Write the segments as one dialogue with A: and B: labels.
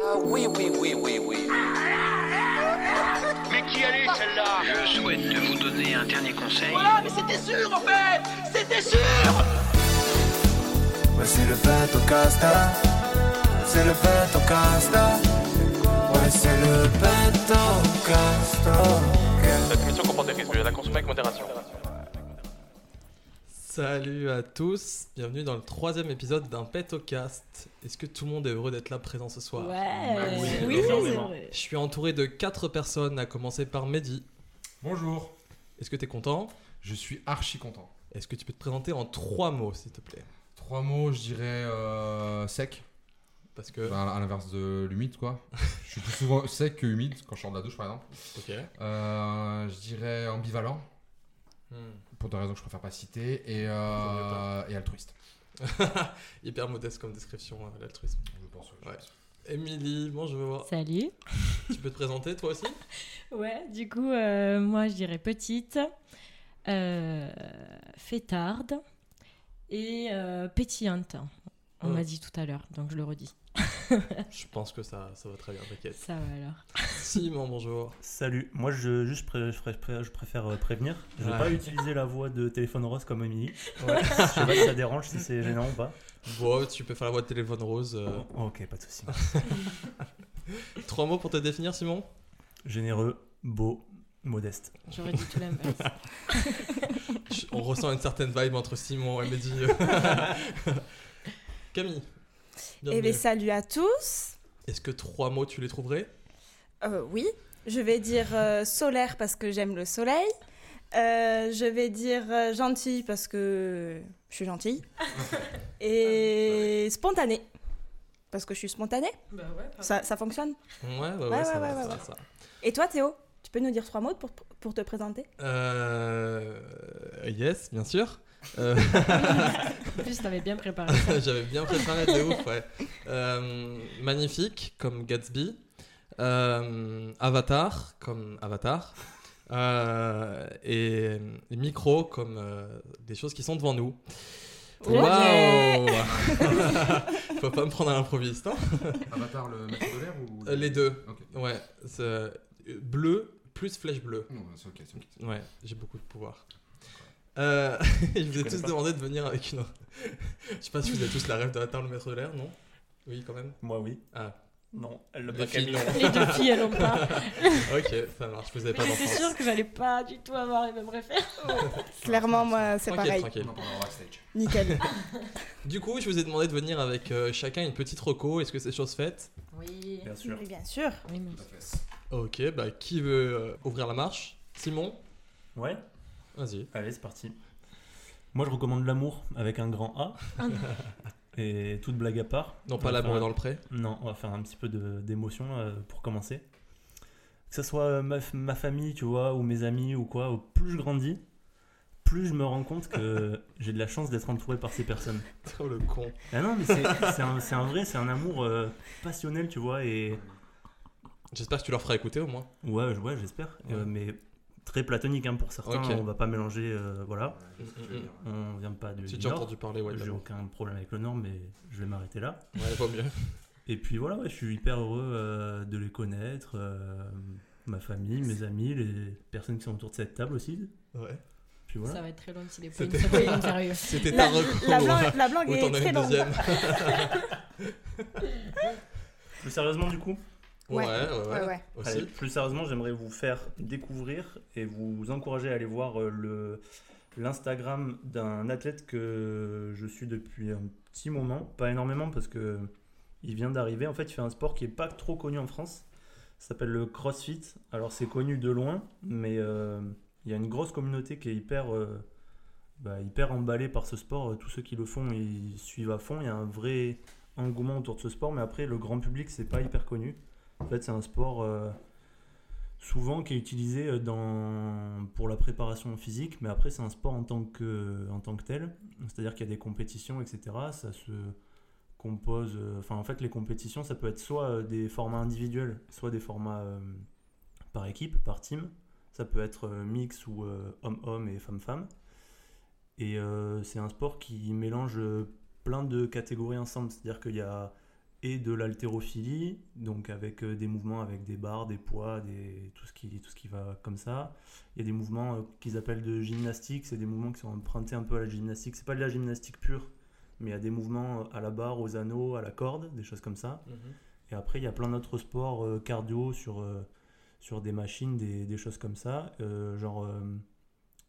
A: Ah oui, oui, oui, oui, oui.
B: Mais qui allait celle-là
C: Je souhaite vous donner un dernier conseil.
A: Voilà, mais c'était sûr en fait C'était sûr
D: Ouais, c'est le bateau casta. C'est le bateau casta. Ouais, c'est le bateau casta.
E: Cette émission comporte des risques, je la consomme avec modération.
F: Salut à tous, bienvenue dans le troisième épisode d'un Petocast. Est-ce que tout le monde est heureux d'être là présent ce soir
G: Ouais.
E: Oui,
G: Oui,
E: énormément.
G: c'est vrai.
F: Je suis entouré de quatre personnes, à commencer par Mehdi.
H: Bonjour,
F: Est-ce que t'es content
H: je suis archi content.
F: Est-ce que tu peux te présenter en trois mots, s'il te plaît
H: Trois mots, je dirais euh, sec,
F: Parce que.
H: Enfin, à l'inverse de l'humide quoi. je suis plus souvent sec que humide quand je sors de la douche par exemple.
F: Ok.
H: Euh, je dirais ambivalent,
F: Hmm.
H: pour des raisons que je préfère pas citer, et, euh, et altruiste.
F: Hyper modeste comme description, euh, l'altruisme.
H: Je pense, ouais, je
F: Ouais.
H: pense.
F: Émilie, bonjour.
G: Salut.
F: tu peux te présenter toi aussi
G: Ouais, du coup, euh, moi je dirais petite, euh, fêtarde et euh, pétillante. On
F: Hmm.
G: m'a dit tout à l'heure, donc je le redis.
F: Je pense que ça, ça va très bien, t'inquiète.
G: Ça va alors.
F: Simon, bonjour.
I: Salut, moi je, juste pré- je, pré- pré- je préfère euh, prévenir. Je vais
F: Ouais.
I: pas utiliser la voix de téléphone rose comme Emily.
F: Ouais.
I: je sais pas si ça dérange, si c'est gênant ou pas. Oh,
F: Bon, tu peux faire la voix de téléphone rose. euh.
I: Ok, pas de soucis.
F: Trois mots pour te définir, Simon
I: Généreux, beau, modeste.
G: J'aurais dit tout l'inverse.
F: Je- On ressent une certaine vibe entre Simon et Mehdi. Camille.
J: Eh
F: bienvenue.
J: bien, salut à tous.
F: Est-ce que trois mots tu les trouverais
J: Euh, oui, je vais dire euh, solaire parce que j'aime le soleil. Euh, je vais dire euh, gentille parce que je suis gentille. Et spontanée parce que je suis spontanée. ça, ça fonctionne.
F: Ouais, ouais, ouais,
J: Ouais,
F: ça
J: ouais,
F: va,
J: ouais, ouais,
F: ça va, ça va.
J: Et toi, Théo, tu peux nous dire trois mots pour, pour te présenter
F: Euh, Yes, bien sûr. Euh,
G: En plus, t'avais bien préparé ça.
F: J'avais bien préparé de ouf, ouais. Euh, magnifique, comme Gatsby. Euh, Avatar, comme Avatar. Euh, et, et micro, comme euh, des choses qui sont devant nous.
G: Ok.
F: Waouh Faut pas me prendre à l'improviste, hein
H: Avatar, le maître de l'air ou
F: Euh, Les deux.
H: Ok.
F: Ouais, c'est, euh, bleu plus flèche bleue.
H: Non, bah, c'est ok, c'est ok.
F: Ouais, j'ai beaucoup de pouvoir. Euh, je vous ai
E: connais
F: tous
E: pas.
F: demandé de venir avec une. je sais pas si vous avez tous la rêve d'atteindre le maître de l'air, non Oui, quand même.
I: Moi oui.
F: Ah.
I: Non, elle le
F: Les
I: pas
F: filles,
I: Camille.
G: Les deux filles, elles ont pas.
F: Ok, ça marche, vous avez pas
G: J'étais
F: d'enfance.
G: sûre que j'allais pas du tout avoir les mêmes références.
J: Clairement, moi, c'est pareil.
F: Tranquille,
H: On
F: tranquille.
H: en parlera backstage.
J: Nickel.
F: Du coup, je vous ai demandé de venir avec euh, chacun une petite roco. Est-ce que c'est chose faite
G: Oui.
I: Bien sûr.
J: Oui, bien sûr.
G: Oui, mais-
H: La fesse.
F: Ok, bah qui veut euh, ouvrir la marche Simon
I: Ouais,
F: Vas-y.
I: allez, c'est parti. Moi je recommande l'amour avec un grand A. Et toute blague à part.
F: Non,
I: On
F: pas
I: va
F: l'amour
I: faire-
F: dans le pré.
I: Non, on va faire un petit peu de- d'émotion euh, pour commencer. Que ce soit euh, ma, f- ma famille, tu vois, ou mes amis, ou quoi, ou plus je grandis, plus je me rends compte que j'ai de la chance d'être entouré par ces personnes.
F: Oh le con.
I: Ah non, mais c'est c'est un, c'est un vrai, c'est un amour euh, passionnel, tu vois, et.
F: J'espère que tu leur feras écouter au moins.
I: Ouais, je- ouais j'espère,
F: Ouais.
I: euh, mais très platonique hein, pour certains,
F: Ok.
I: on va pas mélanger, euh, voilà,
H: Ouais,
F: Mm,
H: je sais ce que tu veux dire.
I: on vient pas de.
F: Si
I: du
F: tu as
I: Nord.
F: entendu parler, ouais,
I: J'ai
F: d'abord.
I: aucun problème avec le Nord, mais je vais m'arrêter là.
F: Ouais, vaut mieux.
I: Et puis voilà, ouais, je suis hyper heureux euh, de les connaître, euh, ma famille, mes amis, les personnes qui sont autour de cette table aussi.
F: Ouais.
I: Puis voilà.
G: Ça va être très long si les points
F: C'était-
G: sont pas sérieux.
F: C'était
J: La,
F: ta roco.
J: la blanque, la blanque
F: Autant
J: est
F: en as
J: très
F: une
J: longue.
F: deuxième.
I: Plus sérieusement du coup,
F: Ouais,
J: Ouais,
F: ouais, ouais.
J: Ouais, ouais.
F: Aussi.
I: allez, plus sérieusement, j'aimerais vous faire découvrir et vous encourager à aller voir euh, le l'Instagram d'un athlète que je suis depuis un petit moment, pas énormément parce que il vient d'arriver. En fait, il fait un sport qui est pas trop connu en France. Ça s'appelle le CrossFit. Alors c'est connu de loin, mais euh, il y a une grosse communauté qui est hyper euh, bah, hyper emballée par ce sport. Tous ceux qui le font, ils suivent à fond. Il y a un vrai engouement autour de ce sport, mais après le grand public, c'est pas hyper connu. En fait, c'est un sport euh, souvent qui est utilisé euh, dans, pour la préparation physique, mais après, c'est un sport en tant que, en tant que tel. C'est-à-dire qu'il y a des compétitions, etc. Ça se compose. euh, Enfin, en fait, les compétitions, ça peut être soit euh, des formats individuels, soit des formats euh, par équipe, par team. Ça peut être euh, mix ou euh, homme-homme et femme-femme. Et euh, c'est un sport qui mélange euh, plein de catégories ensemble. C'est-à-dire qu'il y a et de l'haltérophilie, donc avec euh, des mouvements avec des barres, des poids, des, tout, ce qui, tout ce qui va comme ça. Il y a des mouvements euh, qu'ils appellent de gymnastique, c'est des mouvements qui sont empruntés un peu à la gymnastique. C'est pas de la gymnastique pure, mais il y a des mouvements euh, à la barre, aux anneaux, à la corde, des choses comme ça.
F: Mm,
I: Et après, il y a plein d'autres sports euh, cardio sur, euh, sur des machines, des, des choses comme ça. Euh, genre, euh,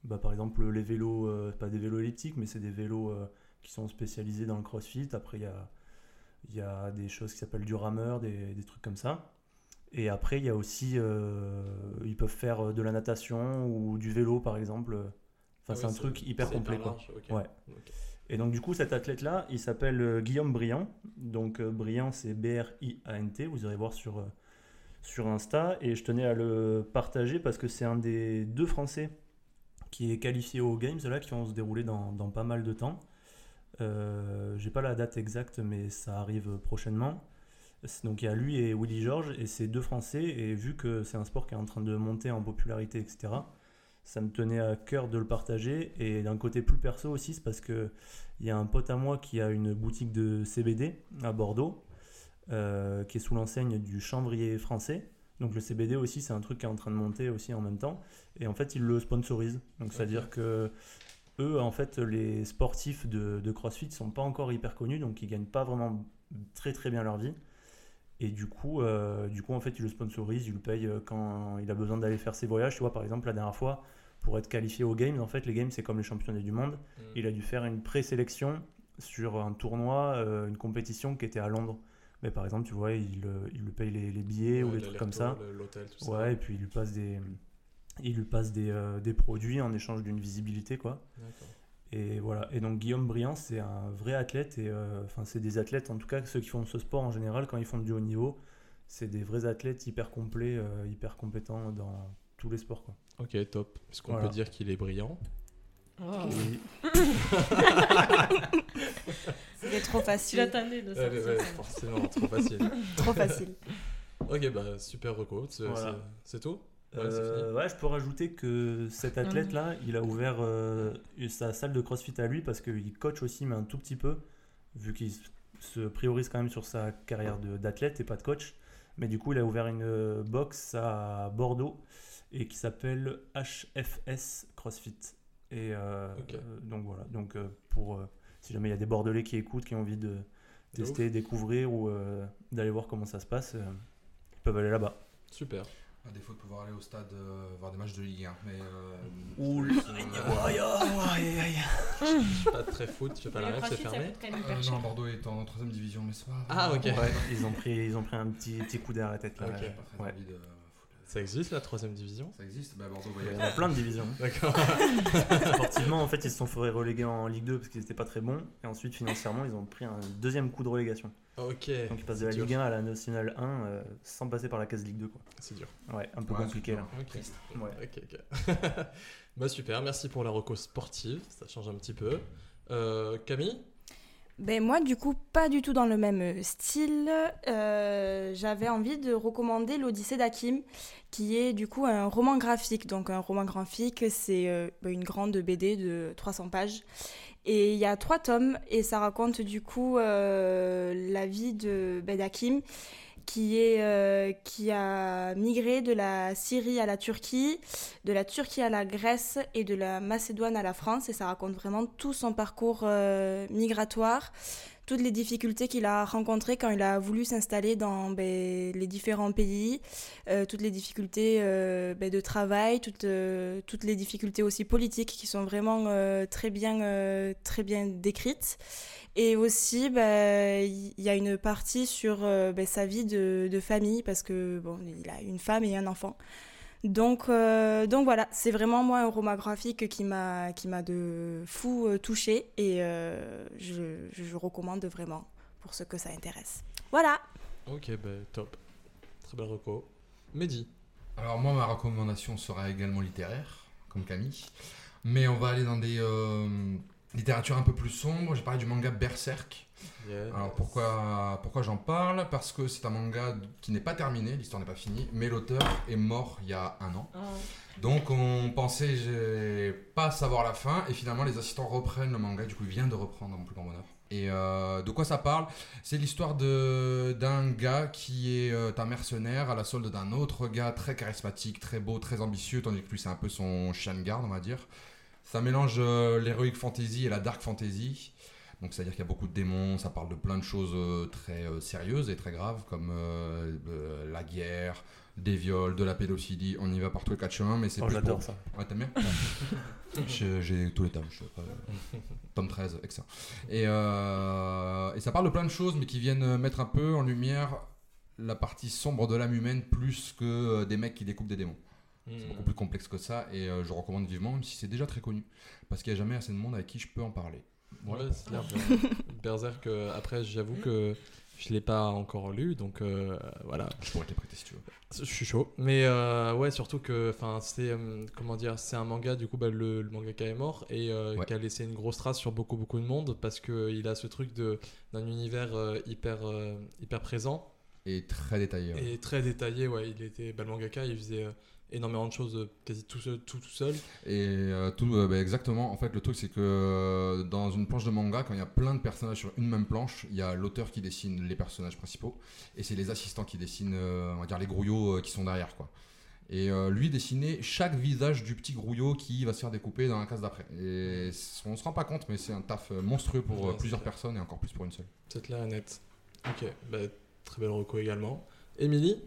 I: bah, par exemple, les vélos, euh, pas des vélos elliptiques, mais c'est des vélos euh, qui sont spécialisés dans le crossfit. Après, il y a, il y a des choses qui s'appellent du rameur, des, des trucs comme ça. Et après, il y a aussi, euh, ils peuvent faire euh, de la natation ou du vélo, par exemple. Enfin,
F: Ah
I: c'est
F: oui,
I: un truc hyper
F: c'est
I: complet. quoi.
F: large, ok.
I: Ouais.
F: Ok.
I: Et donc, du coup, cet athlète-là, il s'appelle euh, Guillaume Briand. Donc, euh, Briand, c'est B-R-I-A-N-T. Vous irez voir sur, euh, sur Insta. Et je tenais à le partager parce que c'est un des deux Français qui est qualifié aux Games, là, qui vont se dérouler dans, dans pas mal de temps. Euh, J'ai pas la date exacte, mais ça arrive prochainement. C'est- Donc il y a lui et Willy George, et c'est deux Français, et vu que c'est un sport qui est en train de monter en popularité, etc., ça me tenait à cœur de le partager. Et d'un côté plus perso aussi, c'est parce que il y a un pote à moi qui a une boutique de CBD à Bordeaux, euh, qui est sous l'enseigne du chanvrier français. Donc le CBD aussi, c'est un truc qui est en train de monter aussi en même temps. Et en fait, ils le sponsorisent. Donc c'est-à-dire que eux, en fait, les sportifs de, de CrossFit sont pas encore hyper connus, donc ils gagnent pas vraiment très très bien leur vie. Et du coup, euh, du coup, en fait, ils le sponsorisent, ils le payent euh, quand il a besoin d'aller faire ses voyages. Tu vois, par exemple, la dernière fois, pour être qualifié aux Games, en fait, les Games, c'est comme les championnats du monde.
F: Mm.
I: Il a dû faire une présélection sur un tournoi, euh, une compétition qui était à Londres. Mais par exemple, tu vois, il, euh, il lui paye les, les billets ou
F: Ouais,
I: des trucs comme
F: l'aller-retour,
I: ça.
F: le- L'hôtel, tout ça.
I: Ouais, et puis il lui passe des, il lui passe des, euh, des produits en échange d'une visibilité, quoi.
F: D'accord.
I: Et voilà. Et donc Guillaume Briand, c'est un vrai athlète et euh, enfin c'est des athlètes en tout cas ceux qui font ce sport en général quand ils font du haut niveau, c'est des vrais athlètes hyper complets, euh, hyper compétents dans tous les sports quoi.
F: Ok, top. Est-ce qu'on
I: Voilà.
F: peut dire qu'il est brillant
G: Oh.
J: C'était trop
G: Tu
J: facile.
G: l'attendais de ça.
F: Ouais, ouais, Forcément, trop facile.
J: trop facile.
F: ok, bah super reco. C'est
I: Voilà.
F: c'est- c'est tout Ouais, c'est fini.
I: Euh, ouais, je peux rajouter que cet athlète là, il a ouvert euh, sa salle de CrossFit à lui parce qu'il coach aussi mais un tout petit peu vu qu'il s- se priorise quand même sur sa carrière de- d'athlète et pas de coach. Mais du coup, il a ouvert une euh, box à Bordeaux et qui s'appelle HFS CrossFit. Et euh,
F: Ok.
I: euh, donc voilà. Donc euh, pour euh, si jamais il y a des Bordelais qui écoutent, qui ont envie de
F: De ouf.
I: tester, découvrir ou euh, d'aller voir comment ça se passe, euh, ils peuvent aller là-bas.
F: Super.
H: À défaut de pouvoir aller au stade euh, voir des matchs de Ligue 1. Mais. euh,
I: Ouh,
H: euh,
F: Oh, Je suis pas très foot, je fais pas la rêve, c'est fermé.
H: euh, non, Bordeaux est en 3ème division, mais c'est pas. grave.
F: Ah, ok.
I: Ouais, ils ont pris, ils ont pris un petit, petit coup derrière la tête. là.
F: Ok.
H: J'ai pas très euh,
I: Ouais.
H: envie de- foutre
F: Ça existe la troisième division
H: la- Ça existe Bah, Bordeaux
I: Il y
H: voyage.
I: en a plein de divisions.
F: D'accord.
I: Sportivement, en fait, ils se sont fait reléguer en Ligue 2 parce qu'ils n'étaient pas très bons. Et ensuite, financièrement, ils ont pris un deuxième coup de relégation.
F: ok.
I: Donc, ils passent de la
F: C'est dur.
I: Ligue 1 à la Nationale 1 euh, sans passer par la case Ligue 2. Quoi.
F: C'est dur.
I: Ouais, un peu
H: Ouais,
I: compliqué
H: c'est
I: là.
F: Ok.
I: Ouais.
F: Ok, ok. bah super, merci pour la reco sportive, ça change un petit peu. Euh, Camille
J: Ben moi, du coup, pas du tout dans le même euh, style. Euh, J'avais envie de recommander l'Odyssée d'Hakim, qui est du coup un roman graphique. Donc un roman graphique, c'est euh, ben, une grande BD de 300 pages. Et il y a trois tomes, et ça raconte du coup euh, la vie de ben, d'Hakim, qui, est, euh, qui a migré de la Syrie à la Turquie, de la Turquie à la Grèce et de la Macédoine à la France. Et ça raconte vraiment tout son parcours euh, migratoire, toutes les difficultés qu'il a rencontrées quand il a voulu s'installer dans ben, les différents pays, euh, toutes les difficultés euh, ben, de travail, toutes, euh, toutes les difficultés aussi politiques qui sont vraiment euh, très, bien, euh, très bien décrites. Et aussi, ben, il y a une partie sur euh, ben, sa vie de, de famille, parce que bon, il a une femme et un enfant. Donc, euh, donc voilà, c'est vraiment moi un roman graphique qui m'a qui m'a de fou touché et euh, je, je, je recommande vraiment pour ceux que ça intéresse. Voilà.
F: Ok, bah top. Très belle reco. Mehdi
H: Alors moi, ma recommandation sera également littéraire, comme Camille. Mais on va aller dans des euh, littératures un peu plus sombres. J'ai parlé du manga Berserk.
F: Yes.
H: Alors pourquoi, pourquoi j'en parle Parce que c'est un manga qui n'est pas terminé, l'histoire n'est pas finie, mais l'auteur est mort il y a un an. Donc on pensait j'ai- pas savoir la fin, et finalement les assistants reprennent le manga, du coup il vient de reprendre mon plus grand bonheur. Et euh, de quoi ça parle C'est l'histoire de- d'un gars qui est euh, un mercenaire à la solde d'un autre gars très charismatique, très beau, très ambitieux, tandis que lui c'est un peu son chien de garde, on va dire. Ça mélange euh, l'heroic fantasy et la dark fantasy. Donc c'est-à-dire qu'il y a beaucoup de démons, ça parle de plein de choses euh, très euh, sérieuses et très graves, comme euh, euh, la guerre, des viols, de la pédophilie, on y va par tous les quatre chemins, mais c'est
K: Oh,
H: plus pour-
K: j'adore ça.
H: Ouais, t'aimes bien J'ai j'ai tous les tomes. je sais pas. euh, Tome 13, excellent. Et, euh, et ça parle de plein de choses, mais qui viennent euh, mettre un peu en lumière la partie sombre de l'âme humaine plus que euh, des mecs qui découpent des démons.
F: Hmm.
H: C'est beaucoup plus complexe que ça, et euh, je recommande vivement, même si c'est déjà très connu, parce qu'il n'y a jamais assez de monde avec qui je peux en parler.
F: Ouais, c'est clair. Ber- Berserk, euh, après, j'avoue que je l'ai pas encore lu, donc euh, voilà,
H: Je pourrais te les prêter si tu veux.
F: je suis chaud. Mais euh, ouais, surtout que, enfin, c'est euh, comment dire, c'est un manga. Du coup, bah, le, le mangaka est mort et euh,
H: Ouais.
F: qui a laissé une grosse trace sur beaucoup beaucoup de monde parce que euh, il a ce truc de d'un univers euh, hyper euh, hyper présent
H: Et très détaillé. hein. ouais.
F: et très détaillé. Ouais, il était bah, le mangaka, il faisait euh, énormément de choses euh, quasi tout seul, tout tout seul.
H: Et euh, tout, euh, bah, exactement. En fait, le truc, c'est que euh, dans une planche de manga, quand il y a plein de personnages sur une même planche, il y a l'auteur qui dessine les personnages principaux et c'est les assistants qui dessinent, euh, on va dire, les grouillots euh, qui sont derrière, quoi. Et euh, lui dessinait chaque visage du petit grouillot qui va se faire découper dans la case d'après. Et c- on se rend pas compte, mais c'est un taf euh, monstrueux pour
F: Ouais,
H: euh,
F: c'est
H: plusieurs
F: clair.
H: personnes et encore plus pour une seule.
F: C'est clair et net. Ok, bah, très belle reco également. Émilie,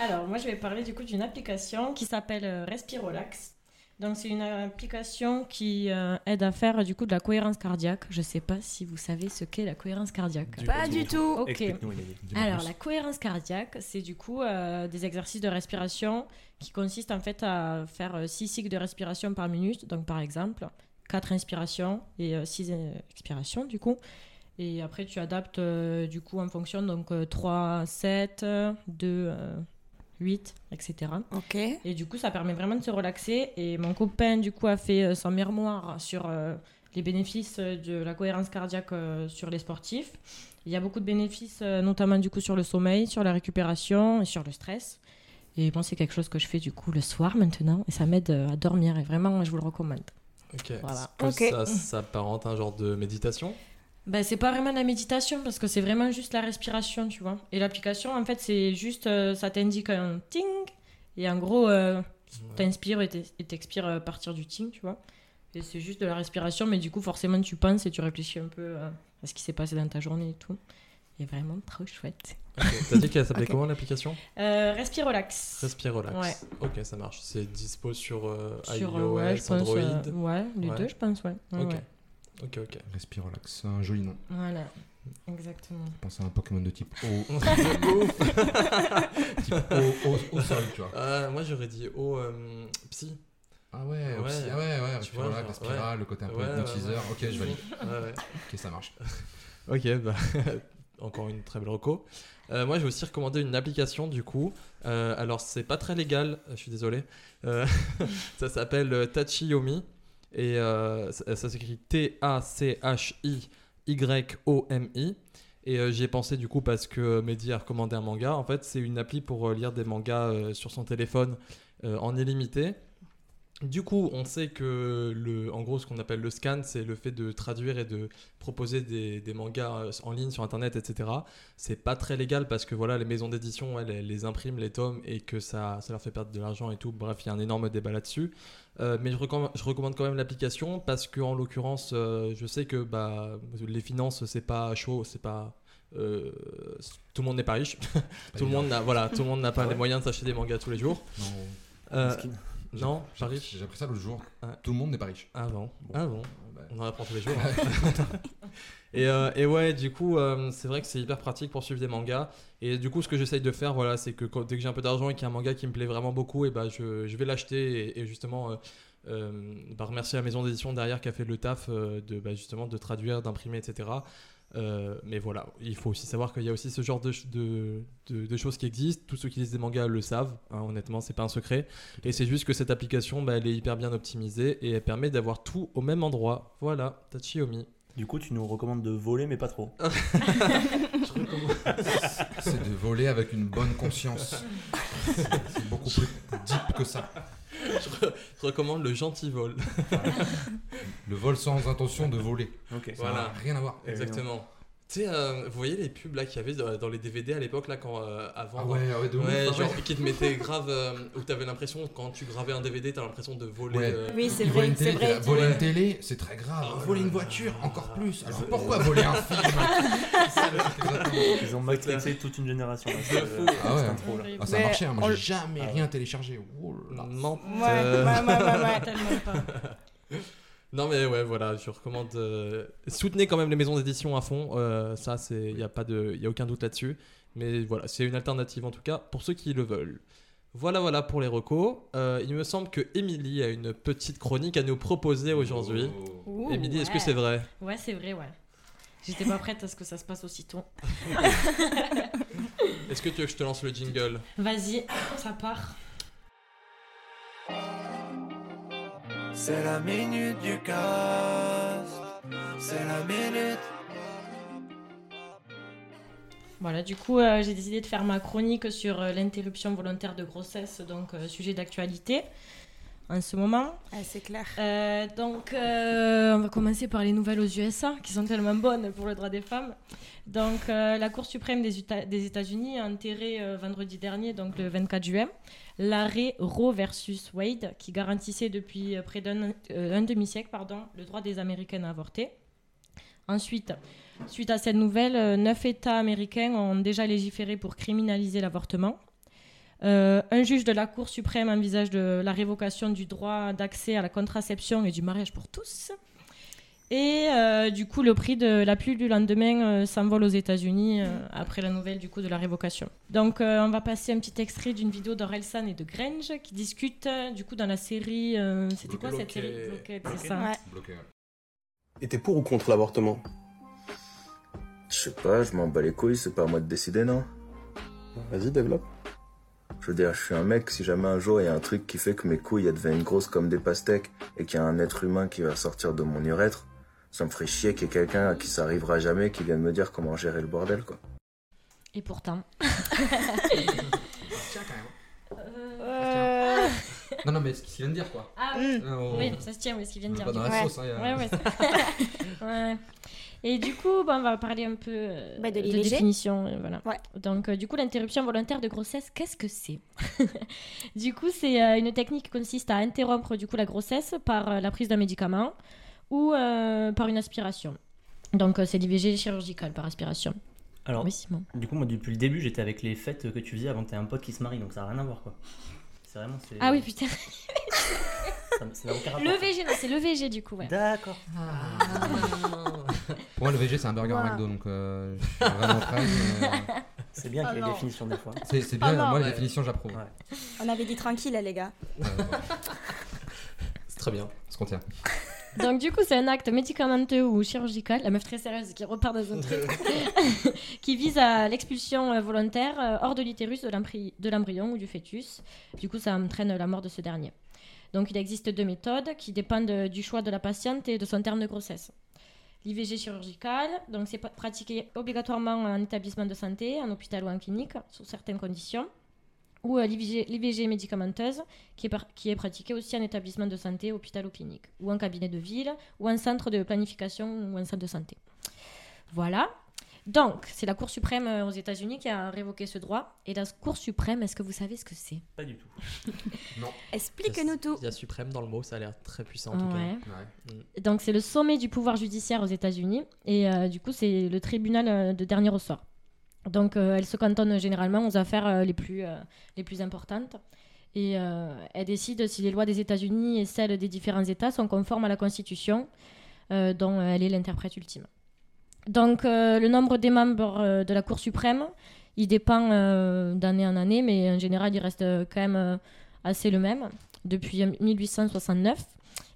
J: Alors, moi, je vais parler du coup d'une application qui s'appelle euh, Respirolax. Donc, c'est une euh, application qui euh, aide à faire du coup de la cohérence cardiaque. Je sais pas si vous savez ce qu'est la cohérence cardiaque.
I: Du-
G: Pas du tout.
J: Ok.
I: Explique-nous, Émilie.
H: Dis-moi
J: Alors,
H: plus.
J: la cohérence cardiaque, c'est du coup euh, des exercices de respiration qui consistent en fait à faire 6 cycles de respiration par minute. Donc, par exemple, 4 inspirations et 6 expirations, du coup. Et après, tu adaptes euh, du coup en fonction, donc euh, 3, 7, 2, 8, etc.
G: Ok.
J: Et du coup, ça permet vraiment de se relaxer. Et mon copain, du coup, a fait euh, son mémoire sur euh, les bénéfices euh, de la cohérence cardiaque euh, sur les sportifs. Il y a beaucoup de bénéfices, euh, notamment du coup sur le sommeil, sur la récupération et sur le stress. Et bon, c'est quelque chose que je fais du coup le soir maintenant. Et ça m'aide euh, à dormir. Et vraiment, je vous le recommande.
F: ok,
J: Voilà.
F: Est-ce que
G: Ok.
F: ça s'apparente à un genre de méditation.
J: Ben, c'est pas vraiment de la méditation parce que c'est vraiment juste la respiration, tu vois. Et l'application, en fait, c'est juste, euh, ça t'indique un ting. Et en gros, euh, t'inspires et t'es- et t'expires euh, à partir du ting, tu vois. Et c'est juste de la respiration, mais du coup, forcément, tu penses et tu réfléchis un peu euh, à ce qui s'est passé dans ta journée et tout. Et vraiment trop chouette.
F: Ok, T'as dit qu'elle s'appelait
G: Ok.
F: comment l'application
J: Euh, respire relax.
F: Respire
J: Ouais.
F: Relax. Ok, ça marche. C'est dispo sur euh,
J: Sur, euh,
F: iOS,
J: ouais, je pense,
F: Android.
J: euh, ouais, les
F: Ouais.
J: deux, je pense, ouais. Ouais,
F: ok.
J: ouais.
F: Ok, ok.
H: Respire, relax. C'est un joli nom.
J: Voilà, exactement.
H: Pense à un Pokémon de type O,
F: De ouf.
H: type O, O- au sol, tu vois.
F: Euh, moi j'aurais dit oh euh, psy.
H: Ah ouais,
F: Ouais.
H: aussi- ah ouais, ouais,
F: Tu
H: respire,
F: vois,
H: relax,
F: genre,
H: la spirale, le côté un peu
F: Ouais, ouais,
H: hypnotiseur.
F: ouais.
H: Ok, je valide.
F: Ouais, ouais.
H: Ok, ça marche.
F: Ok, bah, encore une très belle reco. Euh, moi, je vais aussi recommander une application du coup. Euh, alors, c'est pas très légal, je suis désolé. Euh, ça s'appelle euh, Tachiyomi et euh, ça, ça s'écrit T-A-C-H-I-Y-O-M-I. Et euh, j'y ai pensé du coup parce que Mehdi a recommandé un manga. En fait, c'est une appli pour euh, lire des mangas euh, sur son téléphone euh, en illimité. Du coup, on sait que le, en gros, ce qu'on appelle le scan, c'est le fait de traduire et de proposer des, des mangas euh, en ligne sur internet, etc. C'est pas très légal parce que voilà, les maisons d'édition, elles, elles les impriment les tomes et que ça, ça leur fait perdre de l'argent et tout. Bref, il y a un énorme débat là-dessus. Euh, mais je recommande, je recommande quand même l'application parce que en l'occurrence, euh, je sais que bah, les finances, c'est pas chaud, c'est pas euh, tout le monde n'est pas riche, tout le monde n'a voilà, tout le monde n'a pas les moyens de s'acheter des mangas tous les jours.
H: hein. Non.
F: Euh,
I: Mesquine.
F: non,
H: J'ai-
F: pas riche. Ah
H: J'ai appris ça l'autre jour.
F: Ouais.
H: Tout le monde n'est pas riche.
F: Avant,
H: Bon.
F: avant.
H: Ah. Bah,
F: On en apprend tous les jours. hein. et, euh, et ouais, du coup, euh, c'est vrai que c'est hyper pratique pour suivre des mangas. Et du coup, ce que j'essaye de faire, voilà, c'est que quand- dès que j'ai un peu d'argent et qu'il y a un manga qui me plaît vraiment beaucoup, et bah, je, je vais l'acheter et, et justement euh, euh, bah, remercier la maison d'édition derrière qui a fait le taf euh, de bah, justement de traduire, d'imprimer, etc. Euh, mais voilà, il faut aussi savoir qu'il y a aussi ce genre de, ch- de, de- de choses qui existent. Tous ceux qui lisent des mangas le savent, hein, honnêtement, c'est pas un secret. Et c'est juste que cette application, bah, elle est hyper bien optimisée et elle permet d'avoir tout au même endroit. Voilà, Tachiomi.
I: Du coup, tu nous recommandes de voler, mais pas trop.
H: C'est de voler avec une bonne conscience. C'est- C'est beaucoup plus deep que ça.
F: Je recommande le gentil vol.
H: Le Le vol sans intention de voler.
I: Ok.
H: Ça n'a
F: Voilà.
H: rien à voir.
F: hein.
I: Et
F: Exactement. Tu sais, euh, vous voyez les pubs là qu'il y avait dans, dans les DVD à l'époque là quand euh, avant.
H: Ah ouais, ah ouais, de ouf.
F: Ouais,
H: ah
F: genre qui te mettait grave euh, où t'avais l'impression quand tu gravais un DVD t'as l'impression de voler.
H: Ouais.
F: euh,
J: Oui, c'est
H: Il vole
J: vrai,
H: une
J: c'est
H: télé, t'es
J: vrai.
H: là, voler
F: Ouais.
H: une télé, c'est très grave. Ah,
F: Ah,
H: Oh, voler une
F: ouais.
H: voiture, encore plus. Alors pourquoi voler un film Exactement.
E: Ils ont matrixé toute une génération. là,
F: De
E: cette-
I: euh,
F: fou.
E: cette
H: Ah ouais.
E: intro, là.
H: Ah, ça
J: Mais
H: marchait, hein, moi
J: on-
H: j'ai jamais rien téléchargé. Oh là.
J: Ouais,
F: menteur.
J: ouais, ouais, ouais, ouais.
G: Tellement pas.
F: Non mais ouais voilà, je recommande. euh, Soutenez quand même les maisons d'édition à fond. euh, ça c'est, il y a pas de, y a aucun doute là-dessus. Mais voilà, c'est une alternative en tout cas pour ceux qui le veulent. Voilà voilà pour les recos. Euh, il me semble que Émilie a une petite chronique à nous proposer aujourd'hui.
H: Oh.
G: Ouh,
F: Émilie, est-ce
G: ouais.
F: que c'est vrai
G: Ouais, c'est vrai, ouais. J'étais pas prête à ce que ça se passe aussitôt.
F: Est-ce que tu veux que je te lance le jingle
G: Vas-y, ça part.
D: C'est la minute du cast. C'est la minute.
G: Voilà, du coup, euh, j'ai décidé de faire ma chronique sur euh, l'interruption volontaire de grossesse, donc euh, sujet d'actualité en ce moment.
J: Ah, c'est clair.
G: Euh, donc, euh, on va commencer par les nouvelles aux USA, qui sont tellement bonnes pour le droit des femmes. Donc, euh, la Cour suprême des, Uta- des États-Unis a enterré euh, vendredi dernier, donc le 24 juin, l'arrêt Roe versus Wade, qui garantissait depuis euh, près d'un euh, un demi-siècle pardon, le droit des Américaines à avorter. Ensuite, suite à cette nouvelle, euh, neuf États américains ont déjà légiféré pour criminaliser l'avortement. Euh, un juge de la Cour suprême envisage de, la révocation du droit d'accès à la contraception et du mariage pour tous. Et euh, du coup, le prix de la pluie du lendemain euh, s'envole aux États-Unis euh, après la nouvelle du coup de la révocation. Donc, euh, on va passer un petit extrait d'une vidéo d'Orelsan et de Grange qui discutent euh, du coup dans la série. euh, C'était quoi cette
F: Bloqué.
G: série Bloquette, c'est ça.
J: Ouais.
H: Bloqué, ouais.
B: Et t'es pour ou contre l'avortement
L: Je sais pas, je m'en bats les couilles, c'est pas à moi de décider, non
B: Vas-y, développe.
L: Je veux dire, je suis un mec, si jamais un jour il y a un truc qui fait que mes couilles elles deviennent grosses comme des pastèques et qu'il y a un être humain qui va sortir de mon urètre, ça me ferait chier qu'il y ait quelqu'un à qui ça arrivera jamais qui vienne me dire comment gérer le bordel, quoi.
G: Et pourtant.
H: Tiens, quand même.
J: Euh,
H: Non, non, mais ce qu'il vient de dire quoi.
G: Ah oui,
J: hmm.
H: On-
G: oui, ça se tient, oui, ce qu'il vient
H: on
G: de
H: est pas
G: dire. du
H: dans
G: coup.
H: la
J: Ouais.
H: sauce, hein, y a-
G: Ouais, ouais. Ouais. Et du coup, bah, on va parler un peu euh,
J: Bah, de
G: de,
J: l'IVG.
G: définition. euh, Voilà.
J: Ouais.
G: Donc, euh, du coup, l'interruption volontaire de grossesse, qu'est-ce que c'est Du coup, c'est euh, une technique qui consiste à interrompre du coup, la grossesse par euh, la prise d'un médicament ou euh, par une aspiration. Donc, euh, c'est l'IVG chirurgicale par aspiration.
I: Alors,
G: Oui, Simon.
I: du coup, moi, depuis le début, j'étais avec les fêtes que tu faisais avant que t'aies un pote qui se marie, donc ça n'a rien à voir, quoi. C'est vraiment. c'est-
G: Ah oui, putain.
I: ça n'a- ça n'a aucun rapport.
G: Le VG, non, c'est le VG du coup, ouais.
I: D'accord.
H: Pour moi, le VG, c'est un burger
J: Voilà.
H: McDo, donc euh, je suis vraiment fan. mais, euh,
I: C'est bien
J: Ah
I: qu'il y ait des finitions des fois.
H: C'est c'est bien,
G: Ah non,
H: moi,
F: ouais.
H: les définitions, j'approuve.
I: Ouais.
J: on avait dit tranquille, les gars.
H: Ouais, ouais.
F: C'est très bien.
H: On se contient.
G: Donc du coup, c'est un acte médicamenteux ou chirurgical, la meuf très sérieuse qui repart dans un truc, qui vise à l'expulsion euh, volontaire euh, hors de l'utérus de l'embry- de l'embryon ou du fœtus. Du coup, ça entraîne la mort de ce dernier. Donc il existe deux méthodes qui dépendent de- du choix de la patiente et de son terme de grossesse. L'IVG chirurgicale, donc c'est pa- pratiqué obligatoirement en établissement de santé, en hôpital ou en clinique, sous certaines conditions, ou euh, l'IVG médicamenteuse, qui est, par- qui est pratiquée aussi en établissement de santé, hôpital ou clinique, ou en cabinet de ville, ou en centre de planification ou en centre de santé. Voilà. Donc, c'est la Cour suprême euh, aux États-Unis qui a révoqué ce droit. Et la Cour suprême, est-ce que vous savez ce que c'est
I: Pas du tout.
J: Explique-nous tout.
F: Il y a suprême dans le mot, ça a l'air très puissant en tout cas.
G: Ouais.
H: Ouais.
G: Donc, c'est le sommet du pouvoir judiciaire aux États-Unis. Et euh, du coup, c'est le tribunal euh, de dernier ressort. Donc, euh, elle se cantonne généralement aux affaires euh, les, plus, euh, les plus importantes. Et euh, elle décide si les lois des États-Unis et celles des différents États sont conformes à la Constitution, euh, dont euh, elle est l'interprète ultime. Donc, euh, le nombre des membres euh, de la Cour suprême, il dépend euh, d'année en année, mais en général, il reste euh, quand même euh, assez le même depuis euh, 1869.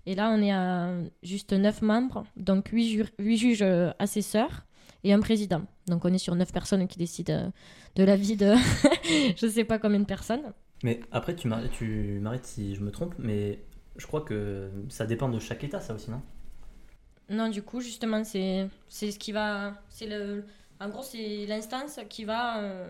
G: Et là, on est à juste 9 membres, donc 8, juges euh, assesseurs et un président. Donc on est sur 9 personnes qui décident euh, de la vie de je sais pas combien de personnes.
I: Mais après, tu m'arrêtes, tu m'arrêtes si je me trompe, mais je crois que ça dépend de chaque état, ça aussi, non
G: Non, du coup, justement, c'est c'est ce qui va. c'est le En gros, c'est l'instance qui va. euh,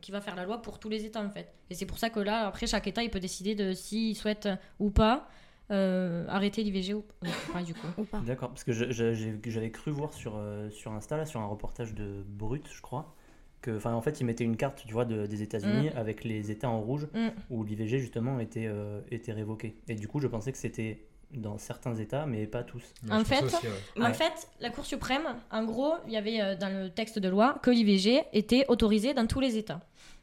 G: qui va faire la loi pour tous les États en fait. Et c'est pour ça que là, après, chaque État, il peut décider de s'il souhaite ou pas euh, arrêter l'IVG ou ou pas, du coup.
I: D'accord, parce que je- je- j'ai- j'avais cru voir sur, euh, sur Insta, là, sur un reportage de Brut, je crois, que, enfin, en fait, ils mettaient une carte, tu vois, de- des États-Unis
G: Mm.
I: avec les États en rouge
G: Mm.
I: où l'IVG justement était, euh, était révoqué. Et du coup, je pensais que c'était dans certains États, mais pas tous.
G: en fait, en fait, la Cour suprême, en gros, il y avait euh, dans le texte de loi que l'IVG était autorisé dans tous les États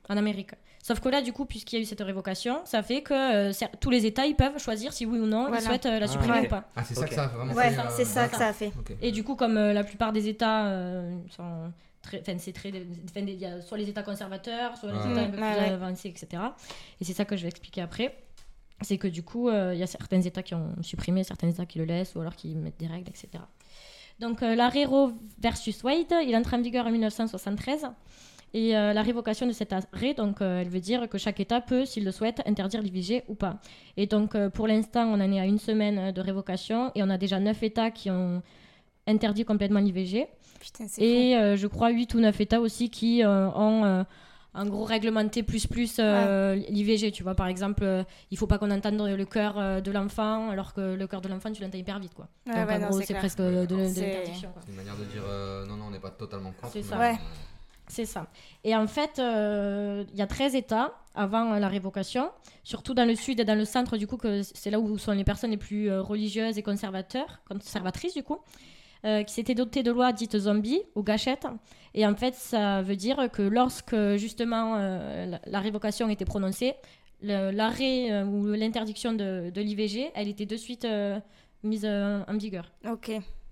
G: en Amérique. Sauf que là, du coup, puisqu'il y a eu cette révocation, ça fait que euh, cer- tous les États, ils peuvent choisir si oui ou non
J: Voilà.
G: ils souhaitent euh, la
J: Ah,
G: supprimer
J: ok.
G: ou pas.
H: Ah, c'est ça que ça a vraiment
J: Ouais,
H: fait, euh,
J: c'est ça que ça a fait.
G: Et du coup, comme euh, la plupart des États euh, sont très, enfin, c'est très, enfin, il y a soit les États conservateurs, soit les
J: Ouais.
G: États un peu
J: Mm,
G: plus
J: ouais, ouais.
G: avancés, etc. Et c'est ça que je vais expliquer après. C'est que du coup, euh, il y a certains États qui ont supprimé, certains États qui le laissent, ou alors qui mettent des règles, etc. Donc euh, l'arrêt Roe versus Wade, il entre en vigueur en 1973. Et euh, la révocation de cet arrêt, donc, euh, elle veut dire que chaque État peut, s'il le souhaite, interdire l'IVG ou pas. Et donc, euh, pour l'instant, on en est à une semaine euh, de révocation et on a déjà 9 États qui ont interdit complètement l'IVG.
J: Putain, c'est
G: Et euh, je crois 8 ou 9 États aussi qui euh, ont euh, en gros réglementé plus plus euh, l'IVG. Tu vois, par exemple, euh, il faut pas qu'on entende le cœur euh, de l'enfant, alors que le cœur de l'enfant, tu l'entends hyper vite. Quoi.
J: Ouais,
G: donc,
J: ouais,
G: en
J: non,
G: gros,
J: c'est
G: c'est
J: clair.
G: presque de, de
J: C'est-
G: l'interdiction. quoi.
H: C'est une manière de dire euh, non, non, on n'est pas totalement contre.
G: C'est ça.
H: mais-
G: Ouais. C'est ça. Et en fait, euh, il y a 13 États avant euh, la révocation, surtout dans le sud et dans le centre, du coup, que c'est là où sont les personnes les plus euh, religieuses et conservateurs, conservatrices, du coup, euh, qui s'étaient dotées de lois dites zombies ou gâchettes. Et en fait, ça veut dire que lorsque, justement, euh, la, la révocation était prononcée, le- l'arrêt euh, ou l'interdiction de, de l'IVG, elle était de suite euh, mise euh, en vigueur.
J: Ok,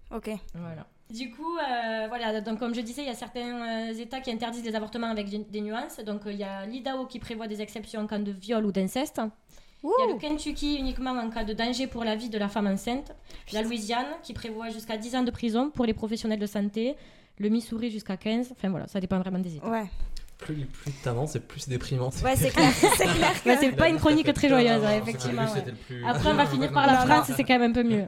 J: ok.
G: Voilà. Du coup, euh, voilà, donc comme je disais, il y a certains euh, États qui interdisent les avortements avec du- des nuances. Donc euh, il y a l'Idaho qui prévoit des exceptions en cas de viol ou d'inceste. Il y a le Kentucky uniquement en cas de danger pour la vie de la femme enceinte. La Louisiane qui prévoit jusqu'à 10 ans de prison pour les professionnels de santé. Le Missouri jusqu'à 15. Enfin voilà, ça dépend vraiment des États.
J: Ouais,
F: Plus, plus t'avances, c'est plus déprimant.
J: Ouais, c'est clair, c'est clair que-
G: Ouais, c'est pas une chronique très joyeuse,
F: Non, non,
G: ouais,
F: non,
G: effectivement.
F: c'était
G: ouais.
F: le plus-
G: Après, on va finir par la
F: Non, non.
G: France, c'est quand même un peu mieux.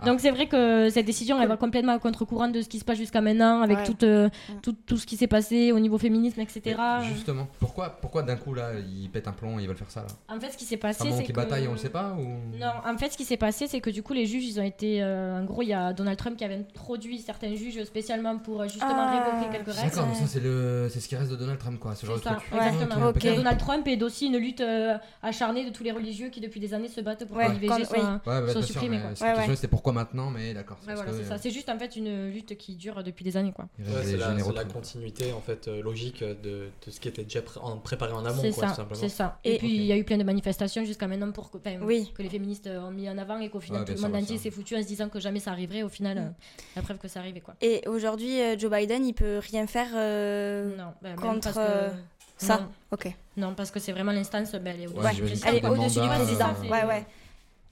F: Ah.
G: Donc, c'est vrai que cette décision, elle va complètement à contre-courant de ce qui se passe jusqu'à maintenant, avec
H: Ouais.
G: tout, euh, tout, tout ce qui s'est passé au niveau féminisme, etc.
H: Justement, pourquoi, pourquoi d'un coup là ils pètent un plomb et ils veulent faire ça là
G: En fait, ce qui s'est passé,
H: un moment
G: c'est
H: qui
G: que...
H: bataille, on le sait pas ou
G: Non, en fait, ce qui s'est passé, c'est que du coup, les juges, ils ont été. euh, en gros, il y a Donald Trump qui avait introduit certains juges spécialement pour euh, justement
J: Ah,
G: révoquer quelques règles.
H: D'accord, mais ça c'est le, c'est ce qui reste de Donald Trump quoi, ce genre
G: C'est
H: de
G: ça,
H: truc.
G: exactement.
H: Ah,
G: Parce que
H: impeccable.
G: Donald Trump est aussi une lutte euh, acharnée de tous les religieux qui, depuis des années, se battent pour
J: Ouais,
G: que l'IVG
J: quand-
G: soit,
J: oui.
H: Ouais, ouais,
G: soit
H: bien sûr,
G: supprimée.
H: mais
G: quoi.
H: c'est- la question, C'était pourquoi maintenant, mais d'accord.
G: Ouais,
H: parce
G: voilà,
H: que,
G: c'est ça. C'est juste en fait une lutte qui dure depuis des années, quoi.
H: Il
F: Ouais,
H: reste
F: c'est
H: des
F: la,
H: généraux
F: c'est la
H: tout.
F: continuité en fait euh, logique de, de ce qui était déjà pré- en- préparé en amont.
G: C'est
F: quoi,
G: ça,
F: tout simplement.
G: c'est ça. Et, puis il y a eu plein de manifestations jusqu'à maintenant pour que, enfin,
J: Oui.
G: que les féministes euh, ont mis en avant et qu'au final
J: Ouais,
G: tout
J: bien
G: le
J: sûr,
G: monde
J: bien
G: entier
J: sûr.
G: s'est foutu en se disant que jamais ça arriverait. Au final, euh, la preuve que ça arrivait quoi.
J: Mm. Et aujourd'hui, euh, Joe Biden, il peut rien faire euh,
G: Non, bah, même
J: contre
G: parce que-
J: euh, ça.
G: Non.
J: Ok.
G: Non, parce que c'est vraiment l'instance, bah, elle est
H: Ouais,
G: au-dessus du
H: j'imagine
G: président.
H: qu'il y a des
G: quoi.
H: mandats,
G: président,
H: euh,
G: c'est-
J: Ouais, ouais.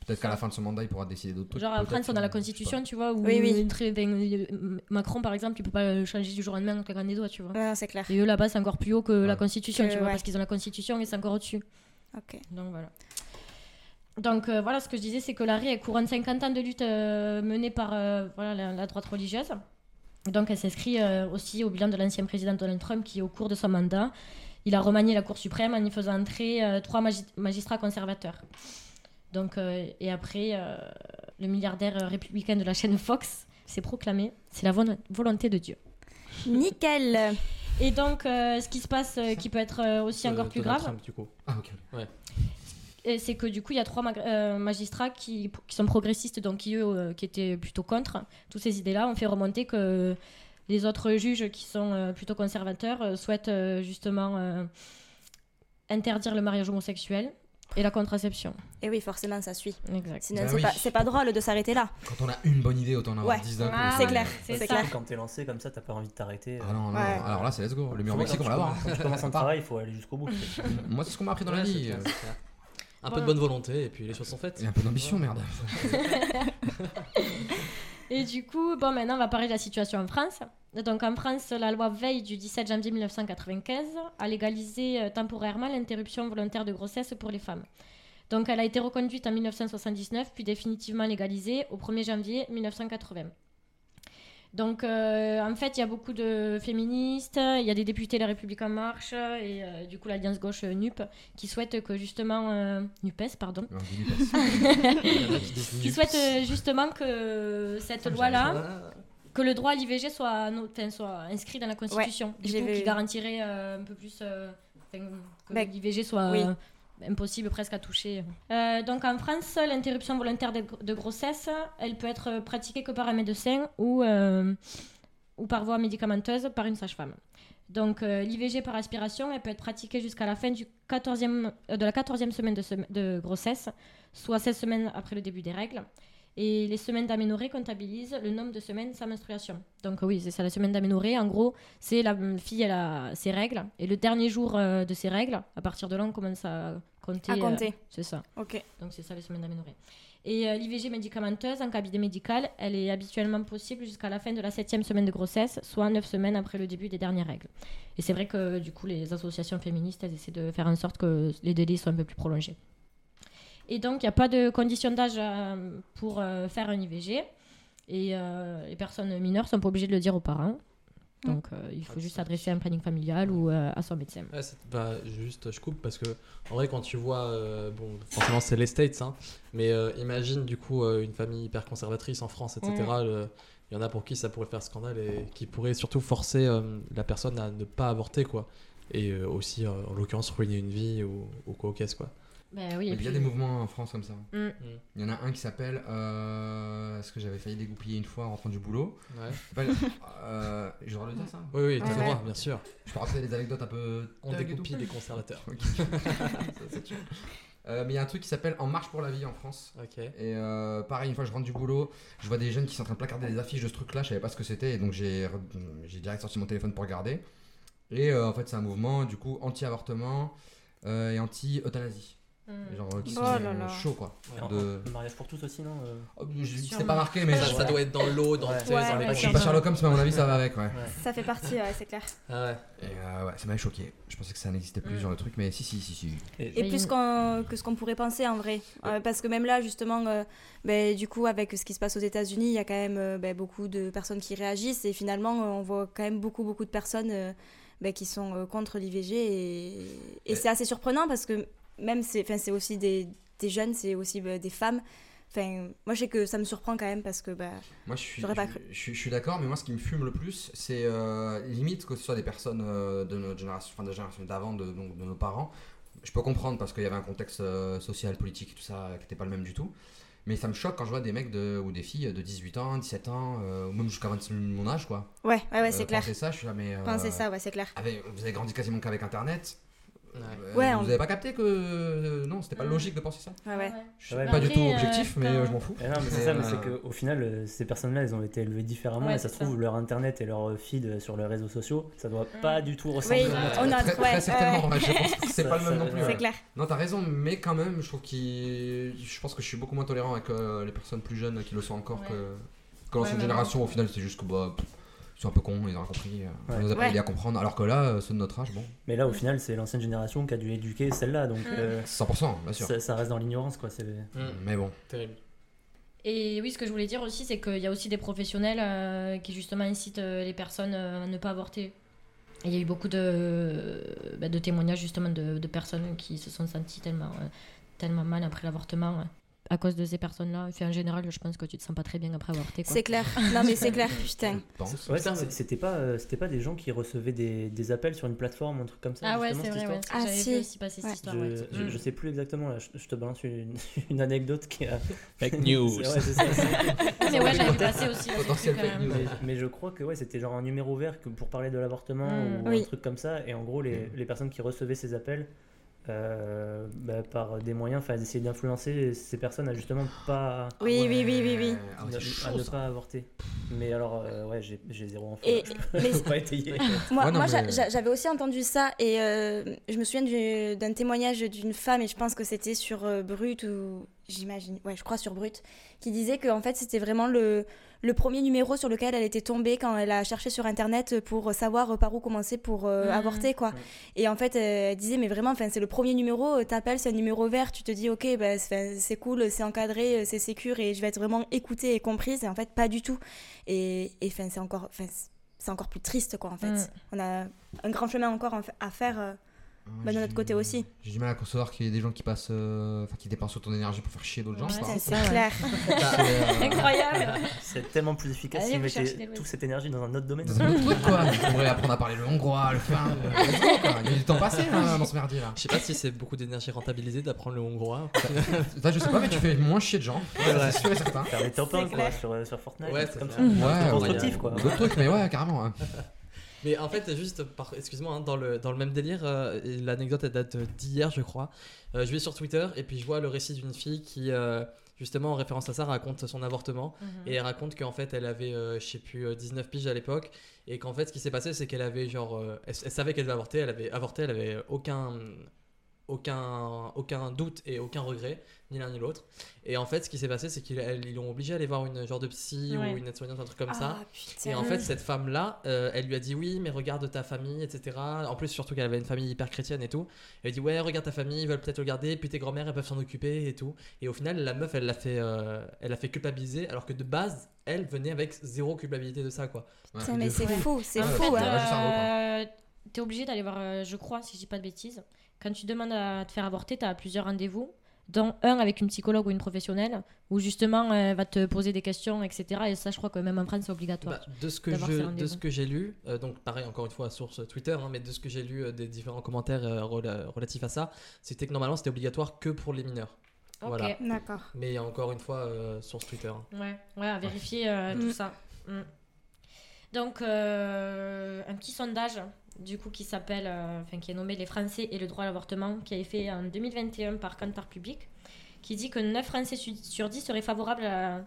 H: Peut-être qu'à la fin de ce mandat, il pourra décider d'autres trucs.
G: Genre en
H: peut-être. euh,
G: France, on a la constitution, tu vois, où
J: Oui, oui.
G: une très- ben, euh, Macron par exemple, tu peux pas le changer du jour au lendemain en claquant des doigts, tu vois.
J: Ouais, c'est clair.
G: Et eux là-bas, c'est encore plus haut que la constitution,
J: Que-
G: tu vois,
J: ouais.
G: parce qu'ils ont la constitution et c'est encore au-dessus.
J: Ok.
G: Donc voilà. Donc euh, voilà, ce que je disais, c'est que l'arrêt est courant de 50 ans de lutte euh, menée par euh, voilà, la, la droite religieuse. Donc elle s'inscrit euh, aussi au bilan de l'ancien président Donald Trump qui, au cours de son mandat, il a remanié la Cour suprême en y faisant entrer euh, trois magi- magistrats conservateurs. Donc, euh, et après, euh, le milliardaire euh, républicain de la chaîne Fox s'est proclamé « C'est la vo- volonté de Dieu ».
J: Nickel
G: Et donc, euh, ce qui se passe, euh, qui peut être euh, aussi
F: Euh,
G: encore plus
F: Donald
G: grave,
F: Trump, du coup.
H: Ah, ok.
F: Ouais.
G: Et c'est que du coup, il y a trois mag- euh, magistrats qui, qui sont progressistes, donc qui, eux, euh, qui étaient plutôt contre toutes ces idées-là, ont fait remonter que les autres juges qui sont euh, plutôt conservateurs euh, souhaitent euh, justement euh, interdire le mariage homosexuel et la contraception.
J: Et oui, forcément, ça suit.
G: Exact.
J: Sinon,
H: Bah
J: c'est
H: oui.
J: pas, c'est pas drôle de s'arrêter là.
H: Quand on a une bonne idée, autant en avoir
J: Ouais.
H: 10 d'un coup.
J: Ah, c'est clair, c'est
I: Parce que
J: clair.
I: Quand t'es lancé comme ça, t'as pas envie de t'arrêter. euh.
H: Ah non, non, Ouais. non. Alors là, c'est let's go. Le mur au Mexique, on va l'avoir.
I: Quand tu commences un
H: Pas.
I: travail, il faut aller jusqu'au bout.
B: Eh
H: Moi, c'est ce qu'on m'a appris dans la
F: Ouais, c'est
H: vie.
F: clair, c'est clair. Un peu
G: Voilà.
F: de bonne volonté et puis les choses sont faites.
H: Et un peu d'ambition,
F: Ouais.
H: merde.
G: Et du coup, bon, maintenant, on va parler de la situation en France. Donc, en France, la loi Veil du 17 janvier 1995 a légalisé euh, temporairement l'interruption volontaire de grossesse pour les femmes. Donc, elle a été reconduite en 1979, puis définitivement légalisée au 1er janvier 1980. Donc, euh, en fait, il y a beaucoup de féministes, il y a des députés La République En Marche et euh, du coup l'Alliance Gauche euh, NUP qui souhaitent que justement. euh, NUPES, pardon.
M: Non, je dis NUPES. Il y en a qui disent
G: qui
M: NUPES.
G: souhaitent euh, justement que cette
M: Ah, mais
G: loi-là.
M: j'arrive pas.
G: Que le droit à l'IVG soit, no- enfin, soit inscrit dans la Constitution, du
J: j'ai
G: coup,
J: vu.
G: qui garantirait euh, un peu plus euh, enfin, que
J: Bah,
G: l'IVG soit
J: oui.
G: euh, impossible presque à toucher. Euh, donc en France, l'interruption volontaire de, de grossesse, elle peut être pratiquée que par un médecin ou, euh, ou par voie médicamenteuse par une sage-femme. Donc euh, l'IVG par aspiration, elle peut être pratiquée jusqu'à la fin du 14e, euh, de la 14e semaine de, sem- de grossesse, soit 16 semaines après le début des règles. Et les semaines d'aménorrhée comptabilisent le nombre de semaines sans menstruation. Donc euh, oui, c'est ça, la semaine d'aménorrhée, en gros, c'est la fille, elle a ses règles. Et le dernier jour euh, de ses règles, à partir de là, on commence à compter.
J: À compter.
G: c'est ça.
J: Ok.
G: Donc c'est ça les semaines d'aménorrhée. Et euh, l'IVG médicamenteuse en cabinet médical, elle est habituellement possible jusqu'à la fin de la septième semaine de grossesse, soit neuf semaines après le début des dernières règles. Et c'est vrai que du coup, les associations féministes, elles essaient de faire en sorte que les délais soient un peu plus prolongés. Et donc, il n'y a pas de condition d'âge euh, pour euh, faire un IVG. Et euh, les personnes mineures sont pas obligées de le dire aux parents.
J: Mmh.
G: Donc, euh, il faut juste s'adresser à un planning familial ou euh, à son médecin.
F: Ouais, c'est- bah, juste, je coupe parce que en vrai, quand tu vois, euh, bon, forcément, c'est les States, hein, mais euh, imagine du coup euh, une famille hyper conservatrice en France, etc.
G: Mm.
F: le- Il y en a pour qui ça pourrait faire scandale et qui pourrait surtout forcer euh, la personne à ne pas avorter, quoi. Et euh, aussi, euh, en l'occurrence, ruiner une vie ou, ou quoi, qu'est-ce quoi.
G: Ben oui, et
M: Mais il y a
G: puis-
M: des mouvements en France comme ça.
G: Mm.
M: Il y en a un qui s'appelle. euh, Est-ce que j'avais failli dégoupiller une fois en rentrant du boulot
F: Ouais.
M: Il s'appelle, euh, J'ai le droit de dire ça
F: Oui, oui, t'as le
M: Ouais.
F: droit, bien sûr.
M: Je peux raconter des anecdotes un peu.
F: On
M: dingues et
F: dégoupille
M: tout
F: des conservateurs.
M: Ok. Ça, c'est sûr. Euh, mais il y a un truc qui s'appelle En marche pour la vie en France.
F: Et
M: euh, pareil, une fois je rentre du boulot, je vois des jeunes qui sont en train de placarder des affiches de ce truc-là, je savais pas ce que c'était, et donc j'ai re- j'ai direct sorti mon téléphone pour regarder. Et euh, en fait, c'est un mouvement du coup anti-avortement euh, et anti-euthanasie.
G: Mm.
M: Genre euh, qui
B: Oh
M: sont
B: là là.
M: chauds quoi.
B: Ouais.
M: De- oh,
B: Mariage pour tous aussi, non euh
M: C'est pas marqué, mais
F: Ça- ça doit être dans l'eau, dans- tu sais, Ouais, dans les ouais,
M: Je suis
F: paquets.
M: pas Sherlock Holmes, mais à mon avis, ça va avec, ouais.
J: Ça fait partie, ouais, c'est clair.
F: Ah ouais.
M: Et euh, ouais, ça m'a choqué. Je pensais que ça n'existait plus,
J: Mm.
M: genre le truc, mais si, si, si, si.
J: Et plus qu'on- euh, que ce qu'on pourrait penser en vrai. Euh, parce que même là, justement, euh, ben, du coup, avec ce qui se passe aux États-Unis, il y a quand même euh, ben, beaucoup de personnes qui réagissent. Et finalement, euh, on voit quand même beaucoup, beaucoup de personnes euh, ben, qui sont euh, contre l'IVG. Et, et c'est assez surprenant parce que même, c'est 'fin, c'est aussi des, des jeunes, c'est aussi ben, des femmes. Enfin, moi, je sais que ça me surprend quand même parce que ben,
M: Moi, je suis,
J: j'aurais pas
M: je-
J: cru.
M: je, suis- je suis d'accord, mais moi, ce qui me fume le plus, c'est euh, limite que ce soit des personnes euh, de notre génération, enfin de la génération d'avant, de, donc de nos parents. Je peux comprendre parce qu'il y avait un contexte euh, social, politique, et tout ça, euh, qui n'était pas le même du tout. Mais ça me choque quand je vois des mecs de, ou des filles de 18 ans, 17 ans, euh, ou même jusqu'à 25 mon âge, quoi.
J: Ouais, ouais, ouais, c'est clair.
M: Penser ça, je suis là, mais. euh,
J: Penser ça, ouais, c'est clair.
M: avec- vous avez grandi quasiment qu'avec Internet. Euh,
J: Ouais,
M: vous
J: on-
M: n'avez pas capté que. euh, non, c'était pas logique de penser ça.
J: Ouais, ouais.
M: Je suis pas du tout objectif, mais euh, je m'en fous.
B: Eh non, mais c'est ça, mais
M: euh,
B: c'est qu'au final, euh, ces personnes-là, elles ont été élevées différemment
J: Ouais,
B: et ça se
J: c'est
B: trouve, leur internet et leur feed sur les réseaux sociaux, ça doit
I: Mm.
B: pas du tout ressembler
J: Oui,
B: à-
J: on a-
M: Très,
J: ouais,
M: très
J: ouais,
M: certainement,
J: ouais.
M: ouais, je pense que c'est
B: Ça-
M: pas le même
B: ça-
M: non plus.
B: C'est
M: ouais.
J: clair.
M: Non, t'as raison, mais quand même, je trouve qu'il. Je pense que je suis beaucoup moins tolérant avec euh, les personnes plus jeunes qui le sont encore que, que l'ancienne
B: Ouais, ouais,
M: génération. Au final, c'est juste que bah, pff, ils sont un peu cons, ils ont rien compris, euh, on
B: Ouais.
M: nous a pas
B: Ouais.
M: aidé à comprendre. Alors que là, euh, ceux de notre âge, bon.
B: Mais
I: Mm.
B: là, au final, c'est l'ancienne génération qui a dû éduquer celle-là, donc. euh,
M: 100%, bien sûr.
B: Ça, ça reste dans l'ignorance, quoi. c'est-
M: Mais bon.
F: Terrible.
G: Et oui, ce que je voulais dire aussi, c'est qu'il y a aussi des professionnels euh, qui justement incitent euh, les personnes euh, à ne pas avorter. Et Il y a eu beaucoup de, euh, bah, de témoignages justement de, de personnes qui se sont senties tellement, euh, tellement mal après l'avortement. ouais. À cause de ces personnes-là, Enfin, en général, je pense que tu te sens pas très bien après avorter. quoi.
J: C'est clair. Non, mais c'est clair, putain.
B: Ouais, c'est- c'était pas, euh, c'était pas des gens qui recevaient des, des appels sur une plateforme, un truc comme ça.
G: Ah ouais,
B: justement,
G: c'est
B: cette
G: vrai, ouais.
B: histoire
G: Ah, J'avais
J: si.
G: vu aussi passer cette
J: Ouais.
G: histoire.
B: je,
G: ouais. Mm.
B: je- je sais plus exactement, là, je, je te balance une, une anecdote qui a.
D: Fake news.
B: C'est- ouais, c'est ça, c'est-
J: Ah,
G: mais ouais, j'avais vu passer aussi, là, ce Potentiel truc, fake quand même. news.
B: Mais, mais je crois que ouais, c'était genre un numéro vert que pour parler de l'avortement
G: Mm.
B: ou
G: Oui.
B: un truc comme ça. Et en gros, les, les personnes qui recevaient ces appels. euh, bah, par des moyens, enfin, essayer d'influencer ces personnes à justement pas.
J: Oui, oui, oui, oui, oui.
B: à ne-
J: Ah, c'est
B: à ne
J: chaud,
B: pas avorter. Mais alors, euh, ouais, j'ai j'ai zéro info.
J: Et-
B: je
J: mais-
B: peux pas étayer.
J: Moi, moi, j'a- j'a- j'avais aussi entendu ça et euh, je me souviens du- d'un témoignage d'une femme et je pense que c'était sur euh, Brut ou j'imagine, ouais, je crois sur Brut, qui disait que en fait c'était vraiment le, le premier numéro sur lequel elle était tombée quand elle a cherché sur internet pour savoir par où commencer pour euh,
G: Mhm.
J: avorter quoi. Et en fait euh, elle disait mais vraiment, enfin c'est le premier numéro, euh, t'appelles c'est un numéro vert, tu te dis ok bah, c'est 'fin, c'est cool, c'est encadré, euh, c'est sécure et je vais être vraiment écoutée et comprise et en fait pas du tout. Et et 'fin, c'est encore, 'fin, c'est- c'est encore plus triste quoi en fait.
G: Mhm.
J: On a un grand chemin encore en fa- à faire euh, bah, de notre côté aussi.
M: J'ai du mal à concevoir qu'il y ait des gens qui passent, euh, enfin qui dépensent autant d'énergie pour faire chier d'autres gens.
J: Ouais,
M: par
J: c'est
M: contre.
J: ça, ouais. clair.
M: C'est, euh,
G: Incroyable.
B: C'est tellement plus efficace
G: Allez,
B: si
G: vous
B: vous
G: cherchez des
B: mettez
G: bruits.
B: toute cette énergie dans un autre domaine.
M: Dans un autre truc quoi, on pourrait apprendre à parler le hongrois, le finnois, le- le- quoi. il y a du temps passé hein, dans ce merdier là.
F: Je sais pas si c'est beaucoup d'énergie rentabilisée d'apprendre le hongrois.
M: Là, je sais pas, mais tu fais moins chier de gens,
F: Ouais, ouais.
M: c'est sûr et certain.
B: Faire des top
J: C'est
B: 1 quoi,
J: clair.
B: sur, sur Fortnite,
F: Ouais,
B: c'est comme
F: c'est
B: ça.
F: ça.
B: Un truc
M: Ouais,
B: constructif quoi.
M: D'autres trucs, mais ouais, carrément. hein.
F: Mais en fait, juste, par- excuse-moi, hein, dans, le, dans le même délire, euh, et l'anecdote elle date d'hier, je crois. Euh, je vais sur Twitter et puis je vois le récit d'une fille qui, euh, justement, en référence à ça, raconte son avortement. Et elle raconte qu'en fait, elle avait, euh, je sais plus, euh, 19 piges à l'époque. Et qu'en fait, ce qui s'est passé, c'est qu'elle avait, genre, euh, elle, elle savait qu'elle devait avorter, elle avait avorté, elle avait aucun, aucun, aucun doute et aucun regret, ni l'un ni l'autre. Et en fait, ce qui s'est passé, c'est qu'ils elle- ils l'ont obligée à aller voir une genre de psy
G: Ouais.
F: ou une aide-soignante, un truc comme ça.
J: Ah, putain.
F: Et en fait,
G: Mm.
F: cette femme-là, euh, elle lui a dit oui, mais regarde ta famille, etc. En plus, surtout qu'elle avait une famille hyper chrétienne et tout. Elle dit ouais, regarde ta famille, ils veulent peut-être le garder, puis tes grand-mères, elles peuvent s'en occuper et tout. Et au final, la meuf, elle l'a fait, euh, elle l'a fait culpabiliser, alors que de base, elle venait avec zéro culpabilité de ça, quoi.
M: Ouais,
J: Putain,
M: de
J: mais
M: fou.
J: c'est fou, c'est
G: Ah, En
M: Ouais,
J: fou.
G: fait,
M: ouais.
J: hein.
M: Ouais, c'est un gros
G: euh, t'es obligé d'aller voir, euh, je crois, si je dis pas de bêtises. Quand tu demandes à te faire avorter, t'as plusieurs rendez-vous, dont un avec une psychologue ou une professionnelle, où justement elle va te poser des questions, etc. Et ça, je crois que même en France, c'est obligatoire.
F: Bah, de ce que
G: d'avoir ces
F: je, de
G: rendez-vous.
F: ce que j'ai lu, euh, donc pareil encore une fois source Twitter, hein, mais de ce que j'ai lu euh, des différents commentaires euh, rela- relatifs à ça, c'était que normalement c'était obligatoire que pour les mineurs.
G: Ok.
F: Voilà.
J: D'accord.
F: Mais encore une fois euh, source Twitter.
G: Ouais, ouais, à vérifier euh,
J: Mm.
G: tout ça. Mm. Donc, euh, un petit sondage, du coup, qui s'appelle, euh, enfin, qui est nommé Les Français et le droit à l'avortement, qui a été fait en 2021 par Kantar Public, qui dit que 9 Français su- sur 10 seraient favorables à la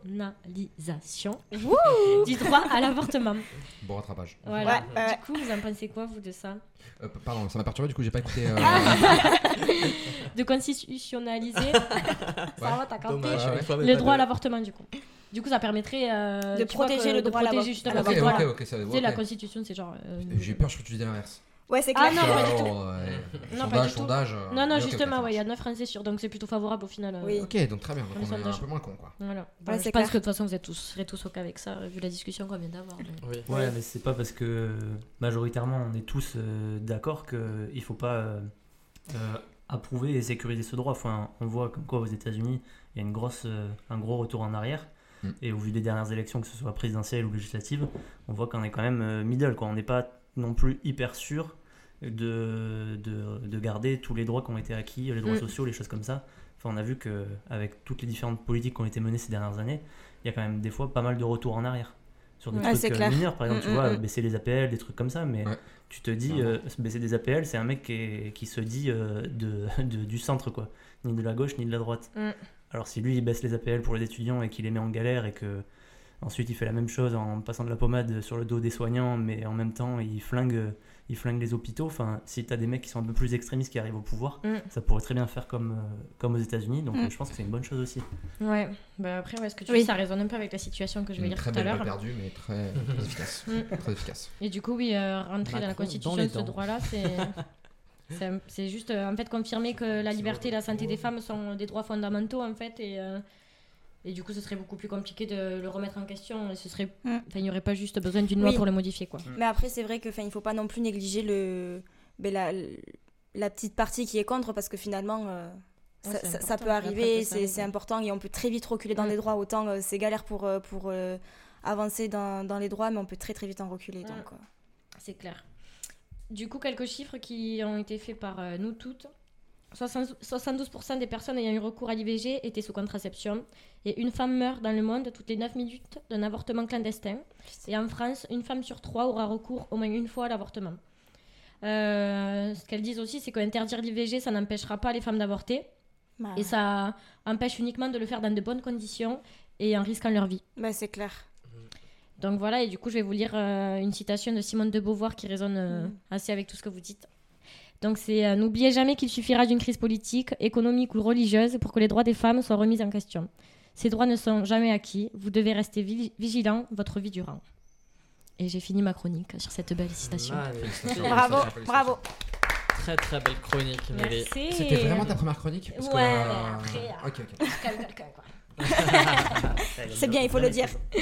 G: constitutionnalisation du droit à l'avortement.
M: Bon rattrapage.
G: Voilà.
J: Ouais, ouais.
G: Du coup, vous en pensez quoi, vous, de ça
M: Euh, p- pardon, ça m'a perturbé, du coup, j'ai pas écouté. euh,
G: Ah, De constitutionnaliser Ça va, t'as capté
F: Dommage.
M: ouais.
F: une fois, mais
G: Le
F: pas
G: droit à
F: de-
G: l'avortement, du coup. Du coup, ça permettrait euh,
J: De
G: tu vois,
J: protéger
G: que-
J: le
G: de
J: droit à
G: protéger
J: l'avor-
G: justement
J: à
G: le
M: Ah, Ok,
G: droit.
M: ok, ok, ça
G: Tu
M: ok.
G: sais, la Constitution, c'est genre. euh,
M: J'ai peur, je crois que tu disais l'inverse.
J: Ouais, c'est
G: Ah
J: clair.
G: non, pas du
M: Oh,
G: tout.
M: ouais.
G: Non, pas
M: sondage,
G: du tout.
M: sondage. euh,
G: Non, non,
M: ok, ok,
G: justement,
M: ça
G: ouais, il y a
M: marche.
G: 9 Français sur, donc c'est plutôt favorable au final. euh,
J: Oui.
M: Ok, donc très bien, donc
G: Un
M: on est un
G: sondage.
M: peu moins con quoi.
G: Voilà.
J: Ouais,
G: je
J: c'est
G: pense
J: clair.
G: que de toute façon, vous êtes tous, serez tous au cas avec ça, euh, vu la discussion qu'on vient d'avoir. mais-
F: Oui.
B: Ouais, mais c'est pas parce que majoritairement on est tous euh, d'accord qu'il faut pas euh, euh, approuver et sécuriser ce droit. Enfin, on voit comme quoi aux États-Unis, il y a une grosse, euh, un gros retour en arrière.
M: Mm.
B: Et au vu des dernières élections, que ce soit présidentielles ou législatives, on voit qu'on est quand même euh, middle. Quoi. On n'est pas non plus hyper sûr de, de, de garder tous les droits qui ont été acquis, les droits
G: Mm.
B: sociaux, les choses comme ça. Enfin, on a vu que avec toutes les différentes politiques qui ont été menées ces dernières années, il y a quand même des fois pas mal de retours en arrière. Sur des
G: Ouais.
J: Ah, c'est
B: trucs euh,
J: clair.
B: mineurs, par exemple,
J: Mm,
B: tu vois,
J: mm, mm.
B: baisser les APL, des trucs comme ça, mais
M: Ouais.
B: tu te dis, euh, se baisser des APL, c'est un mec qui, est- qui se dit euh, de, de- du centre, quoi. Ni de la gauche, ni de la droite.
G: Mm.
B: Alors si lui, il baisse les APL pour les étudiants et qu'il les met en galère et que ensuite il fait la même chose en passant de la pommade sur le dos des soignants, mais en même temps, il flingue, il flingue les hôpitaux. Enfin, si t'as des mecs qui sont un peu plus extrémistes qui arrivent au pouvoir,
G: Mm.
B: ça pourrait très bien faire comme, euh, comme aux États-Unis, donc
J: Mm.
B: euh, je pense que c'est une bonne chose aussi.
G: Ouais. Bah, après, ouais, ce que tu
J: Oui.
G: dis, ça résonne un peu avec la situation que je vais
M: Une
G: dire
M: très
G: tout à
M: belle balle
G: l'heure.
M: perdue, mais très très efficace.
G: Mm.
M: Très efficace.
G: Et du coup, oui, euh, rentrer dans la
F: Macron,
G: Constitution
F: dans les
G: de ce
F: dents.
G: droit-là, c'est. c'est un- C'est juste euh, en fait confirmer que la liberté et la santé des femmes sont des droits fondamentaux en fait et, euh, et du coup ce serait beaucoup plus compliqué de le remettre en question et ce serait
J: Mm.
G: enfin il n'y aurait pas juste besoin d'une loi
J: Oui.
G: pour le modifier quoi.
B: Mm.
J: Mais après, c'est vrai que, 'fin, il faut pas non plus négliger le, ben, la, la petite partie qui est contre parce que finalement, euh,
G: Ouais,
J: ça,
G: c'est
J: ça- ça
G: important,
J: peut
G: la
J: arriver,
G: traite, ça
J: c'est c'est
G: arrive.
J: important et on peut très vite reculer dans
G: Mm.
J: les droits. Autant euh, c'est galère pour, euh, pour euh, avancer dans, dans les droits, mais on peut très très vite en reculer.
G: Mm.
J: Donc, euh.
G: C'est clair. Du coup, quelques chiffres qui ont été faits par euh, nous toutes. 60 72% des personnes ayant eu recours à l'IVG étaient sous contraception. Et une femme meurt dans le monde toutes les 9 minutes d'un avortement clandestin. Et en France, une femme sur trois aura recours au moins une fois à l'avortement. Euh, ce qu'elles disent aussi, c'est qu'interdire l'IVG, ça n'empêchera pas les femmes d'avorter.
J: Bah,
G: Et ça empêche uniquement de le faire dans de bonnes conditions et en risquant leur vie.
J: bah, c'est clair.
G: Donc voilà, et du coup, je vais vous lire euh, une citation de Simone de Beauvoir qui résonne euh,
J: Mm.
G: assez avec tout ce que vous dites. Donc c'est euh, N'oubliez jamais qu'il suffira d'une crise politique, économique ou religieuse pour que les droits des femmes soient remis en question. Ces droits ne sont jamais acquis, vous devez rester vi- vigilant votre vie durant. Et j'ai fini ma chronique sur cette belle citation.
F: Magnifique.
J: Bravo, bravo.
F: Très très belle chronique, Amélie.
G: Merci.
M: C'était vraiment ta première chronique Parce que,
G: Ouais,
M: euh,
G: mais après, hein.
M: Ok, ok.
G: calme, calme, calme, quoi.
J: C'est bien, il faut le dire.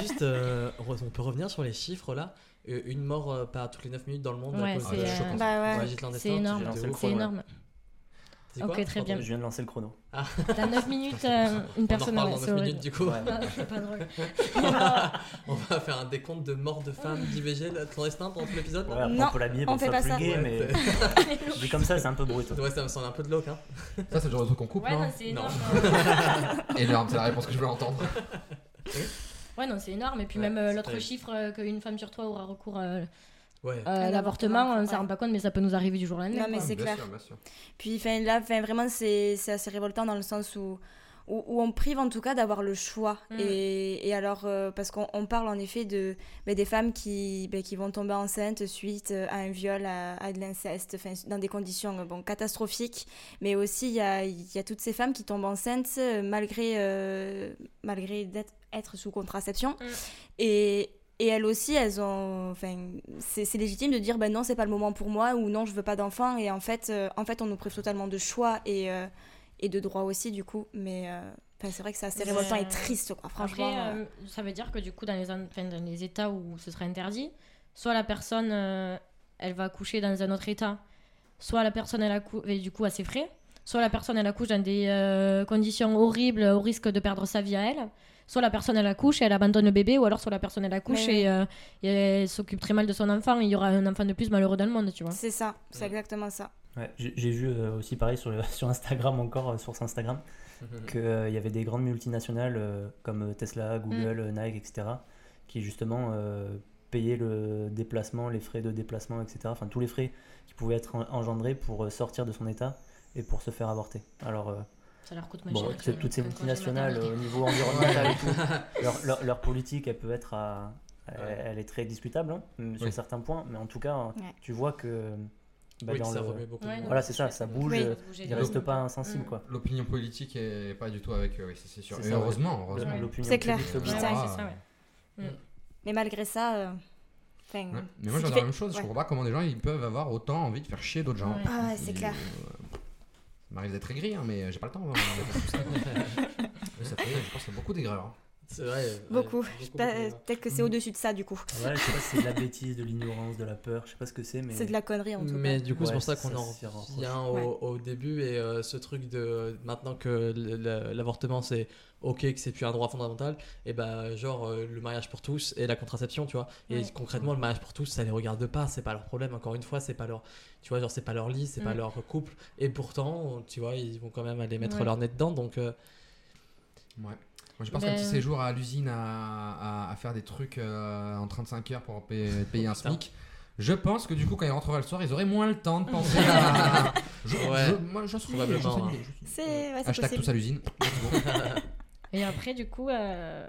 F: Juste, euh, re- on peut revenir sur les chiffres là. Euh, Une mort euh, par toutes les 9 minutes dans le monde à
G: Ouais,
F: cause
G: c'est,
F: de
G: euh,
F: choc en-
G: Bah ouais.
F: dans la gîte clandestine,
G: C'est énorme,
F: de
G: c'est
F: ouf.
G: énorme.
F: C'est
G: Ok,
F: quoi
G: très bien.
B: Je viens de lancer le chrono.
F: Ah.
G: T'as 9 minutes, euh, une personne
F: on en
G: ouais,
F: reparle
G: c'est
F: dans 9
G: horrible.
F: minutes du coup.
G: Ah, c'est pas drôle.
F: on, va, on va faire un décompte de morts de femmes d'IVG là, clandestines pendant tout l'épisode. là.
B: Ouais, après, on Non, peut l'habiller pour on que ça fait soit pas plus ça. gay, mais-
F: Ouais, c'est-
B: Mais comme ça, c'est un peu brut.
F: Ouais, ça me semble un peu de l'oc. Hein.
M: Ça, c'est le genre de truc qu'on coupe,
G: Ouais,
M: non
G: non, c'est énorme.
M: Énorme, c'est la réponse que je voulais entendre.
G: Ouais, non, c'est énorme. Et puis
M: Ouais,
G: même euh,
M: c'est
G: l'autre
M: terrible.
G: chiffre euh, qu'une femme sur trois aura recours euh,
F: Ouais.
G: euh,
J: À
G: à
J: l'avortement,
G: l'avortement, on s'en rend pas compte, mais ça peut nous arriver du jour à la nuit.
J: Non, mais
M: Ah,
G: quoi.
J: c'est clair. Puis fin, là, fin, vraiment, c'est c'est assez révoltant dans le sens où, où, où on prive en tout cas d'avoir le choix.
G: Mm.
J: Et, et alors, euh, parce qu'on on parle en effet de, ben, des femmes qui, ben, qui vont tomber enceintes suite euh, à un viol, à, à de l'inceste, enfin, dans des conditions euh, bon, catastrophiques. Mais aussi, il y a, il y a toutes ces femmes qui tombent enceintes euh, malgré, euh, malgré d'être être sous contraception. Et, et elles aussi, elles ont. Enfin, c'est c'est légitime de dire ben non, c'est pas le moment pour moi ou non, je veux pas d'enfant. Et en fait, euh, en fait, on nous prive totalement de choix et, euh, et de droit aussi, du coup. Mais euh, enfin, c'est vrai que c'est assez
G: Mais,
J: révoltant
G: euh,
J: et triste, quoi, franchement.
G: après,
J: euh.
G: euh, ça veut dire que du coup, dans les, en- enfin, dans les états où ce serait interdit, soit la personne, euh, elle va accoucher dans un autre état, soit la personne, elle accouche, et du coup, à ses frais, soit la personne, elle accouche dans des euh, conditions horribles, au risque de perdre sa vie à elle, soit la personne, elle accouche et elle abandonne le bébé, ou alors soit la personne, elle accouche
J: Ouais, ouais.
G: et, euh, et elle s'occupe très mal de son enfant, et il y aura un enfant de plus malheureux dans le monde, tu vois.
J: C'est ça, c'est exactement ça.
B: Ouais, j'ai j'ai vu euh, aussi pareil sur, le- sur Instagram encore, euh, source Instagram, qu'il y avait des grandes multinationales euh, comme Tesla, Google,
J: Mm.
B: euh, Nike, etc., qui justement euh, payaient le déplacement, les frais de déplacement, etc., enfin tous les frais qui pouvaient être en- engendrés pour euh, sortir de son état et pour se faire avorter. Alors, euh,
G: Ça leur coûte ma
B: bon,
G: chère,
B: c'est- toutes ces
G: quand j'ai
B: multinationales
G: maternité.
B: euh, au niveau environnemental et
F: Ouais.
B: tout, leur, leur- leur politique, elle peut être à- Elle, elle est très discutable hein, sur
F: Oui.
B: certains points, mais en tout cas,
J: Ouais.
B: tu vois que Bah,
F: Oui, ça remet beaucoup de Ouais, monde.
B: voilà, c'est ça, ça bouge,
J: Oui.
B: euh,
J: Bouger
B: il
J: les
B: reste
J: lignes.
B: pas insensible
J: Mm.
B: quoi.
M: L'opinion politique est pas du tout avec eux, oui, c'est c'est sûr.
B: C'est
M: Et
B: ça, ouais.
M: heureusement, heureusement.
B: Ouais. L'opinion
J: C'est clair.
B: publique se
J: Ouais,
B: bat.
J: c'est
M: Ah.
J: ça, ouais. Mm. Mais malgré ça. euh, enfin,
M: Ouais. Mais moi,
J: ce qui
M: j'en ai
J: fait-
M: la même chose. Je
J: ouais.
M: comprends pas comment des gens ils peuvent avoir autant envie de faire chier d'autres gens.
J: Ouais. Ah ouais, c'est
M: Ils-
J: clair.
M: euh, Ça m'arrive d'être aigri, hein, mais j'ai pas le temps. moi, de faire tout ça. Mais ça fait, je pense, qu'il y a beaucoup d'aigreurs.
F: C'est vrai.
J: Beaucoup. Je sais pas, euh, Peut-être
F: Mm.
J: que c'est au-dessus de ça, du coup.
F: Ah
B: Ouais, je sais pas si c'est de la bêtise, de l'ignorance, de la peur, je sais pas ce que c'est, mais.
J: C'est de la connerie, en tout cas.
F: Mais du coup, c'est
B: Ouais,
F: pour ça qu'on en
B: c'est rare.
F: revient au, au début et euh, ce truc de euh, maintenant que le- le- l'avortement c'est ok, que c'est plus un droit fondamental, et bah genre euh, le mariage pour tous et la contraception, tu vois. Et
B: Ouais.
F: concrètement, le mariage pour tous, ça les regarde pas, c'est pas leur problème, encore une fois, c'est pas leur, tu vois, genre c'est pas leur lit, c'est pas
B: Mm.
F: leur couple, et pourtant, tu vois, ils vont quand même aller mettre
M: Ouais.
F: leur nez dedans, donc. euh,
M: Ouais. Moi, je pense
F: Ben-
M: qu'un petit
J: euh,
M: séjour à l'usine à, à- à faire des trucs euh, en 35 heures pour payer, payer un SMIC. Je pense que du coup, quand ils rentreraient le soir, ils auraient moins le temps de penser à. Je,
F: Ouais.
M: je- moi, je suis.
F: Probablement, hein.
J: C'est- ouais, c'est
M: Hashtag
J: possible.
M: tous à l'usine.
G: Et après, du coup, euh...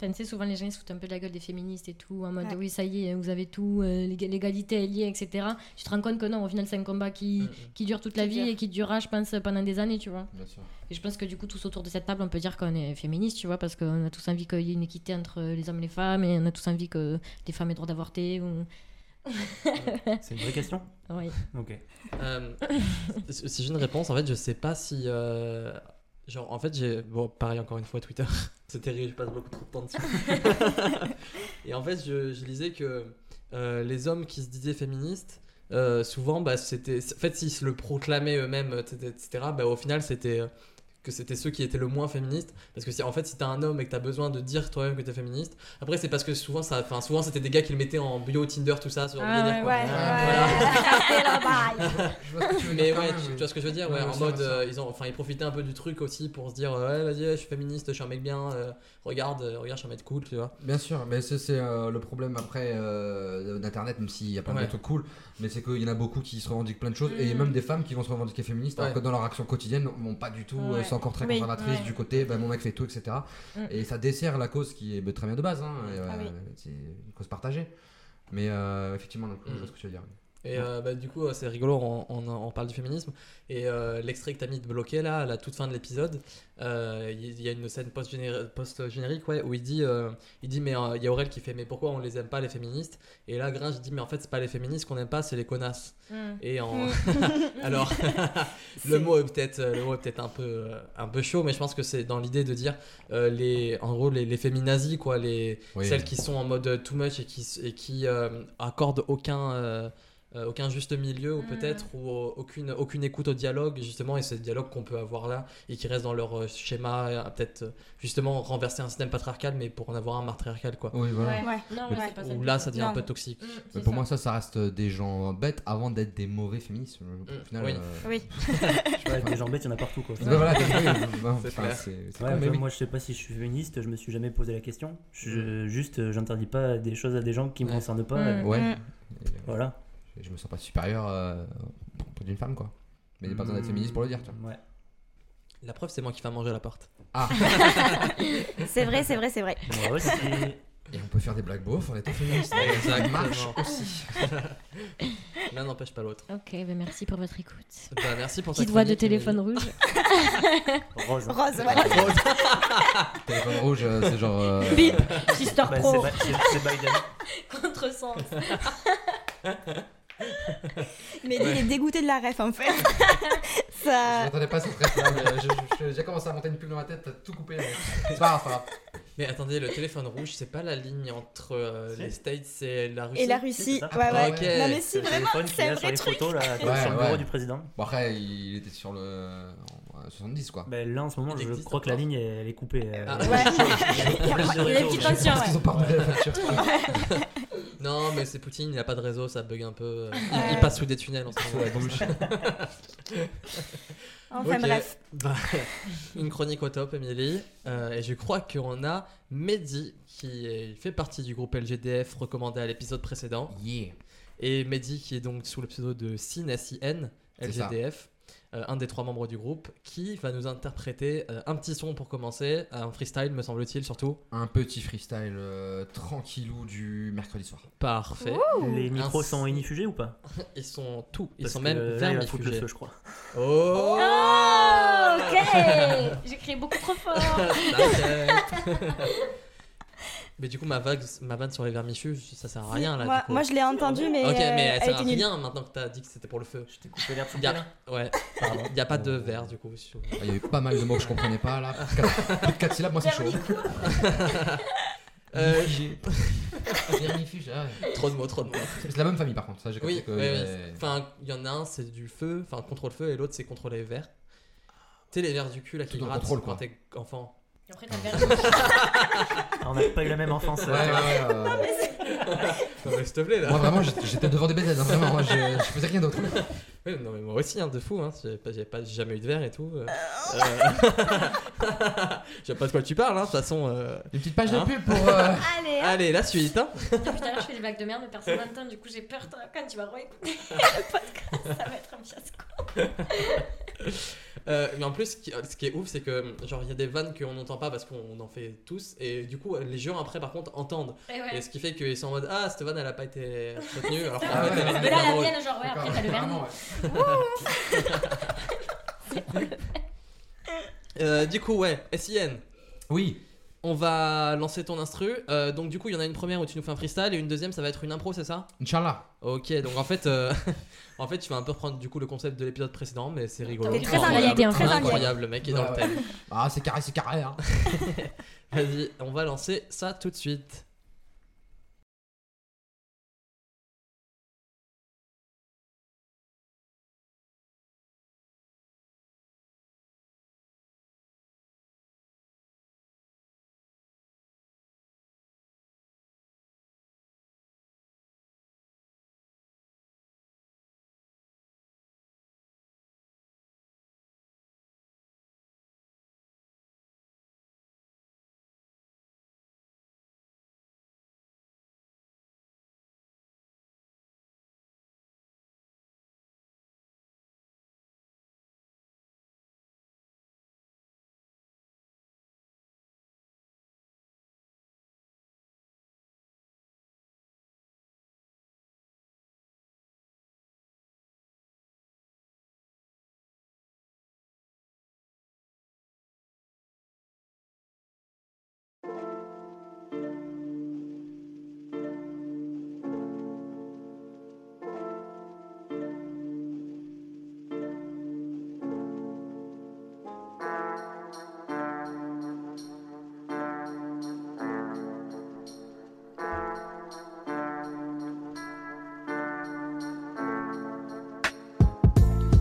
G: enfin, tu sais, souvent les gens ils se foutent un peu de la gueule des féministes et tout, en mode
J: Ouais.
G: oui, ça y est, vous avez tout, euh, l'ég- l'égalité est liée, etc. Tu te rends compte que non, au final, c'est un combat qui,
B: Mm.
G: qui dure toute la
J: Qui
G: vie
J: dure.
G: et qui durera, je pense, pendant des années, tu vois.
M: Bien sûr.
G: Et je pense que du coup, tous autour de cette table, on peut dire qu'on est féministe, tu vois, parce qu'on a tous envie qu'il y ait une équité entre euh, les hommes et les femmes, et on a tous envie que les femmes aient le droit d'avorter. Ou...
B: C'est une vraie question
G: Oui.
B: Ok.
F: Euh, si si j'ai une réponse, en fait, je sais pas si. euh, genre, en fait, j'ai. Bon, pareil, encore une fois, Twitter. C'est terrible, je passe beaucoup trop de temps dessus. Et en fait, je, je lisais que euh, les hommes qui se disaient féministes. euh, souvent, bah, c'était. En fait, s'ils se le proclamaient eux-mêmes, etc., etc., bah, au final, c'était euh, que c'était ceux qui étaient le moins féministes. Parce que, si, en fait, si t'es un homme et que t'as besoin de dire toi-même que t'es féministe, après, c'est parce que souvent, ça, enfin, souvent c'était des gars qui le mettaient en bio, Tinder, tout ça. ce genre de
G: Ah,
F: délire,
G: ouais,
F: quoi.
G: ouais,
F: Voilà.
M: Je vois ce que tu veux dire quand
F: Mais ouais,
M: même,
F: tu,
M: oui.
F: tu vois ce que je veux dire, ouais,
M: Ouais,
F: en
M: ça
F: mode,
M: va, ça va.
F: euh, ils ont, enfin, ils profitaient un peu du truc aussi pour se dire, euh, ouais, vas-y, je suis féministe, je suis un mec bien, euh, regarde, euh, regarde, je suis un mec cool, tu vois.
M: Bien sûr, mais ça, c'est euh, le problème après euh, d'internet, même s'il y a plein
F: Ouais.
M: de trucs cool, mais c'est qu'il y en a beaucoup qui se revendiquent plein de choses et
F: Mhm.
M: même des femmes qui vont se revendiquer féministes alors
F: Ouais.
M: que dans leur action quotidienne, vont pas du tout, euh,
F: Ouais.
M: c'est encore très
F: Oui,
M: conservatrice
F: ouais.
M: du côté, ben, mon mec fait tout, etc.
F: Mhm.
M: Et ça dessert la cause qui est ben, très bien de base, hein, et,
F: Ah
M: euh,
F: oui.
M: c'est une cause partagée. Mais euh, effectivement, donc, je vois ce que tu veux dire.
F: Et euh, bah, du coup, euh, c'est rigolo, on, on- on parle du féminisme. Et euh, l'extrait que t'as mis de bloqué là, à la toute fin de l'épisode, euh, il y, a une scène post-géné- post-générique ouais, où il dit, euh, il dit mais euh, il y a Aurel qui fait mais pourquoi on les aime pas les féministes Et là, Gringe dit mais en fait c'est pas les féministes qu'on aime pas, c'est les connasses.
G: Mm.
F: Et en...
G: Mm.
F: alors le mot est peut-être le mot est peut-être un peu euh, un peu chaud, mais je pense que c'est dans l'idée de dire euh, les en gros les, les féminazis quoi, les
M: Oui.
F: celles qui sont en mode euh, too much et qui s- et qui euh, accordent aucun euh, euh, aucun juste milieu ou
M: Mm.
F: peut-être ou euh, aucune aucune écoute au dialogue justement et ce dialogue qu'on peut avoir là et qui reste dans leur euh, schéma euh, peut-être euh, justement renverser un système patriarcal mais pour en avoir un matriarcal quoi.
M: Oui, voilà.
B: euh,
M: Ouais.
G: Non,
M: Mais-
G: ouais, c'est pas ça
F: Où
G: le
F: là
G: but.
F: ça devient un peu toxique.
M: Mais pour moi, ça, ça reste des gens bêtes avant d'être des mauvais féministes. Au final,
F: oui.
M: euh,
G: Oui.
B: Ouais, des gens bêtes, il y en a partout quoi.
M: Bah voilà, t'as- oui, bah, enfin, c'est- c'est
B: Ouais,
M: comme-
B: mais Moi je sais pas si je suis féministe, je me suis jamais posé la question. Je, juste euh, j'interdis pas des choses à des gens qui me concernent pas.
J: Mm.
F: Mm.
B: euh,
M: Ouais.
B: Voilà.
M: Je me sens pas supérieur euh, auprès d'une femme, quoi. Mais il n'y a pas besoin d'être
B: Hmm.
F: Mm.
M: féministe pour le dire, tu vois.
B: Ouais.
F: La preuve, c'est moi qui fais à manger à la porte.
M: Ah.
J: C'est vrai, c'est vrai, c'est vrai.
B: Moi aussi.
M: Et on peut faire des blagues beaufs en étant féministe. Ça
F: Exactement.
M: marche aussi.
F: L'un n'empêche pas l'autre.
G: Ok, ben merci pour votre écoute.
F: Bah, merci pour ta
G: Petite voix de
F: chronique,
G: téléphone
F: Émilie.
G: rouge.
B: Rose.
J: Rose, voilà.
M: Rose. Téléphone rouge, euh, c'est genre. euh,
G: Bip, Sister
B: Bah,
G: Pro.
B: c'est Bi- c'est- c'est Biden.
G: Contre sens.
J: Mais lui, il est dégoûté de la ref en fait.
M: Je
J: ça.
M: m'attendais pas à cette réponse. euh, je- je- je- J'ai commencé à monter une pub dans ma tête, t'as tout coupé. mais C'est pas grave, c'est pas grave.
F: Mais attendez, le téléphone rouge, c'est pas la ligne entre euh, les States et la Russie
J: Et la Russie,
F: C'est ça
J: ouais, ouais.
F: Ok.
J: Non, mais si,
B: Le
J: vraiment,
B: téléphone qu'il y
J: c'est un
B: a sur
J: vrai
B: les
J: truc.
B: photos là,
M: Ouais,
B: sur le
M: ouais.
B: bureau du président.
M: Bon, après, il était sur le. en 70, quoi.
B: Bah, là en ce moment,
F: Il
B: je
F: existe
B: crois que la
F: encore.
B: ligne elle est coupée. euh,
F: Ah.
J: Ouais.
B: réseau,
G: Il y a une petite
B: je pense
G: tension,
M: Parce qu'ils
G: ouais.
M: ont pas de la voiture.
F: Non, mais c'est Poutine, il a pas de réseau, ça bug un peu. euh, il-
J: Ouais.
F: Il passe sous des tunnels en ce
M: Sous la
F: moment.
M: douche.
J: Enfin
F: Ok.
J: bref.
F: Bah, une chronique au top, Émilie. Euh, et je crois qu'on a Mehdi, qui est- fait partie du groupe LGDF recommandé à l'épisode précédent.
M: Yeah.
F: Et Mehdi, qui est donc sous le pseudo de Sin, S-I-N,
M: C'est ça.
F: LGDF, euh, un des trois membres du groupe, qui va nous interpréter euh, un petit son pour commencer, un freestyle, me semble-t-il, surtout.
M: Un petit freestyle euh, tranquillou du mercredi soir.
F: Parfait.
B: Les micros
F: Ainsi-
B: sont inifugés ou pas
F: Ils sont tout, ils
B: Parce
F: sont
B: que,
F: même
B: euh, là, il va foutre le
F: vermifugés.
B: feu, je crois.
F: Oh
G: Oh, ok J'ai crié beaucoup trop fort.
F: Mais du coup, ma, vague, ma vanne sur les vermifuges, ça sert à
J: Si,
F: rien là.
J: moi,
F: du coup.
J: moi, je l'ai entendu, mais,
F: ok,
J: euh,
F: mais elle sert à
J: était nulle.
F: rien maintenant que t'as dit que c'était pour le feu.
B: Je t'ai coupé Oh. l'air sous
F: Y
B: le
F: a... Ouais,
M: Pardon.
F: il n'y a pas de verre du coup. sur-
M: Ah, Il y a eu pas mal de mots que je comprenais pas là. Quatre- Plus de 4 syllabes, moi c'est chaud.
F: Euh,
M: Vermifuge, ah ouais.
F: trop de mots, trop de mots.
M: C'est la même famille par contre, ça j'ai compris
F: Oui,
M: que.
F: oui, oui.
M: euh,
F: Enfin, il y en a un, c'est du feu, enfin contre le feu, et l'autre, c'est contre les verres. Tu sais, les verres du cul là qui
M: Tout dans le
F: grattent
M: contrôle,
F: quand
M: quoi.
F: t'es enfant.
G: Après, t'as perdu.
B: Ah, On n'a pas eu la même enfance.
M: Ouais, ouais,
B: euh,
M: ouais, euh,
F: Non, mais s'il te plaît là.
M: Moi vraiment j'étais j'étais devant des bêtises, hein, vraiment, moi je, je faisais rien d'autre.
F: Oui, non, mais moi aussi, hein, de fou. Hein. J'ai pas, j'ai pas- j'ai jamais eu de verre et tout. euh. Euh, Je sais pas de quoi tu parles, hein, de toute façon. euh.
M: Une petite page
F: Hein
M: de pub pour. euh,
J: Allez, hein.
F: Allez, la suite. Hein.
G: Depuis tout à l'heure, je fais des blagues de merde, mais personne n'entend. Du coup, j'ai peur toi, quand tu vas réécouter le podcast. Ça va être un fiasco.
F: Euh, mais en plus, ce qui, ce qui est ouf, c'est que genre il y a des vannes qu'on n'entend pas parce qu'on en fait tous. Et du coup, les gens après, par contre, entendent.
G: Et ouais.
F: Et ce qui fait qu'ils sont en mode Ah, cette vanne, elle a pas été retenue. alors qu'en
M: Ah
F: fait,
M: ouais.
F: elle était
G: Mais
F: bien
G: là, la
F: drôle.
G: mienne, genre, ouais, après, t'as le vernis.
M: Vraiment, ouais.
F: Euh, du coup, ouais, SIN.
M: Oui,
F: On va lancer ton instru. Euh, donc du coup, il y en a une première où tu nous fais un freestyle et une deuxième, ça va être une impro, c'est ça
M: Inch'Allah.
F: Ok, donc en fait, euh, en fait, tu vas un peu reprendre du coup le concept de l'épisode précédent, mais c'est rigolo.
J: T'es très
F: Incroyable,
G: invité, en fait.
F: Incroyable, le mec est dans
M: Ouais,
F: le thème.
M: Ah c'est carré, c'est carré hein.
F: Vas-y, on va lancer ça tout de suite.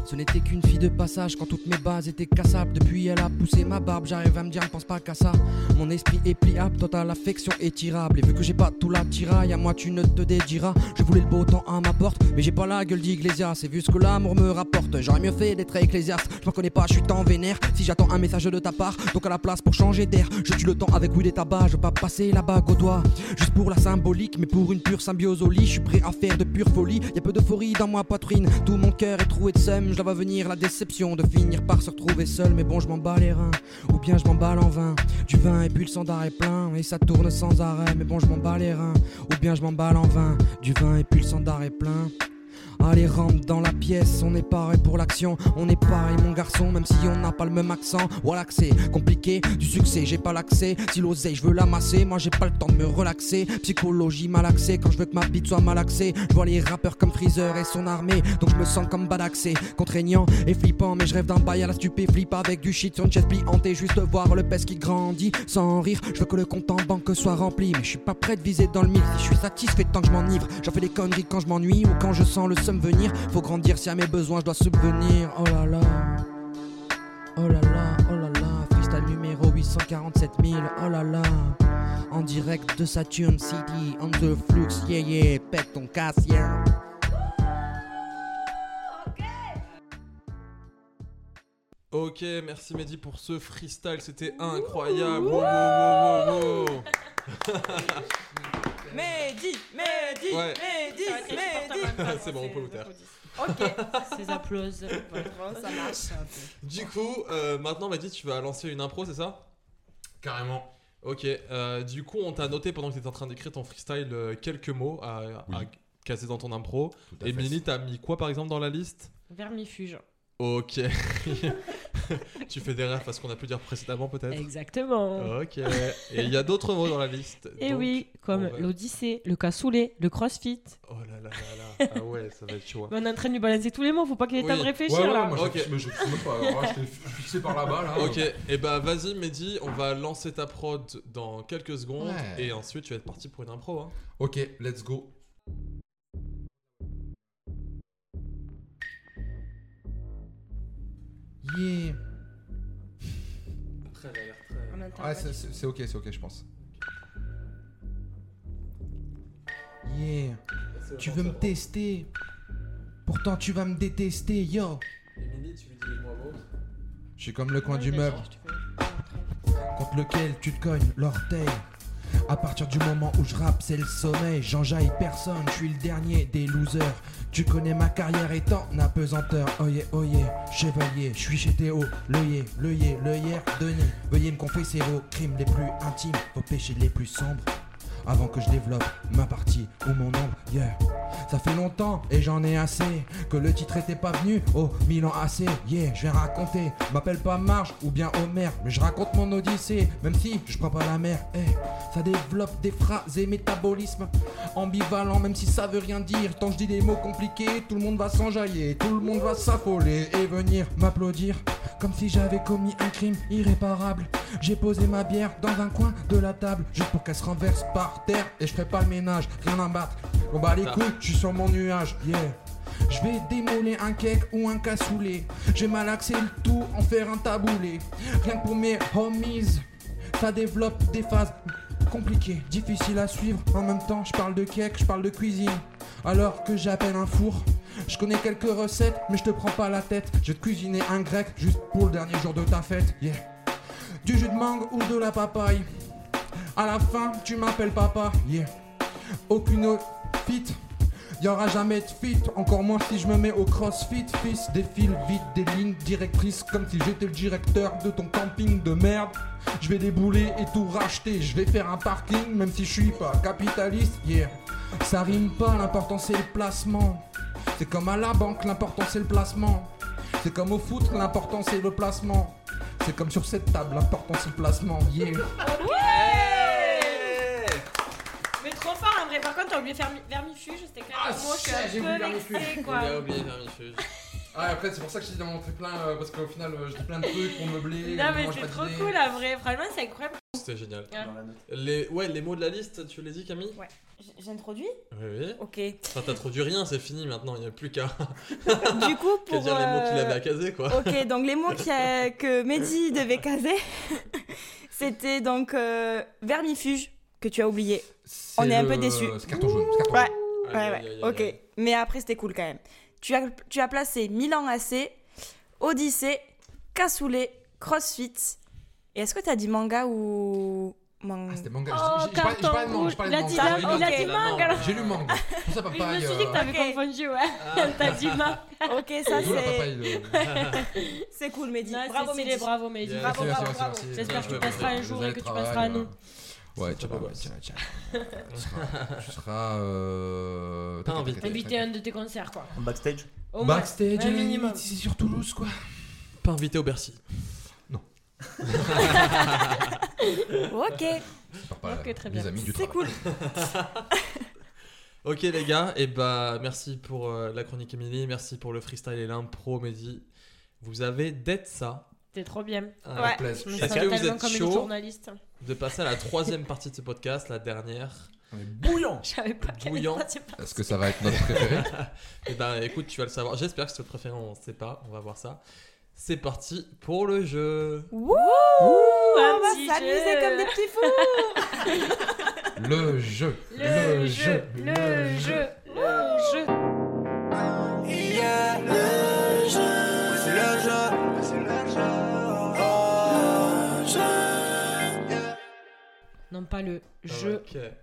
N: Ce n'était qu'une fille de passage quand toutes mes bases étaient cassables. Depuis, elle a poussé ma barbe. J'arrive à me dire, ne pense pas qu'à ça. Mon esprit est pliable, totale affection est tirable. Et vu que j'ai pas tout la tiraille, à moi tu ne te dédiras. Je voulais le beau temps à ma porte, mais j'ai pas la gueule d'Iglésia. C'est vu ce que l'amour me rapporte. J'aurais mieux fait d'être ecclésiaste. Je m'en connais pas, je suis tant vénère. Si j'attends un message de ta part, donc à la place pour changer d'air, je tue le temps avec Will et tabac. Je veux pas passer la bague au doigt. Juste pour la symbolique, mais pour une pure symbiose au lit. Je suis prêt à faire de pure folie. Y a peu d'euphorie dans ma poitrine. Tout mon cœur est troué de seum. Je la vois venir la déception de finir par se retrouver seul. Mais bon, je m'en bats les reins. Ou bien je m'emballe en vain. Du vin et puis le sandar est plein. Et ça tourne sans arrêt. Mais bon, je m'en bats les reins. Ou bien je m'emballe en vain. Du vin et puis le sandar est plein. Allez, rentre dans la pièce, on est pareil pour l'action. On est pareil, mon garçon, même si on n'a pas le même accent. Voilà que c'est compliqué, du succès, j'ai pas l'accès. Si l'oseille, je veux l'amasser, moi j'ai pas le temps de me relaxer. Psychologie malaxée, quand je veux que ma bite soit malaxée. Je vois les rappeurs comme Freezer et son armée, donc je me sens comme badaxé. Contraignant et flippant, mais je rêve d'un bail à la stupé, flip avec du shit sur une chaise pliante et juste voir le pèse qui grandit sans rire. Je veux que le compte en banque soit rempli, mais je suis pas prêt de viser dans le mille. Si je suis satisfait tant que je m'enivre, j'en fais des conneries quand je m'ennuie ou quand je sens le seum venir. Faut grandir si à mes besoins je dois subvenir. Oh là là, oh là là, oh là là, freestyle numéro 847 000. Oh là là, en direct de Saturn City, on the flux, yeah yeah, pète ton casse, yeah.
F: Ok, merci Mehdi pour ce freestyle, c'était incroyable. Wow, wow, wow, wow.
G: Mehdi, Mehdi,
F: Ouais.
G: Mehdi, Mehdi.
F: C'est bon, on peut le faire.
G: Ok, ces applauses.
J: ça marche.
F: Du coup, euh, maintenant, Mehdi, tu vas lancer une impro, c'est ça Carrément. Ok, euh, du coup, on t'a noté pendant que tu étais en train d'écrire ton freestyle euh, quelques mots à, à
H: Oui.
F: casser dans ton impro.
H: à
F: Et
H: fait.
F: Mini, t'as mis quoi par exemple dans la liste
G: Vermifuge.
F: Ok. tu fais des rêves à ce qu'on a pu dire précédemment,
H: Euh,
F: peut-être
G: Exactement.
F: Ok. Et il y a d'autres mots dans la liste.
G: Et
F: Donc,
G: oui, comme
F: on
H: oh,
F: va-
G: l'Odyssée, le cassoulet, le crossfit.
F: Oh là là là là. Ah ouais, ça va être chaud.
H: hein.
G: Mais on est en train de lui balancer tous les mots, faut pas qu'il ait le temps de réfléchir
H: ouais,
G: là.
H: moi je-
F: Ok.
H: mais je sais pas. alors là, je t'ai fixé par là-bas là.
F: Ok, et bah vas-y Mehdi, on va lancer ta prod dans quelques secondes
H: Ouais.
F: et ensuite tu vas être parti pour une impro. Hein.
H: Ok, let's go. Yeah. Ah, Ouais, c'est- c'est c'est ok, c'est ok, je pense. Yeah.
N: Tu veux me tester, pourtant tu vas me détester, yo.
H: Je suis comme le
G: Ah,
H: coin du meuble.
N: contre lequel tu te cognes l'orteil. À partir du moment où je rappe, c'est le sommeil. J'enjaille personne, je suis le dernier des losers. Tu connais ma carrière étant un apesanteur. Oyez, oyez, chevalier, je suis chez Théo. L'œillet, l'œillet, l'œillère, Denis. Veuillez me confesser vos crimes les plus intimes, vos péchés les plus sombres. Avant que je développe ma partie ou mon ombre, yeah. Ça fait longtemps et j'en ai assez que le titre était pas venu. Oh, Milan AC, yeah, je vais raconter. M'appelle pas Marge ou bien Homer, mais je raconte mon odyssée, même si je prends pas la mer. Hey, ça développe des phrases et métabolisme ambivalent, même si ça veut rien dire. Tant que je dis des mots compliqués, tout le monde va s'enjailler, tout le monde va s'affoler et venir m'applaudir. Comme si j'avais commis un crime irréparable. J'ai posé ma bière dans un coin de la table, juste pour qu'elle se renverse par terre. Et je ferai pas le ménage, rien à battre. Bon bah les couilles, je suis sur mon nuage, yeah. Je vais démoler un cake ou un cassoulet. Je vais malaxer le tout, en faire un taboulé. Rien que pour mes homies, ça développe des phases compliquées, difficiles à suivre. En même temps, je parle de cake, je parle de cuisine. Alors que j'appelle un four, je connais quelques recettes, mais je te prends pas la tête. Je vais te cuisiner un grec juste pour le dernier jour de ta fête, yeah. Du jus de mangue ou de la papaye. À la fin, tu m'appelles papa, yeah. Aucune autre fit. Y aura jamais de fit, encore moins si je me mets au crossfit, fils. Défile vite des lignes directrices comme si j'étais le directeur de ton camping de merde. Je vais débouler et tout racheter, je vais faire un parking même si je suis pas capitaliste, yeah. Ça rime pas, l'important c'est le placement. C'est comme à la banque, l'important c'est le placement. C'est comme au foot, l'important c'est le placement. C'est comme sur cette table, l'important c'est le placement, yeah.
G: Mais trop fort en vrai, par contre t'as oublié vermi- vermifuge, c'était
F: Ah,
G: quand même un mot, je
H: shit,
G: suis
H: j'ai oublié
G: un peu
H: vermifuge.
G: vexée,
F: On
G: quoi.
F: a oublié Vermifuge.
H: Ah, et après, c'est pour ça que je dis d'en montrer plein, euh, parce qu'au final, euh, je dis plein de trucs pour meubler.
G: Non mais
H: moi, j'ai
G: c'est
H: pas
G: trop
H: d'idée.
G: cool en vrai, franchement c'est incroyable.
F: c'était génial.
J: Ah.
F: Les, ouais, les mots de la liste, tu les dis, Camille
J: Ouais. J- J'introduis
F: Oui, oui.
J: Ok.
F: Enfin, t'introduis rien, c'est fini maintenant, il n'y a plus qu'à.
J: Du coup,
F: qu'à
J: pour,
F: dire les mots qu'il
J: euh,
F: avait à caser, quoi.
J: Ok, donc les mots qui a- que Mehdi devait caser, c'était donc euh, vermifuge, que tu as oublié. On est un peu
H: le-
J: déçus.
H: ce carton jaune, ce carton
J: Ouais,
H: jaune.
J: ouais,
H: Aïe,
J: ouais,
H: aïe, aïe,
J: ok.
H: aïe.
J: Mais après, c'était cool quand même. Tu as, tu as placé Milan AC, Odyssée, Cassoulet, CrossFit. Et est-ce que tu as dit manga ou. Ah,
H: c'était manga.
G: Oh,
H: J'ai- j'ai- j'ai parlé- j'ai parlé de manga,
G: carton
H: j'ai parlé de
G: rouge. Il a dit
H: manga,
G: manga, il a
H: j'ai parlé
G: dit
H: de manga.
G: manga, alors.
H: J'ai lu manga. Pour ça,
G: je me
H: papaye. euh,
G: suis dit que t'avais confondu, ouais. T'as dit ma.
J: Ok, ça
H: D'où la
J: c'est.
H: papaye. de-
J: C'est cool, Mehdi.
G: Ouais,
J: bravo,
G: c'est stylé,
J: Mehdi.
G: bravo, Mehdi.
H: Yes,
G: Bravo,
H: merci,
G: Ah, bah, bravo,
H: merci,
G: bravo.
H: merci.
G: J'espère que tu
H: Ouais,
G: passeras
H: ouais,
G: un
H: ouais.
G: jour
H: Vous
G: et
H: avez
G: que tu
H: travail,
G: passeras à nous.
H: Ouais, Ouais, tu vas voir, tu vas- tu vas- tu seras- tu seras. euh, t'inquiète, t'inquiète,
G: Inviter un de tes concerts, quoi.
I: Backstage
G: Au
H: Bah.
G: moins,
N: Backstage,
G: un minimum.
N: c'est sur Toulouse, quoi.
F: Pas invité au Bercy.
H: Non.
J: Ok.
H: J'espère pas,
G: Ok, très
H: mes
G: bien.
H: amis du
J: C'est
H: travail.
J: cool.
F: Ok les gars, et bah merci pour euh, la chronique Émilie, merci pour le freestyle et l'impro Mehdi. Vous avez d'être ça.
G: T'es trop bien.
F: Ah,
G: Ouais.
F: plaise.
G: Je me
F: Est-ce
G: sens
F: que vous
G: tellement
F: êtes
G: comme une
F: chaud
G: journaliste.
F: de passer à la troisième partie de ce podcast, la dernière
H: Bouillant
G: J'avais pas qu'elle
F: Bouillant.
G: était troisième partie.
H: Est-ce que ça va être notre préféré
F: Eh ben écoute, tu vas le savoir. J'espère que c'est le préféré, on sait pas, on va voir ça. C'est parti pour le jeu.
J: Wouh
G: Un
J: On va
G: petit
J: s'amuser
G: jeu.
J: comme des petits fous
H: Le jeu.
G: Le jeu, le jeu, le jeu.
D: Le jeu, c'est le jeu, c'est le jeu. Le jeu.
G: Non, pas le
F: Je.
G: jeu.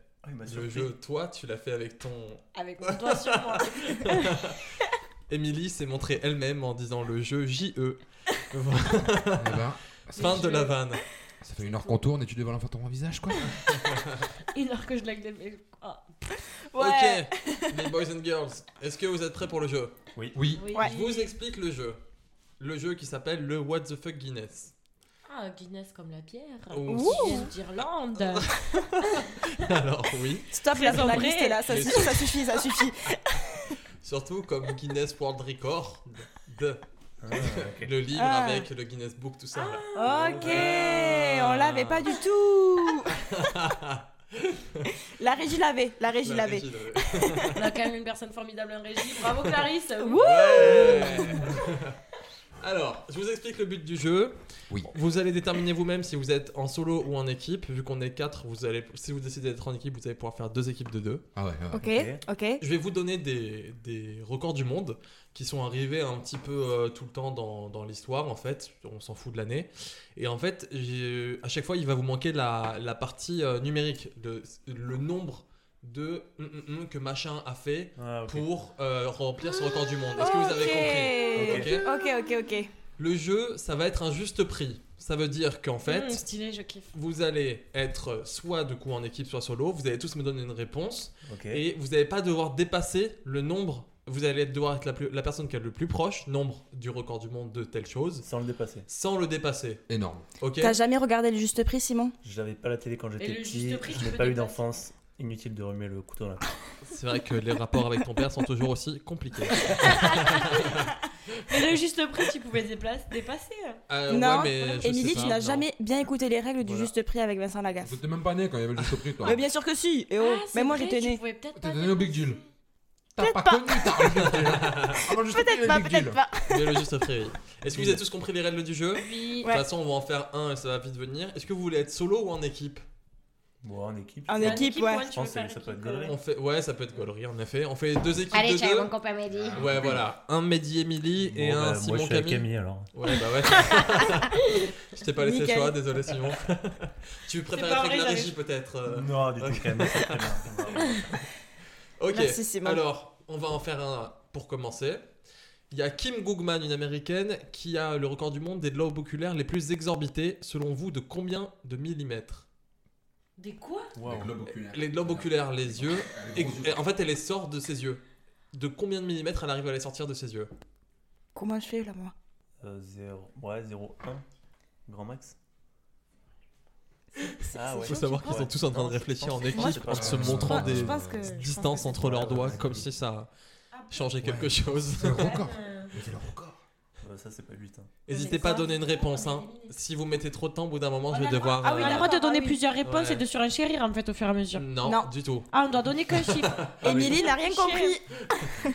F: le jeu, toi, tu l'as fait avec ton.
G: Avec mon doigt sur moi.
F: Émilie s'est montrée elle-même en disant le jeu J-E.
H: Eh ben,
F: fin de la vanne.
H: ça fait une heure qu'on tourne et tu devais l'enfant ton visage, quoi.
G: Une heure que je lague des mais- Ah.
F: Ok, les boys and girls, est-ce que vous êtes prêts pour le jeu
I: Oui.
H: Oui.
G: Oui.
F: Je vous explique le jeu. Le jeu qui s'appelle le What the fuck Guinness.
G: Ah, Guinness comme la bière.
F: Ouh.
G: Guinness d'Irlande.
F: Alors oui,
J: Stop, la
G: Très en
J: journaliste
G: vrai.
J: est là, ça
F: Mais
J: suffit, ça suffit, ça suffit.
F: surtout comme Guinness World Record de le livre
J: Ah.
F: avec le Guinness Book tout ça. là.
J: Ok, on l'avait pas du tout La régie l'avait, la régie
F: La
J: l'avait.
F: régie l'avait.
G: On a quand même une personne formidable en régie. Bravo Clarisse.
J: Wouh
F: Alors, je vous explique le but du jeu.
H: Oui.
F: Vous allez déterminer vous-même si vous êtes en solo ou en équipe. Vu qu'on est quatre, vous allez, si vous décidez d'être en équipe, vous allez pouvoir faire deux équipes de deux.
H: Ah ouais, ouais, ouais.
J: Ok, ok.
F: Je vais vous donner des, des records du monde qui sont arrivés un petit peu euh, tout le temps dans, dans l'histoire, en fait. On s'en fout de l'année. Et en fait, j'ai- à chaque fois, il va vous manquer la, la partie euh, numérique, le, le nombre de mm, mm, mm que machin a fait
I: Ah, ok.
F: pour euh, remplir ce record du monde. Est-ce
J: Ah,
F: que vous avez compris Ok.
J: Ok, ok, ok.
F: Le jeu, ça va être un juste prix. Ça veut dire
J: Mm.
F: qu'en fait,
G: Mmh, stylé, je kiffe.
F: vous allez être soit du coup en équipe, soit solo. Vous allez tous me donner une réponse.
I: Ok.
F: Et vous n'allez pas devoir dépasser le nombre. Vous allez devoir être la, plus- la personne qui est le plus proche, nombre du record du monde de telle chose,
I: Sans le dépasser.
F: sans le dépasser.
H: Énorme.
F: Ok
J: T'as jamais regardé le juste prix, Simon
I: Je l'avais pas la télé quand j'étais
G: le juste
I: petit.
G: prix, tu
I: Je n'ai
G: peux
I: pas eu
G: dépasser.
I: d'enfance. Inutile de remuer le couteau dans la plaie.
F: C'est vrai que les rapports avec ton père sont toujours aussi compliqués.
G: Mais le juste prix, tu pouvais dépla- dépasser. Ah,
F: Euh,
J: Non,
F: ouais, mais je sais
J: Émilie,
F: pas,
J: tu n'as
F: non.
J: jamais bien écouté les règles du
F: Voilà.
J: juste prix avec Vincent Lagaffe.
H: T'étais même pas né quand il y avait le juste prix, toi.
J: Mais bien sûr que si Et oh,
G: Ah, c'est
J: Mais moi
G: vrai,
J: j'étais
G: tu
J: née.
G: pouvais peut-être pas
H: T'étais né au Big Deal. T'as
J: Peut-être
H: pas
J: pas.
H: connu, t'as le Big Deal. Avant le juste prix, il y
F: Ah,
J: Peut-être
H: avait
J: pas,
H: le Big Deal.
J: peut-être pas.
F: Mais le juste prix. oui. Est-ce que vous avez tous compris les règles du jeu
G: Oui.
F: De toute façon, on va en faire un et ça va vite venir. Est-ce que vous voulez être solo ou en équipe
I: Bon, en équipe.
J: En
I: c'est-
J: équipe, ouais.
I: Je pense que ça peut être galerie.
F: On fait, ouais, ça peut être gaulerie en effet. On fait deux équipes
M: Allez,
F: de
M: ciao,
F: deux.
M: mon copain Mehdi.
F: Ouais, voilà, un Mehdi Emily et
I: Bon, bah,
F: un
I: moi, je
F: Simon
I: suis avec
F: Camille.
I: Camille alors.
F: Ouais, bah ouais. je t'ai pas laissé le
J: Nickel.
F: choix, désolé Simon. tu préfères
G: pas
F: être
G: vrai,
F: avec la
G: j'avais-
F: régie peut-être. euh.
I: Non, du tout,
F: Ok.
I: Camille. c'est très bien.
F: Ok.
J: Merci, Simon.
F: Alors, on va en faire un pour commencer. Il y a Kim Googman, une américaine, qui a le record du monde des lobes oculaires les plus exorbités. Selon vous, de combien de millimètres
G: Des quoi
H: Les globes oculaires.
F: Les lobes oculaires, les yeux.
H: Les
F: Et-
H: gros yeux.
F: et en fait, elle les sort de ses yeux. De combien de millimètres elle arrive à les sortir de ses yeux
J: Comment je fais là, moi
I: Euh, zéro- Ouais, 0,1. Grand max. Ah
F: Il faut savoir qu'ils sont tous en train de réfléchir en équipe,
I: Moi, je
F: en
I: pense-
F: se
H: je
F: montrant
H: pense-
F: des
J: Je pense que. je pense que
F: distances
J: c'est-
F: entre leurs doigts, comme si ça changeait quelque
H: Ouais.
F: chose.
H: C'est le record.
G: Euh,
H: Mais c'est le record.
I: Euh, ça c'est pas 8.
F: N'hésitez pas à donner une réponse. hein. Si vous mettez trop de temps, au bout d'un moment, je vais devoir.
G: Ah oui,
F: euh,
G: on a le droit de donner plusieurs réponses
F: Ouais.
G: et de surenchérir en fait au fur et à mesure.
F: Non, du tout.
G: Ah, on doit donner qu'un chiffre.
F: Ah oui.
J: Émilie n'a rien compris.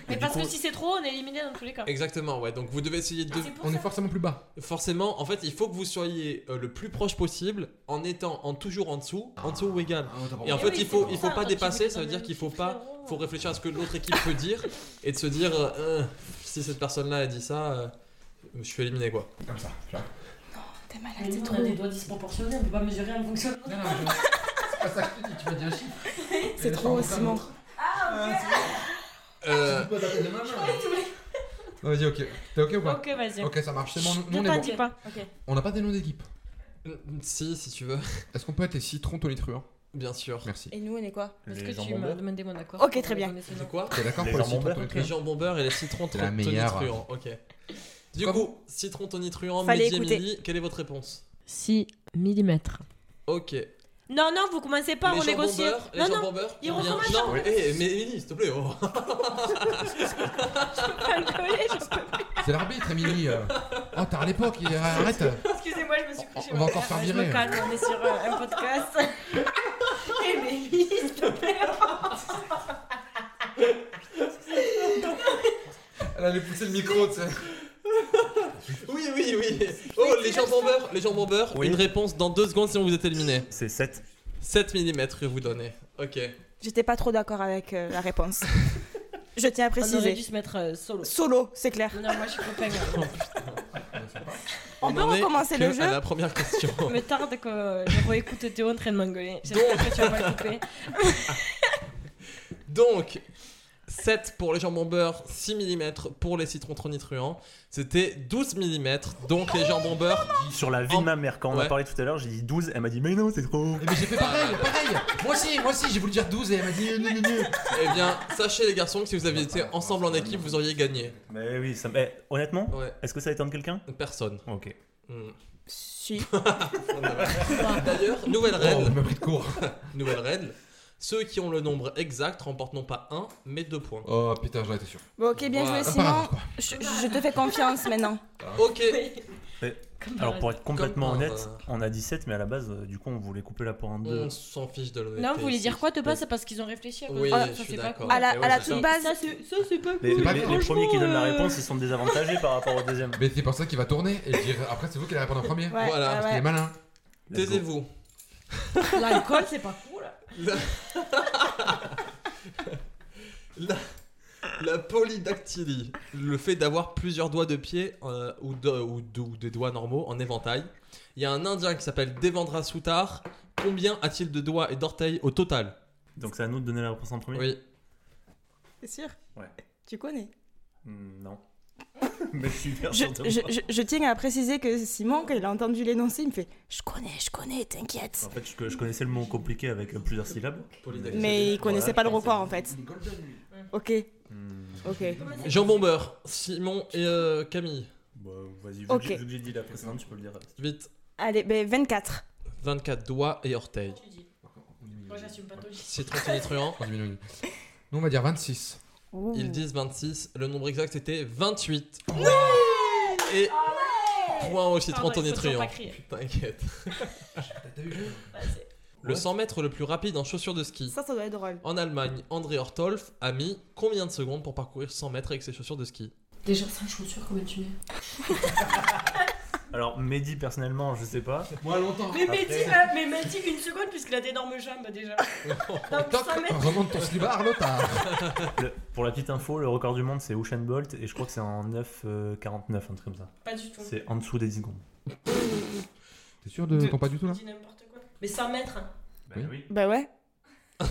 G: Mais
F: Du
G: parce que
F: coup-
G: si c'est trop, on est éliminé dans tous les cas.
F: Exactement, ouais. Donc vous devez essayer
G: Ah,
F: de. On est
H: forcément plus bas.
F: Forcément, en fait, il faut que vous soyez euh, le plus proche possible en étant en toujours en dessous, en dessous ou égal.
H: pas
F: Et en
H: compris.
F: fait,
H: Mais
F: il
H: Eh oui,
F: faut,
H: c'est
F: il
H: pour
F: faut
H: ça,
F: pas
H: quand tu
F: dépasser. Ça veut dire qu'il faut pas, faut réfléchir à ce que l'autre équipe peut dire et de se dire, euh, Euh, si cette personne-là a dit ça, euh, je suis éliminé quoi.
H: Comme ça.
J: T'es
G: Mais
J: malade,
G: nous,
J: c'est
G: Ah, on
J: trop.
G: a des doigts disproportionnés, on peut pas mesurer en fonction. Non, non,
H: c'est pas ça que tu dis, tu m'as dit un chiffre.
J: C'est trop, Simon.
H: Ah,
F: Euh...
H: Vas-y, ok. T'es ok ou pas
G: Ok, vas-y.
H: Ok, ça marche. C'est bon,
G: Chut,
H: nous, on
G: Ne
H: est
G: t'en
H: bon.
G: dis pas. Ok.
H: On n'a pas des noms d'équipe.
F: Si, si tu veux.
H: Est-ce qu'on peut être les citrons tonitruants
F: Bien sûr.
H: Merci.
J: Et nous, on est quoi
G: Parce que tu m'as demandé mon accord.
J: Ok, très bien.
G: C'est
F: quoi
H: T'es d'accord pour les citrons
F: Les jambons beurre et les citrons
H: La meilleure.
F: tonitruants. Ok. Du coup, citron tonitruant,
G: Fallait
F: midi et
G: écouter.
F: midi, quelle est votre réponse
G: 6 mm.
F: Ok.
G: Non, non, vous commencez pas,
F: les
G: on
F: jambons
G: négocie.
F: beurre, les
G: Non,
F: jambons
G: non,
F: beurre,
G: il
F: combien
G: recommence.
F: Non, eh, mais Émilie, s'il te plaît. oh.
H: C'est l'arbitre, Émilie. euh. Oh, t'as à l'époque, il- arrête.
G: Excusez-moi, je me suis couché.
H: On va encore faire
G: Je me
H: virer.
G: calme, on est sur euh, un podcast. Eh, mais s'il te plaît.
H: Elle allait pousser le micro, tu sais.
F: Oui, oui, oui. Oh, les jambons beurre, les jambons beurre. Une réponse dans deux secondes sinon vous êtes éliminé.
I: C'est 7.
F: 7 mm que vous donnez. Ok.
J: J'étais pas trop d'accord avec euh, la réponse. Je tiens à
G: On aurait dû
J: préciser.
G: se mettre euh, solo.
J: Solo, c'est clair.
G: Non, moi je suis copain.
J: On peut
F: en est
J: recommencer
F: que
J: le jeu
F: à la première question.
G: Je me tarde que euh, je réécoute Théo en train de m'engueuler. J'espère que tu vas pas le couper.
F: Donc, 7 pour les jambons beurre, 6 mm pour les citrons tronitruants. C'était 12 mm. Donc, les jambons beurre.
I: Sur la vie de ma mère, quand on
F: Ouais.
I: a parlé tout à l'heure, j'ai dit 12, elle m'a dit mais non, c'est trop.
H: Eh, Mais j'ai fait pareil, pareil. Moi aussi, moi aussi, j'ai voulu dire 12 et elle m'a dit euh, non, non, non.
F: Eh bien, sachez les garçons que si vous aviez été ensemble en équipe, vous auriez gagné.
I: Mais oui, ça m- eh, honnêtement,
F: Ouais.
I: est-ce que ça étonne quelqu'un
F: Personne.
I: Ok.
F: Hmm.
J: Si.
F: D'ailleurs, nouvelle
H: Oh,
F: règle.
H: on m'a pris de court.
F: nouvelle règle. Ceux qui ont le nombre exact remportent non pas un, mais deux points.
H: Oh putain, j'en étais sûr. Ah,
J: Bon, ok, bien
F: Voilà.
J: joué, Simon. Je, je te fais confiance maintenant.
F: Ok.
I: Mais-
J: Comme par
I: Alors pour
J: hasard.
I: être complètement
F: Comme par
I: honnête,
F: hasard.
I: on a 17, mais à la base, euh, du coup, on voulait couper la pour en deux.
F: On s'en fiche de l'honnêteté.
G: Non, vous voulez
F: ici.
G: dire quoi de base C'est parce qu'ils ont réfléchi à quoi
F: Oui,
G: Ah,
F: je
G: ça,
F: suis
G: c'est pas
F: d'accord.
G: cool.
J: À la- à la
F: c'est
J: toute
F: ça.
J: base.
G: Ça, c'est ça, c'est pas cool.
I: Les, les- les
G: Franchement,
I: premiers qui donnent la
G: euh,
I: réponse, ils sont désavantagés par rapport aux deuxièmes.
H: Mais c'est pour ça qu'il va tourner et je dirais- après c'est vous qui allez répondre en premier.
J: Ouais,
F: Voilà.
J: ouais,
H: Parce qu'il
J: ouais.
H: est malin.
F: Taisez-vous.
G: euh, L'alcool, c'est pas cool.
F: La, la polydactylie, le fait d'avoir plusieurs doigts de pied euh, ou, de- ou de- ou des doigts normaux en éventail. Il y a un indien qui s'appelle Devendra Soutar. Combien a-t-il de doigts et d'orteils au total
I: Donc c'est à nous de donner la réponse en premier
F: Oui.
J: C'est sûr
I: Ouais.
J: Tu connais
I: Hmm, Non. mais je suis hyper
J: je,
I: sûr de
J: je-
I: moi.
J: je- je tiens à préciser que Simon, quand il a entendu l'énoncé, il me fait Je connais, je connais, t'inquiète.
I: En fait, je, je connaissais le mot compliqué avec euh, plusieurs syllabes.
F: Polydactylie.
J: Mais il connaissait
I: Voilà.
J: pas le record en fait. Ok,
I: Hmm.
J: ok.
F: Jean Bombeur, Simon et euh, Camille.
I: Bah, vas-y, vu,
J: Ok.
I: que j'ai- vu que j'ai dit la précédente, tu peux le dire.
F: Vite.
J: Allez, ben 24.
F: 24 doigts et orteils.
G: Moi, j'assume pas tout.
F: C'est trop
H: On diminue. Nous on va dire 26.
F: Ils disent 26. Le nombre exact était 28. et
G: Ah
F: point au citron
G: Pardon, il Ah, faut toujours
F: tonitruant.
G: pas crier.
F: T'inquiète. Le 100 mètres le plus rapide en chaussures de ski.
J: Ça, ça doit être drôle.
F: En Allemagne, André Hortolf a mis combien de secondes pour parcourir 100 mètres avec ses chaussures de ski
G: Déjà, sans chaussures, comment tu mets
I: Alors, Mehdi, personnellement, je sais pas.
H: Moi longtemps.
G: Mais
I: Après-
G: Mehdi, euh, mais Mehdi, une seconde, puisqu'il a d'énormes jambes déjà. Donc,
H: Toc,
G: 100 mètres.
H: remonte ton Ah, slibard, l'autre.
I: Le- pour la petite info, le record du monde, c'est Usain Bolt, et je crois que c'est en 9,49, un truc comme ça.
G: Pas du tout.
I: C'est en dessous des 10 secondes.
H: T'es sûr de ton pas du tout là
G: Dis n'importe quoi. Mais 100 mètres. hein.
I: Ben oui.
J: Bah ouais.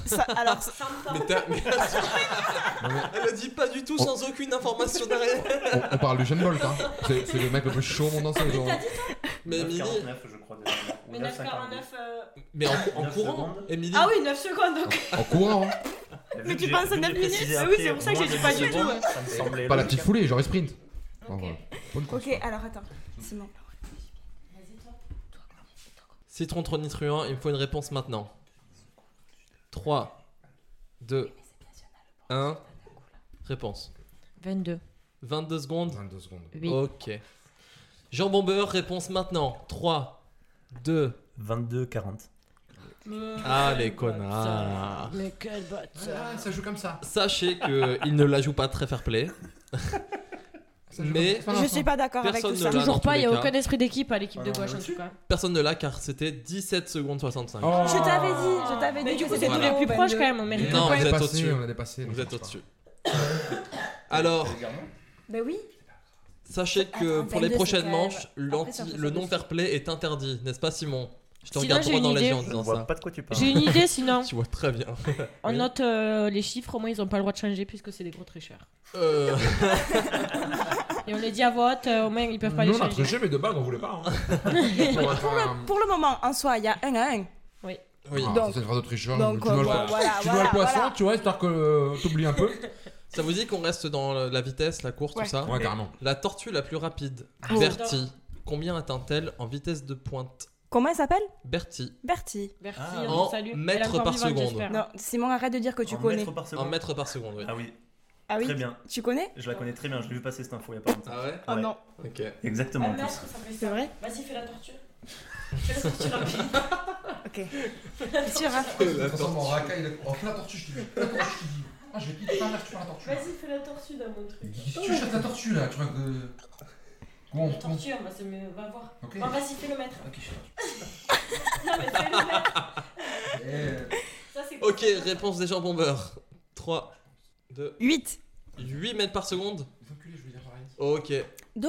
J: Ça, alors, ça-
G: 100 mètres.
F: Mais t'as- mais- Elle le dit pas du tout sans aucune information derrière.
H: on, on parle du jeune Bolt, hein. C'est c'est le mec le plus chaud au monde entier. genre.
F: Mais Émilie,
I: 9,49, je crois. déjà. Ou
G: Mais
I: 9,52.
G: 9,49. euh,
F: mais en, en
I: Neuf
F: courant,
I: secondes.
F: Émilie.
G: Ah oui, 9 secondes, ok.
H: En courant, hein.
I: Vu
G: Mais
I: que
G: tu
I: j'ai-
G: penses à
I: vu que j'ai
G: neuf minutes
I: précisé
G: Ah oui,
I: après,
G: c'est pour ça que
I: moins
G: j'ai dit
I: de
G: pas
I: dix
G: du tout,
I: secondes,
G: ouais.
I: Ça me semblait
H: Pas la
I: logique.
H: petite foulée, genre sprint. Oh, voilà. Bonne course.
J: euh, ok, alors attends. Simon.
F: Citron tronitruant, il me faut une réponse maintenant. 3, 2, 1. Réponse.
G: 22.
F: 22 secondes.
H: 22 secondes.
F: Oh.
G: Oui.
F: Ok. Jean Bomber, réponse maintenant. 3, 2,
I: 22, 40.
F: Ah, les connards.
G: Mais quel bâtard.
H: Ah, ça joue comme ça.
F: Sachez qu'il ne la joue pas très fair play. Mais
J: Je suis pas d'accord avec
F: personne
J: tout ça.
F: ne l'a dans
G: Toujours pas,
F: tous
G: il n'y a
F: les cas.
G: aucun esprit d'équipe à l'équipe de
F: Voilà.
G: gauche en tout cas.
F: Personne ne l'a car c'était 17 secondes 65.
J: Je t'avais dit, je t'avais dit.
G: Mais du coup,
J: que
G: c'est
J: c'était
G: tous les
J: trop
G: plus
J: ben
G: proches
J: de-
G: quand même, on mérite
F: Non,
G: le
F: vous
G: point.
F: êtes
H: dépassé,
F: au-dessus.
H: on a dépassé,
F: Vous êtes au-dessus. Alors,
J: Ben oui.
F: sachez que
J: Attends,
F: pour les
J: 22,
F: prochaines
J: c'est quand même-
F: manches, l'anti-
J: Après, ça fait
F: le
J: ça
F: non-fair play est interdit, n'est-ce pas, Simon Je te
G: Sinon,
F: regarde
G: j'ai
F: droit
G: une
F: dans les
G: idée.
F: yeux en
G: Je
F: disant
I: vois
F: ça.
I: pas de quoi tu parles.
G: J'ai une idée sinon.
F: Tu vois très bien.
G: On
F: Oui.
G: note euh, les chiffres, au moins ils n'ont pas le droit de changer puisque c'est des gros tricheurs.
F: Euh,
G: Et on les dit à vote, euh, au moins ils peuvent pas
H: Nous,
G: les
H: on a
G: changer.
H: triché, mais de bague, on voulait pas. hein.
J: Pour le, pour le moment, en soi, il y a un à un.
G: Oui.
F: Oui.
H: Ah,
J: Donc-
H: c'est une phrase de tricheur.
J: donc,
H: tu dois le,
J: euh,
H: tu
J: voilà,
H: dois
J: voilà,
H: le poisson,
J: voilà.
H: tu vois, histoire que euh, t'oublies un peu.
F: Ça vous dit qu'on reste dans la vitesse, la course,
J: Ouais.
F: tout ça
H: Ouais, carrément.
F: La tortue la plus rapide,
J: Oh.
F: Bertie. Combien atteint-elle en vitesse de pointe
J: Comment elle s'appelle
F: Bertie.
J: Bertie.
G: Merci,
I: Ah.
G: on
F: En
G: vous salue. Elle est
F: mètres
G: encore
F: Oh, par
G: vivante,
F: seconde.
G: j'espère.
J: Non, Simon, arrête de dire que tu
I: En
J: connais.
I: mètres par
F: En
I: seconde.
F: mètres par seconde, oui.
I: Ah oui,
J: Ah oui
I: très bien.
J: Tu connais
I: Je la connais très bien, je l'ai vu passer cette info il y a pas longtemps.
F: Ah ouais
J: Oh
I: Ouais.
J: non.
F: Ok.
I: Exactement en
G: Ah,
I: plus.
J: C'est vrai
G: Vas-y, fais la torture. Fais la torture rapide.
J: Ok. Tu verras.
H: Ça ressemble en racaille. Oh, fais la tortue, je te dis. Fais la tortue, je te dis. Ah, je vais piquer ta mère, tu fais la tortue.
G: Vas-y, fais la torture dans mon truc.
H: Qu'est-ce que tu jettes la tortue là Tu vois que. Bon,
G: La torture, bah, c'est mieux, va voir.
H: Ok.
G: Bon, vas-y, fais le maître.
H: Ok, je
G: Non, mais fais le maître.
H: fais la tortue. Eh, euh,
G: Ça, c'est
F: Ok, réponse des gens bombeurs. 3, 2,
J: 8.
F: 8 mètres par seconde
H: Les enculés, je veux dire pareil.
F: Ok.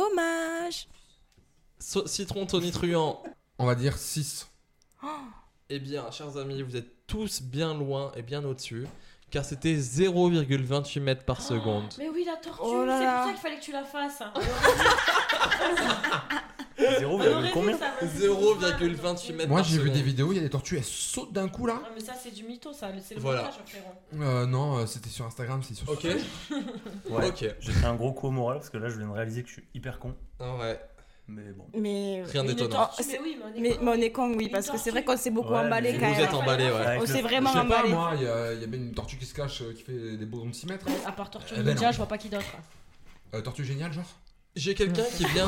J: Dommage.
F: So- citron tonitruant.
H: On va dire 6.
F: eh bien, chers amis, vous êtes tous bien loin et bien au-dessus. Car c'était 0,28 mètres par seconde.
G: Mais oui, la tortue,
J: Oh là
G: c'est
J: là.
G: pour ça qu'il fallait que tu la fasses. hein.
I: 0,
G: On aurait
I: combien
G: vu ça. mais c'est pour ça, la tortue.
F: 0,28 mètres
H: Moi,
F: par
H: j'ai
F: seconde.
H: vu des vidéos, il y a des tortues, elles sautent d'un coup là.
G: Ah, mais ça, c'est du mytho, ça. C'est le
F: Voilà.
G: montage, frérot.
H: Euh, non, euh, c'était sur Instagram, c'est sur.
F: Ok.
I: Ouais.
F: Ok.
I: J'ai fait un gros coup au moral parce que là je viens de réaliser que je suis hyper con.
F: Ah ouais.
I: Mais bon.
J: Mais.
F: Rien
G: Mais une
F: d'étonnant.
J: Oh,
G: tortue,
J: c'est-
G: Mais oui, mais
J: Mais, mais
G: on
J: on
G: est
J: est con, oui,
G: Une
J: parce que c'est
G: tortue.
J: vrai qu'on s'est beaucoup
I: Ouais,
J: emballé
I: mais
J: quand
F: Vous
J: même.
F: êtes emballé, ouais.
I: Avec
G: Oh,
J: On
I: le-
J: s'est
H: Je
J: vraiment
H: sais pas,
J: emballé.
H: moi, il y, a il y a bien une tortue qui se cache, euh, qui fait des bonhommes de 6 mètres.
G: con. À part tortue
H: Eh ben
G: ninja,
H: non.
G: je vois pas qui d'autre.
H: Euh, tortue géniale, genre
F: J'ai quelqu'un qui vient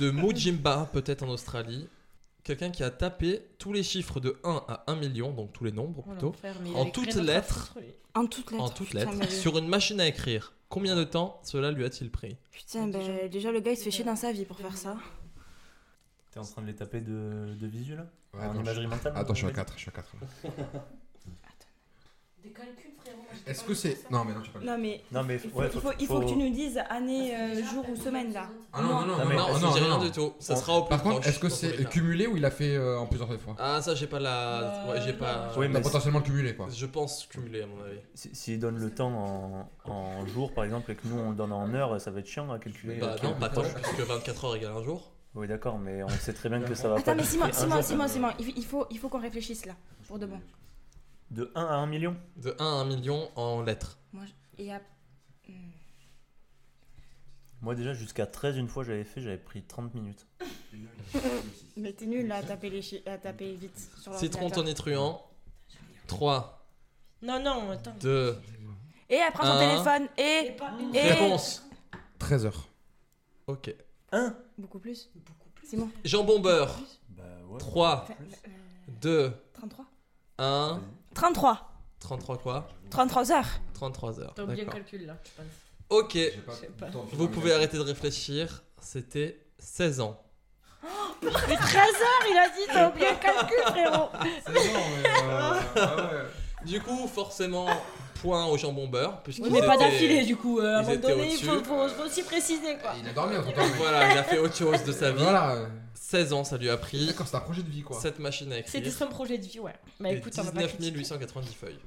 F: de Mujimba, peut-être en Australie. Quelqu'un qui a tapé tous les chiffres de 1 à 1 million, donc tous les nombres
G: Voilà,
F: plutôt,
G: frère, mais il
F: En
G: avait
F: toutes
G: rien d'autre à
F: lettres.
G: foutre, lui.
J: En toutes lettres.
F: en toutes
J: Putain, mais
F: lettres,
J: oui.
F: sur une machine à écrire. Combien de temps cela lui a-t-il pris
J: Putain, ben, déjà le gars il se fait chier dans sa vie pour faire ça.
I: T'es en train de les taper de, de visu là
H: Ouais,
I: Ah, En
H: attends,
I: imagerie mentale
H: Attends, je suis à
I: en fait
H: 4, je suis à 4.
G: Des calculs, frérot. moi, je
H: Est-ce
G: sais
H: que
G: pas faire
H: c'est.
G: ça.
H: Non, mais non, tu peux pas le dire.
J: Non, mais.
I: Non mais
J: Il faut,
I: ouais,
J: il faut- il faut que tu nous dises année, euh, jour ou semaine là.
H: Ah non, non, non,
I: Non,
H: non,
I: mais
H: non,
F: Je
H: non,
F: dis rien
H: non.
F: du tout. Ça
I: Bon.
F: sera au plus
H: Par contre,
F: proche,
H: est-ce que
F: dans tous les
H: c'est
F: cas.
H: cumulé ou il a fait euh, en plusieurs fois
F: Ah, ça, j'ai pas la.
G: Bah,
J: Euh,
F: Ouais, j'ai
G: non.
F: pas.
I: Oui,
H: On a
I: mais
H: potentiellement le cumulé, quoi.
F: Je pense cumulé, à mon avis.
I: si- s'ils donnent le temps en, en jour par exemple et que nous on le donne en heure, ça va être chiant à calculer.
F: Bah,
I: Ok.
F: non, pas tant, puisque 24 heures égale un jour.
I: Oui d'accord, mais on sait très bien que ça va pas.
J: Attends, mais Simon,
I: durer un
J: Simon,
I: jour.
J: Simon, Simon, il il faut, il faut qu'on réfléchisse là, pour de bon.
I: De 1 à 1 million
F: De 1 à 1 million en lettres.
J: Moi, je- il y a- Hmm.
I: Moi déjà jusqu'à 13 une fois j'avais fait, j'avais pris 30 minutes.
J: Mais t'es nul là à taper, les chi- à taper vite sur
F: Citron
J: l'ordinateur.
F: tonitruant. 3,
G: Non, non, attends.
F: 2,
J: Et elle prend son
F: Un.
J: téléphone
G: Et
J: et.
G: pas une-
J: Et-
F: réponse.
H: 13 heures.
F: Ok.
I: 1
J: Beaucoup plus. Beaucoup plus. Simon.
F: Jean Bombeur.
I: Bah ouais.
F: 3,
J: Enfin, euh,
F: 2,
J: 33.
F: 1.
J: 33.
F: 33 quoi
J: 33 heures.
F: 33 heures.
G: T'as oublié le
F: D'accord.
G: calcul là, je pense.
F: Ok,
H: pas
G: sais
H: le
G: pas.
H: temps de faire
F: vous
H: mes
F: pouvez
H: calculs.
F: arrêter de réfléchir. C'était 16 ans.
G: Mais 13 heures, il a dit, t'as oublié le calcul, frérot.
H: C'est bon, mais. euh, ah ouais.
F: Du coup, forcément, point au jambon beurre.
G: On n'est pas d'affilée du coup, euh, à un
F: ils
G: moment
F: étaient
G: donné, il faut,
F: au-dessus.
G: faut- faut aussi préciser quoi.
H: Il a dormi entre temps.
F: Voilà, il a fait autre chose de sa vie.
H: Voilà. euh,
F: 16 ans, ça lui a pris.
H: D'accord, c'est un projet de vie, quoi.
F: Cette machine à
G: C'était
F: écrire.
G: son projet de vie, ouais. Mais
F: Et
G: bah, écoute, on va pas
F: 19
G: critiquer.
F: 890 feuilles.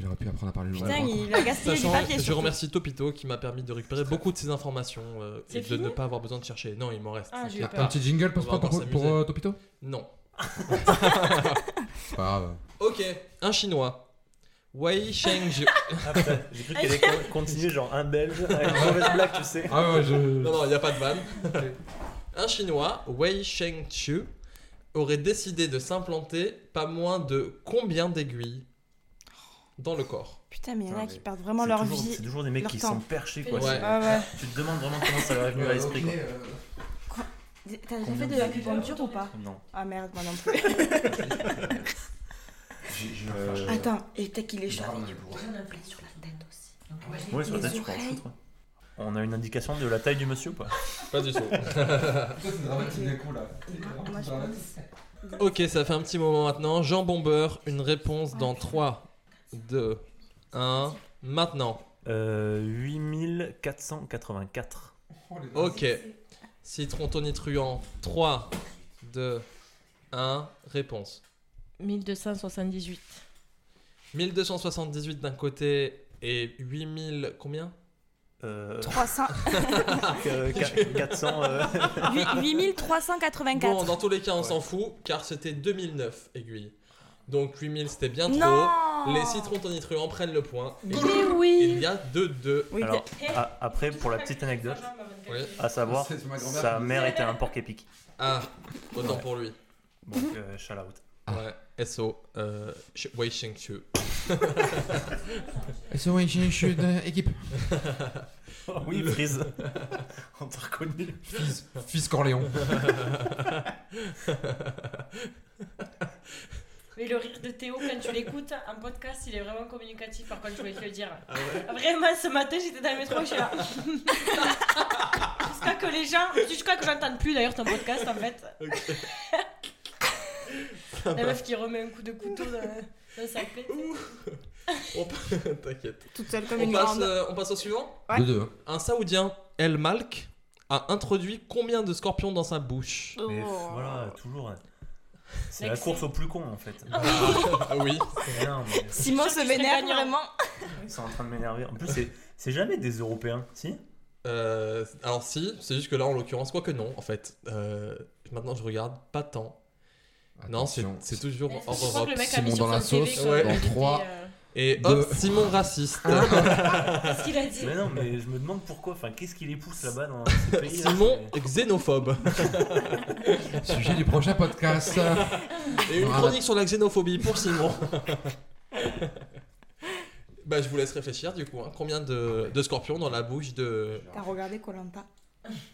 H: Il aurait pu apprendre à parler
J: Putain,
H: longtemps.
J: il a gaspillé du
F: Sachant,
J: papier.
F: je
J: surtout.
F: remercie Topito qui m'a permis de récupérer beaucoup de ces informations euh,
G: C'est
F: et de
G: fini
F: ne pas avoir besoin de chercher. Non, il m'en reste.
G: Ah, j'ai eu
F: T'inquiète
G: peur.
H: Un
F: pas.
H: petit jingle pour,
F: On va
H: pour,
F: encore
H: pour,
F: s'amuser.
H: euh, Topito
F: Non.
H: C'est pas grave.
F: Ok, un chinois. Wei Shengzhou.
I: Ah, putain, j'ai cru qu'elle allait con- continuer genre un belge avec une mauvaise blague, tu sais.
H: Ah ouais, je.
F: Non, non, il n'y a pas de vanne. Un Chinois, Wei Shengchu, aurait décidé de s'implanter pas moins de combien d'aiguilles dans le corps
J: Putain, mais il y en a
I: Putain,
J: qui
I: mais
J: perdent vraiment leur
I: C'est toujours-
J: vie.
I: C'est toujours des mecs
J: leur
I: qui
J: temps.
I: sont perchés quoi.
F: Ouais.
J: Ah ouais.
I: Tu te demandes vraiment comment ça leur est venu à l'esprit quoi.
H: Ok, euh,
J: T'as déjà fait de l'acupuncture ou pas
I: Non.
J: Ah merde, moi non plus.
I: Euh,
J: Attends, et peut-être qu'il est chaud. sur la tête aussi.
I: Ouais, sur la tête, tu peux en foutre. On a une indication de la taille du monsieur ou pas
F: Pas du tout.
H: c'est dramatique d'un coup là.
F: Ok, ça fait un petit moment maintenant. Jean Bombeur, une réponse dans 3, 2, 1. Maintenant.
I: Euh, 8484.
F: Ok. Citron tonitruant, 3, 2, 1. Réponse.
G: 1278.
F: 1278 d'un côté et 8000 combien
I: Euh...
J: 300.
I: Euh, qu- 400. euh,
J: 8384.
F: Bon, dans tous les cas, on s'en fout, car c'était 2009 aiguille. Donc 8000, c'était bien trop.
J: Non
F: les citrons tonitruants prennent le point. Et
G: Eh
J: Mais oui.
F: Il y a 2-2.
I: Alors, a- après, pour la petite
G: Ah,
I: anecdote,
F: Oui.
I: à savoir,
F: C'est ma grand-mère
I: sa
F: qui me
I: mère
F: disait.
I: était un porc épic.
F: Ah, autant
I: Ouais.
F: pour lui.
I: Donc, euh, shout out.
F: Ouais, SO, euh, sh- Wei Shengqiu.
N: SO, Wei Shengqiu de équipe.
H: Oh,
I: oui,
F: Le-
I: Freeze. On t'a reconnu.
N: Fils- fils Corléon.
G: Mais le rire de Théo, quand tu l'écoutes en podcast, il est vraiment communicatif. Par contre, je voulais te le dire.
F: Ah ouais
G: vraiment, ce matin, j'étais dans le métro, je suis là. jusqu'à que les gens. Jusqu'à que j'entende plus d'ailleurs ton podcast en fait. La meuf qui remet un coup de couteau dans, dans sa plaie.
F: On pa- T'inquiète.
J: Toute seule
G: comme
F: on
G: une
F: passe,
G: grande.
F: euh, on passe au suivant
J: Ouais.
N: Deux, hein. deux.
F: Un Saoudien, El Malk, a introduit combien de scorpions dans sa bouche
J: Oh.
I: Mais f- voilà, toujours. C'est la
F: L'excès.
I: course au plus con en fait.
F: Ah oui. Ah oui.
I: C'est énorme.
J: Simon se vénère vraiment.
I: C'est en train de m'énerver. En plus, c'est- c'est jamais des Européens, si
F: Euh, alors si, c'est juste que là en l'occurrence, quoi que non en fait. Euh, maintenant je regarde, pas tant. non, c'est c'est toujours
G: Mais
F: hors
G: Eh, je crois
F: Europe.
G: que le mec a Simon mis sur dans la son sauce, CV,
F: Ouais.
G: dans qu'il trois, était, euh,
F: Et
N: deux.
F: hop, Simon raciste.
I: Ah,
G: Qu'est-ce euh, qu'il a dit
I: Mais non, mais je me demande pourquoi. Enfin, qu'est-ce qui les pousse là-bas dans ces pays
F: Simon xénophobe.
N: Sujet du prochain podcast.
F: Et une
N: Voilà.
F: chronique sur la xénophobie pour Simon. bah je vous laisse réfléchir du coup. hein. Combien de, de scorpions dans la bouche de...
J: T'as regardé Colanta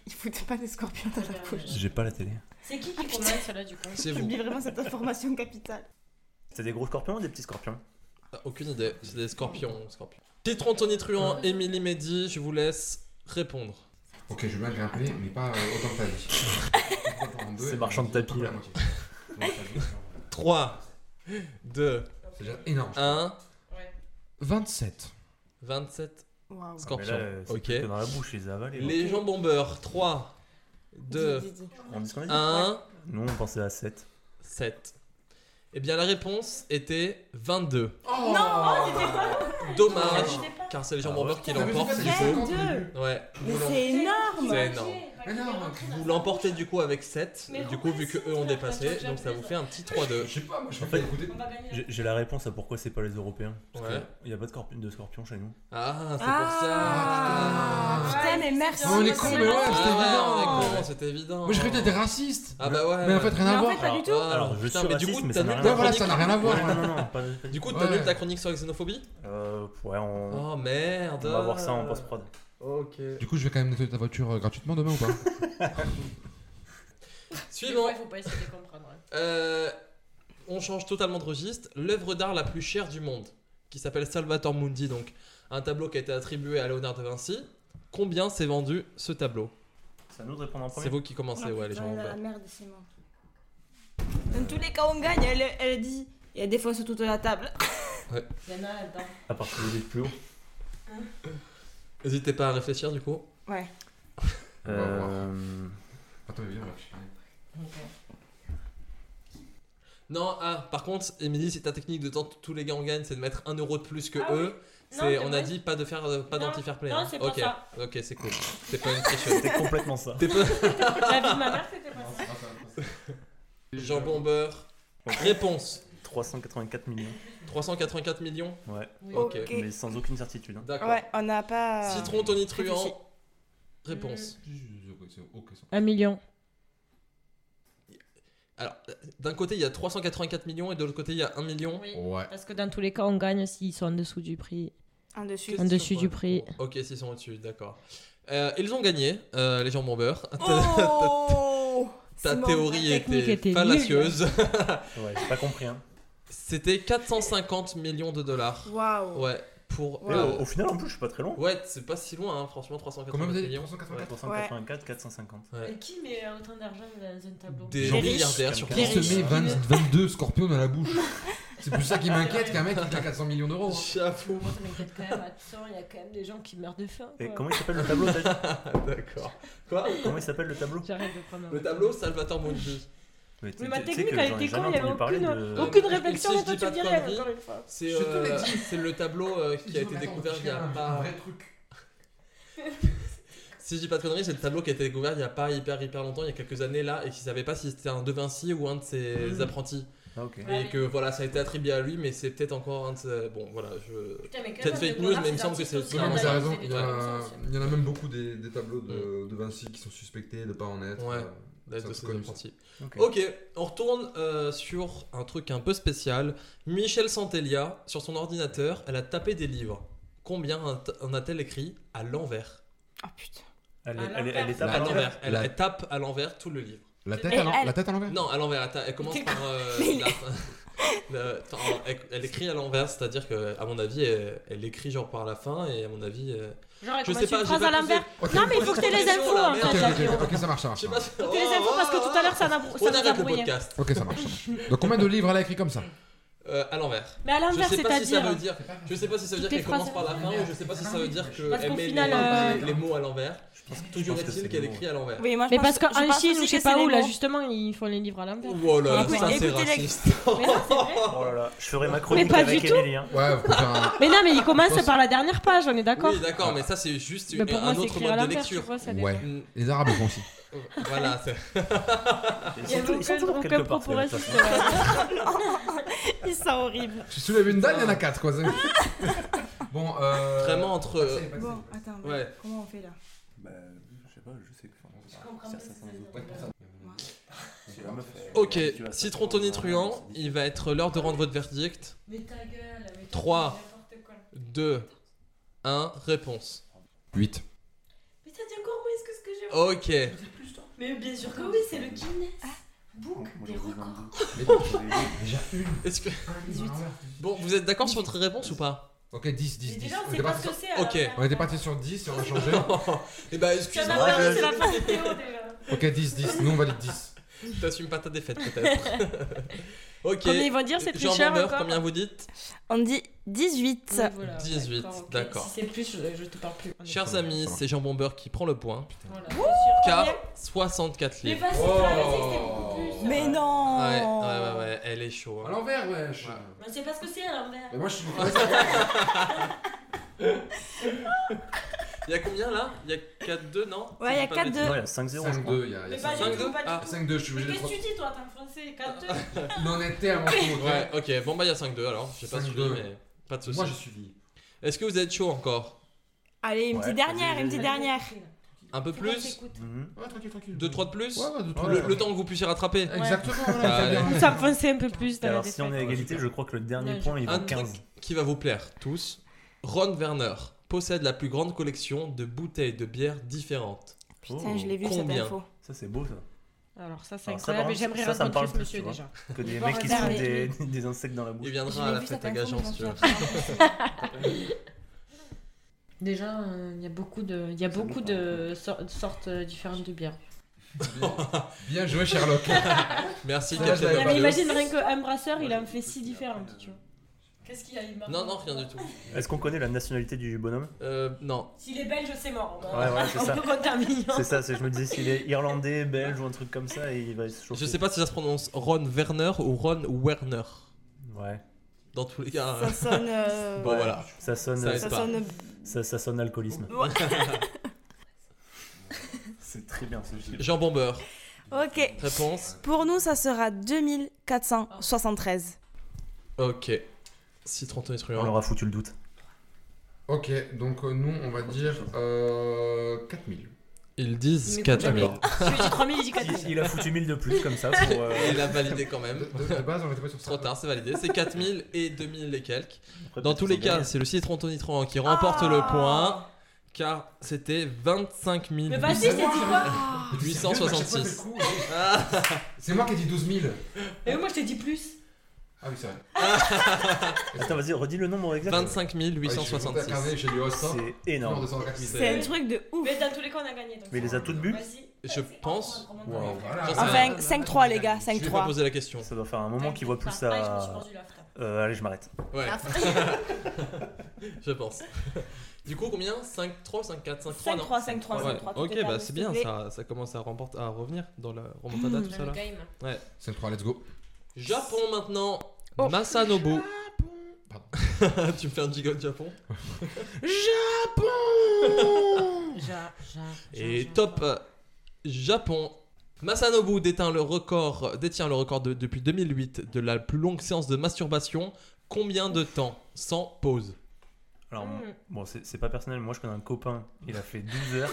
J: Il foutait pas des scorpions dans la couche.
I: J'ai pas la télé.
G: Euh, C'est qui qui commence celle-là du coup
F: C'est vous.
J: J'oublie vraiment cette information capitale.
I: C'est des gros scorpions ou des petits scorpions
F: Ah, Aucune idée, c'est des scorpions. scorpions. Citron tonitruant, Émilie Mehdi, je vous laisse répondre.
N: Ok, je vais bien grimper, mais pas euh, autant que ta vie.
I: C'est marchand de tapis là.
F: 3, 2,
N: C'est déjà énorme.
F: 1,
N: 27.
F: 27
J: Waouh.
F: scorpions.
I: Ah, mais là, c'est
F: ok.
I: plus que dans la bouche, ils les avalent, les
F: Les gens bombeurs, 3, 2,
J: Dis, dis, dis.
I: On dit ce qu'on a dit
F: 1,
I: Nous, on pensait à 7.
F: 7. Eh bien, la réponse était 22.
J: Non, c'était pas.
G: Ah,
F: Dommage,
J: Ah.
F: car c'est les gens bombeurs qui
N: Ah, mais
F: l'emportent.
N: c'est pas
J: Deux.
N: énorme, le début.
F: Ouais.
J: Mais c'est énorme.
F: C'est énorme.
N: Mais non,
F: Vous l'emportez du coup avec 7,
G: Mais
F: du coup vu que eux ont dépassé,
G: Jean-Pierre
F: donc ça vous fait un petit
N: je
F: 3-2.
N: sais pas, moi je vais
I: En fait,
N: pas écouter.
G: On va gagner.
I: J'ai j'ai la réponse à pourquoi c'est pas les Européens. Parce
F: Ouais.
I: qu'il n'y a pas de, scorp- de scorpions chez nous.
F: Ah, c'est pour ça
J: Ah, putain, mais merci.
N: Non, on est con, mais ouais,
F: Ah
N: c'était
F: ouais,
N: évident.
F: on est con, c'était évident.
N: Moi je croyais que t'étais raciste.
F: Ah bah ouais.
N: Mais en fait, rien à
J: Mais en
N: voir.
J: fait, pas du tout.
F: Ah,
I: Alors, je
F: putain,
I: suis
F: mais du
I: raciste,
F: coup,
I: mais
F: t'as nul
I: ça n'a
F: ta
I: rien
N: Ouais, voilà,
F: chronique-
N: ça n'a rien à voir.
I: non, non, non, pas, pas
F: Du coup,
N: Ouais.
F: t'as nul ta chronique sur la xénophobie
I: Euh, ouais, on,
F: Oh merde
I: on va voir ça en post-prod.
F: Ok.
N: Du coup, je vais quand même nettoyer ta voiture euh, gratuitement demain ou pas
G: Des
F: Suivant.
G: fois, il faut pas essayer de comprendre. hein.
F: Euh, on change totalement de registre. L'œuvre d'art la plus chère du monde, qui s'appelle Salvator Mundi, donc un tableau qui a été attribué à Léonard de Vinci. Combien s'est vendu ce tableau
I: C'est à nous de répondre en
F: C'est
I: premier.
F: vous qui commencez,
G: Oh,
F: ouais, les gens.
J: La
F: bah.
J: merde, Simon. Dans tous les cas, on gagne. Elle, elle dit. Et elle défonce toute la table.
G: Il y en a là-dedans.
I: À part si vous êtes plus haut.
F: N'hésitez pas à réfléchir, du coup.
J: Ouais.
N: On va voir.
I: Euh,
N: Attends, mais viens, on va
F: Non, ah, par contre, Émilie, c'est ta technique de temps tous les gars en gagnent, c'est de mettre un euro de plus que
G: Ah
F: eux.
G: Non,
F: C'est-
G: c'est
F: on a
G: vrai.
F: dit pas de faire, euh, pas
G: Non,
F: d'anti-fair play.
G: non,
F: hein.
G: c'est pas
F: ok,
G: ça.
F: ok, c'est cool. T'es pas une tricheuse.
I: C'est complètement ça.
F: T'es pas
G: La vie de ma mère, c'était pas ça.
F: Jean Bombeur. Réponse
I: 384 millions.
F: 384 millions.
I: Ouais,
F: Ok.
J: Ok.
I: mais sans aucune certitude. hein.
F: D'accord.
J: Ouais, on n'a pas.
G: Ah.
F: Citron
J: Réfléchis.
F: tonitruant.
G: Hmm.
F: Réponse.
N: C'est ok ça.
G: Un million.
F: Alors, euh, d'un côté, il y a 384 millions et de l'autre côté, il y a 1 million.
G: Oui.
N: Ouais.
G: Parce que dans tous les cas, on gagne s'ils sont en dessous du prix.
J: Un dessus.
G: En dessus du prix.
F: Ok, s'ils sont au-dessus, d'accord. Euh, ils ont gagné, euh, les gens bombeurs.
J: Oh
F: Ta
G: Simon,
F: théorie
G: ta technique
F: était,
G: était nulle.
F: fallacieuse.
I: Ouais, j'ai pas compris. hein.
F: C'était 450 millions de dollars.
J: Waouh.
F: Ouais, pour.
I: Ouais,
F: euh,
I: au, au final, en plus, je suis pas très loin.
F: Ouais, c'est pas si loin, hein, franchement, 380
I: Combien vous avez dit
F: millions.
I: 384, 450.
G: Et qui met euh, autant d'argent dans un tableau
F: Des
G: Les riches.
F: milliardaires sur
G: Les
H: Qui
G: riches.
H: se met 20 22 scorpions dans la bouche C'est plus ça qui m'inquiète qu'un mec qui a 400 millions d'euros. hein.
F: Chapeau.
G: Moi, ça m'inquiète quand même. Attends, il y a quand même des gens qui meurent de faim.
I: Et
G: quoi.
I: comment il s'appelle le tableau t'as dit
F: Ah, D'accord. Quoi
I: Comment il s'appelle le tableau
G: J'arrête de prendre un
F: Le tableau Salvatore Mundi.
I: Mais,
G: Mais ma technique, elle était con, il n'y avait aucune,
F: Et
G: aucune
F: si
G: réflexion,
F: je
G: mais toi
F: dis
G: tu
F: pas de
G: dis rien,
F: conneries,
G: encore une fois.
F: C'est
G: Je te
F: euh,
G: l'ai dit.
F: c'est le tableau euh, qui
G: Ils
F: a
G: ont
F: été
G: raison,
F: découvert il y a
G: putain,
F: pas.
G: un
F: Si je dis pas de conneries, c'est le tableau qui a été découvert il y a pas hyper hyper longtemps, il y a quelques années là, et qui savait pas si c'était un De Vinci ou un de ses
I: Mhm.
F: apprentis.
I: Ah, ok.
F: Et que voilà, ça a été attribué à lui, mais c'est peut-être encore un de ses. Bon, voilà, je.
G: Putain, mais quand
F: Peut-être
G: même,
F: fake
G: on
F: news,
G: a
F: mais il me
G: ces
F: semble que c'est
G: articles
F: aussi.
H: Non,
F: un-
H: mais t'as raison, il y, en
F: Ouais.
H: a, il y en a même beaucoup des, des tableaux de, de Vinci qui sont suspectés de pas en être.
F: Ouais,
H: Euh, c'est
F: d'être
H: un
F: de
H: peu
F: ses
H: connu,
F: apprentis.
H: ça.
F: Ok, on retourne euh, sur un truc un peu spécial. Michel Santelia, sur son ordinateur, elle a tapé des livres. Combien en t- en a-t-elle écrit à l'envers
J: Oh,
I: Elle,
G: Ah,
F: À
I: elle- elle-
F: l'envers.
I: elle les tape
F: À
I: à
F: l'envers.
I: l'envers.
F: Elle, elle tape à l'envers tout le livre.
H: La tête à l'en- Elle- la tête à l'envers
F: Non, à l'envers. Elle, ta- elle commence
H: Mais
F: par. euh, la- le- attends, elle, elle écrit à l'envers, c'est-à-dire que, à mon avis, elle, elle écrit genre par la fin, et à mon avis. euh,
G: Genre, elle
F: je
G: commence
F: sais pas,
G: une
F: j'ai
G: phrase
F: pas
G: à l'envers.
F: posé-
G: Non, mais il faut que t'aies les infos, en
F: merde.
G: fait, Jacques.
H: Ok, ok, ça marche, ça marche.
G: Faut que les infos parce que tout à l'heure ça n'a-
F: On
G: ça nous a
F: arrête le
G: brouillé.
F: podcast.
H: Ok, ça marche. ça marche. Donc combien de livres elle a écrit comme ça
F: Euh, à l'envers.
G: Mais à l'envers,
F: Je sais pas si ça
G: c'est-à-dire-
F: veut dire. Je sais pas si ça veut dire
G: Toutes
F: qu'elle
G: les phrases
F: commence par la fin ou je sais pas si ça veut dire
G: Parce
F: qu'elle
G: qu'au
F: met les,
G: final, euh,
F: les- les mots à l'envers. Toujours
I: pense que c'est
F: est-il
I: les
F: qu'elle
I: mots.
F: écrit à l'envers.
J: Oui, moi, je
G: Mais
J: pense-
G: parce
J: je
G: qu'en
J: pense
G: Chine ou
J: aussi
G: je sais
J: que c'est
G: pas où,
J: les
G: là,
J: mots.
G: justement, ils font les livres à l'envers.
F: Oh là là, ça c'est
J: écoutez les-
F: raciste.
G: Mais non, c'est vrai.
I: Oh là là, je ferai ma
G: Mais
I: chronique
G: pas
I: avec
G: du tout.
I: Emily. Hein.
H: Ouais,
G: Mais non, mais il commence par la dernière page, on est d'accord
F: Oui, d'accord, mais ça c'est juste
G: Mais pour
F: un
G: moi, c'est
F: autre
G: écrire à
F: mode de
G: l'envers, tu
F: lecture.
G: vois, ça
H: Ouais.
F: Mm,
H: Les Arabes le font aussi.
F: Voilà, c'est.
I: Ils
G: Il y
I: sont
G: a
I: tous- ils sont
G: aucun-
I: toujours
G: aucun
I: quelque part.
G: propos
I: ces
G: raciste.
I: personnes.
J: Ils sont horribles.
H: Tu soulèves une dalle, il y en a 4 quoi. c'est- bon, euh.
F: Vraiment entre.
I: Bah,
J: Bon, attends, mais
F: Ouais.
J: comment on fait là
B: Bah, je sais pas, je sais que.
J: comprends
B: ça,
J: pas
B: ça,
J: ce
B: ça,
J: que
B: ça, ça, ça. Si la meuf, elle-
F: Ok,
B: tu vas-
F: citron tonitruant, il va être l'heure de rendre votre verdict.
G: Mais ta gueule, mais toi,
F: 3,
G: tu dis n'importe quoi.
F: 2, 1, réponse.
H: 8.
G: Mais t'as dit encore moins que ce que j'ai.
F: Ok.
G: Mais bien sûr que oui, c'est le Guinness. Book des records.
H: Déjà une.
F: Est-ce que. Bon, vous êtes d'accord sur votre réponse ou pas
H: Ok, 10, 10, 10.
G: déjà, on sait pas ce que c'est, alors.
F: Ok.
H: On était parti sur 10 et on a changé.
F: Et bah,
G: Tu en as
F: excuse-moi.
G: parlé,
F: je-
G: c'est la fin de Théo déjà.
H: Ok, 10, 10. Nous on valide 10.
F: T'assumes pas ta défaite peut-être. ok.
J: Combien ils vont dire, c'est
F: Jean
J: tricheur,
F: Bamber,
J: encore
F: combien vous dites
J: On dit 18.
G: Oui, voilà, ouais,
F: 18,
G: ok.
F: d'accord.
G: Si c'est plus, je, je te parle plus.
F: Chers amis, c'est Jean Bomber qui prend le point.
G: Voilà.
F: Car 64
G: Mais
F: livres.
G: vas-y,
F: Ouais,
J: Mais non
F: ouais, ouais, ouais, elle est chaud.
H: À
F: hein.
H: l'envers, wesh.
G: Mais c'est pas ce que c'est à l'envers.
H: Mais moi je suis.
F: Il y a combien là Il y a 4-2, non
J: Ouais, il y a 4-2.
I: Non, il y a 5-0. je crois.
H: 5-2, il y a.
G: Mais pas du tout, pas
F: Ah,
G: du tout.
H: 5-2, je suis
G: Mais
H: obligé de
G: qu'est-ce que
H: prendre.
G: tu dis toi, t'es un français 4
H: Il en était avant tout.
F: Ouais, ok, bon bah il y a 5-2 alors. J'ai pas
H: 5-2.
F: suivi, mais pas de soucis.
H: Moi j'ai suivi.
F: Est-ce que vous êtes chaud encore
J: Allez, une
I: Ouais,
J: petite
I: vas-y,
J: dernière, une petite dernière.
F: Un peu plus
I: Mhm.
H: Ouais, tranquille, tranquille.
F: 2-3 de plus
H: Ouais, ouais, deux, trois
F: le,
H: de plus.
F: le temps que vous puissiez rattraper.
H: Exactement,
F: Bah,
H: voilà. il fait
F: allez.
H: bien.
G: S'enfoncer un peu plus
I: Et
G: dans la
I: Alors, si on
G: défaite.
I: est à égalité, je crois que le dernier
G: Ouais,
I: point, il
F: Un
I: vaut
F: truc
I: 15.
F: qui va vous plaire tous. Ron Werner possède la plus grande collection de bouteilles de bière différentes.
I: Oh.
J: Putain, je l'ai vu cette
F: Combien
J: info.
I: Ça, c'est beau, ça.
G: Alors ça, c'est
I: Alors, ça, par
G: incroyable, mais
I: contre,
G: j'aimerais
I: ça, ça me
G: rencontrer
I: parle
G: ce
I: plus,
G: monsieur
I: tu vois.
G: déjà.
I: Que des
G: Voir
I: mecs qui se
G: Robert
I: font des,
G: avec
I: des insectes dans la bouche.
F: Il
J: Je
F: viendra
J: l'ai
F: à la
J: vu
F: fête
J: cette
F: à
J: info, mais
F: Gageance,
J: j'en
F: tu
J: suis
F: vois.
J: incapable.
G: Déjà, euh, il y a beaucoup de, il y a beaucoup de sor- sortes euh, différentes de bières.
H: Bien joué, Sherlock.
F: Merci,
H: Ça, je
F: Captain
H: l'avais
G: Non,
H: pas
G: mais
H: vu.
F: Obvious.
G: imagine rien qu'un brasseur, il en fait six différentes, tu vois. Qu'est-ce qu'il y a il marque
F: Non, non, rien du tout.
I: Est-ce qu'on connaît la nationalité du bonhomme
F: Euh, non.
G: S'il est belge, c'est mort. on va-
I: Ouais, voilà, c'est
G: on
I: ça.
G: peut compter un million.
I: C'est ça, c'est- je me disais s'il est irlandais, belge ou un truc comme ça, et il va se chauffer.
F: Je sais pas si ça se prononce Ron Werner ou Ron Werner.
I: Ouais.
F: Dans tous les cas.
J: Ça
F: euh,
J: sonne. euh,
F: Bon voilà.
I: Ça sonne,
F: Ça
I: ça,
F: aide
J: Ça
F: pas.
J: sonne.
I: ça sonne alcoolisme.
J: Ouais.
I: C'est très bien ce jeu.
F: Jean Bomber,
J: Ok.
F: réponse.
J: Pour nous, ça sera 2473.
F: Ok. Citron Tony
I: On
F: Truant.
I: leur a foutu le doute.
H: Ok, donc euh, nous on va dire euh, 4000.
F: Ils disent
G: Mais
F: 4000.
G: pourquoi Je lui dis 3000, il dit 4000.
I: Il, il a foutu 1000 de plus comme ça pour. euh,
F: Et il a validé quand
H: De,
F: même.
H: de- de base, on était pas sur ça.
F: Trop tard, c'est validé. C'est 4000 et 2000 et quelques.
I: après,
F: Dans
I: peut-être
F: tous
I: qu'ils
F: les
I: ont
F: cas,
I: gagné.
F: c'est le citron Tony Truant qui remporte le point. car c'était 25 000.
G: Le bassiste, il dit quoi
F: Ah, 866.
H: Ah. C'est moi qui ai dit 12 000.
G: Et moi, je t'ai dit plus.
H: Ah oui, c'est vrai.
I: Attends, vas-y, redis le nombre exact.
F: 25
I: Ah,
F: 866.
H: hein.
I: C'est énorme.
J: C'est un truc de ouf.
G: Mais dans tous les cas, on a gagné. donc
I: Mais il les a toutes bues
F: Je pense.
J: Enfin, 5-3, les gars,
F: Je vais pas
J: 5-3.
F: poser la question.
I: Ça doit faire un moment qu'il voit plus
G: Ah, je me suis
I: ça.
G: mordu la frappe.
I: Euh, allez, je m'arrête.
F: Ouais.
G: La
F: Je pense. Du coup, combien 5, 3, 5, 4, 5, 3
J: 5-3, 5-3, 5-3, tout
F: Ok,
J: est permis,
F: bah c'est
J: s'il te
F: bien,
J: plaît.
F: ça, ça commence à, remporter, à revenir dans la remontada,
J: Mmh.
F: tout
J: Dans
F: ça
J: le
F: là.
J: game.
F: Ouais.
H: C'est le 3, let's go.
F: Japon maintenant
H: Oh.
F: Masanobu. tu me fais un jiggle Japon
G: Ja- ja-
F: Et top euh, Japon. Masanobu détient le record, détient le record de- depuis 2008 de la plus longue séance de masturbation. Combien de temps sans pause
I: Alors,
G: Mm. Hmm,
I: bon, c'est c'est pas personnel, moi je connais un copain, il a fait 12 heures.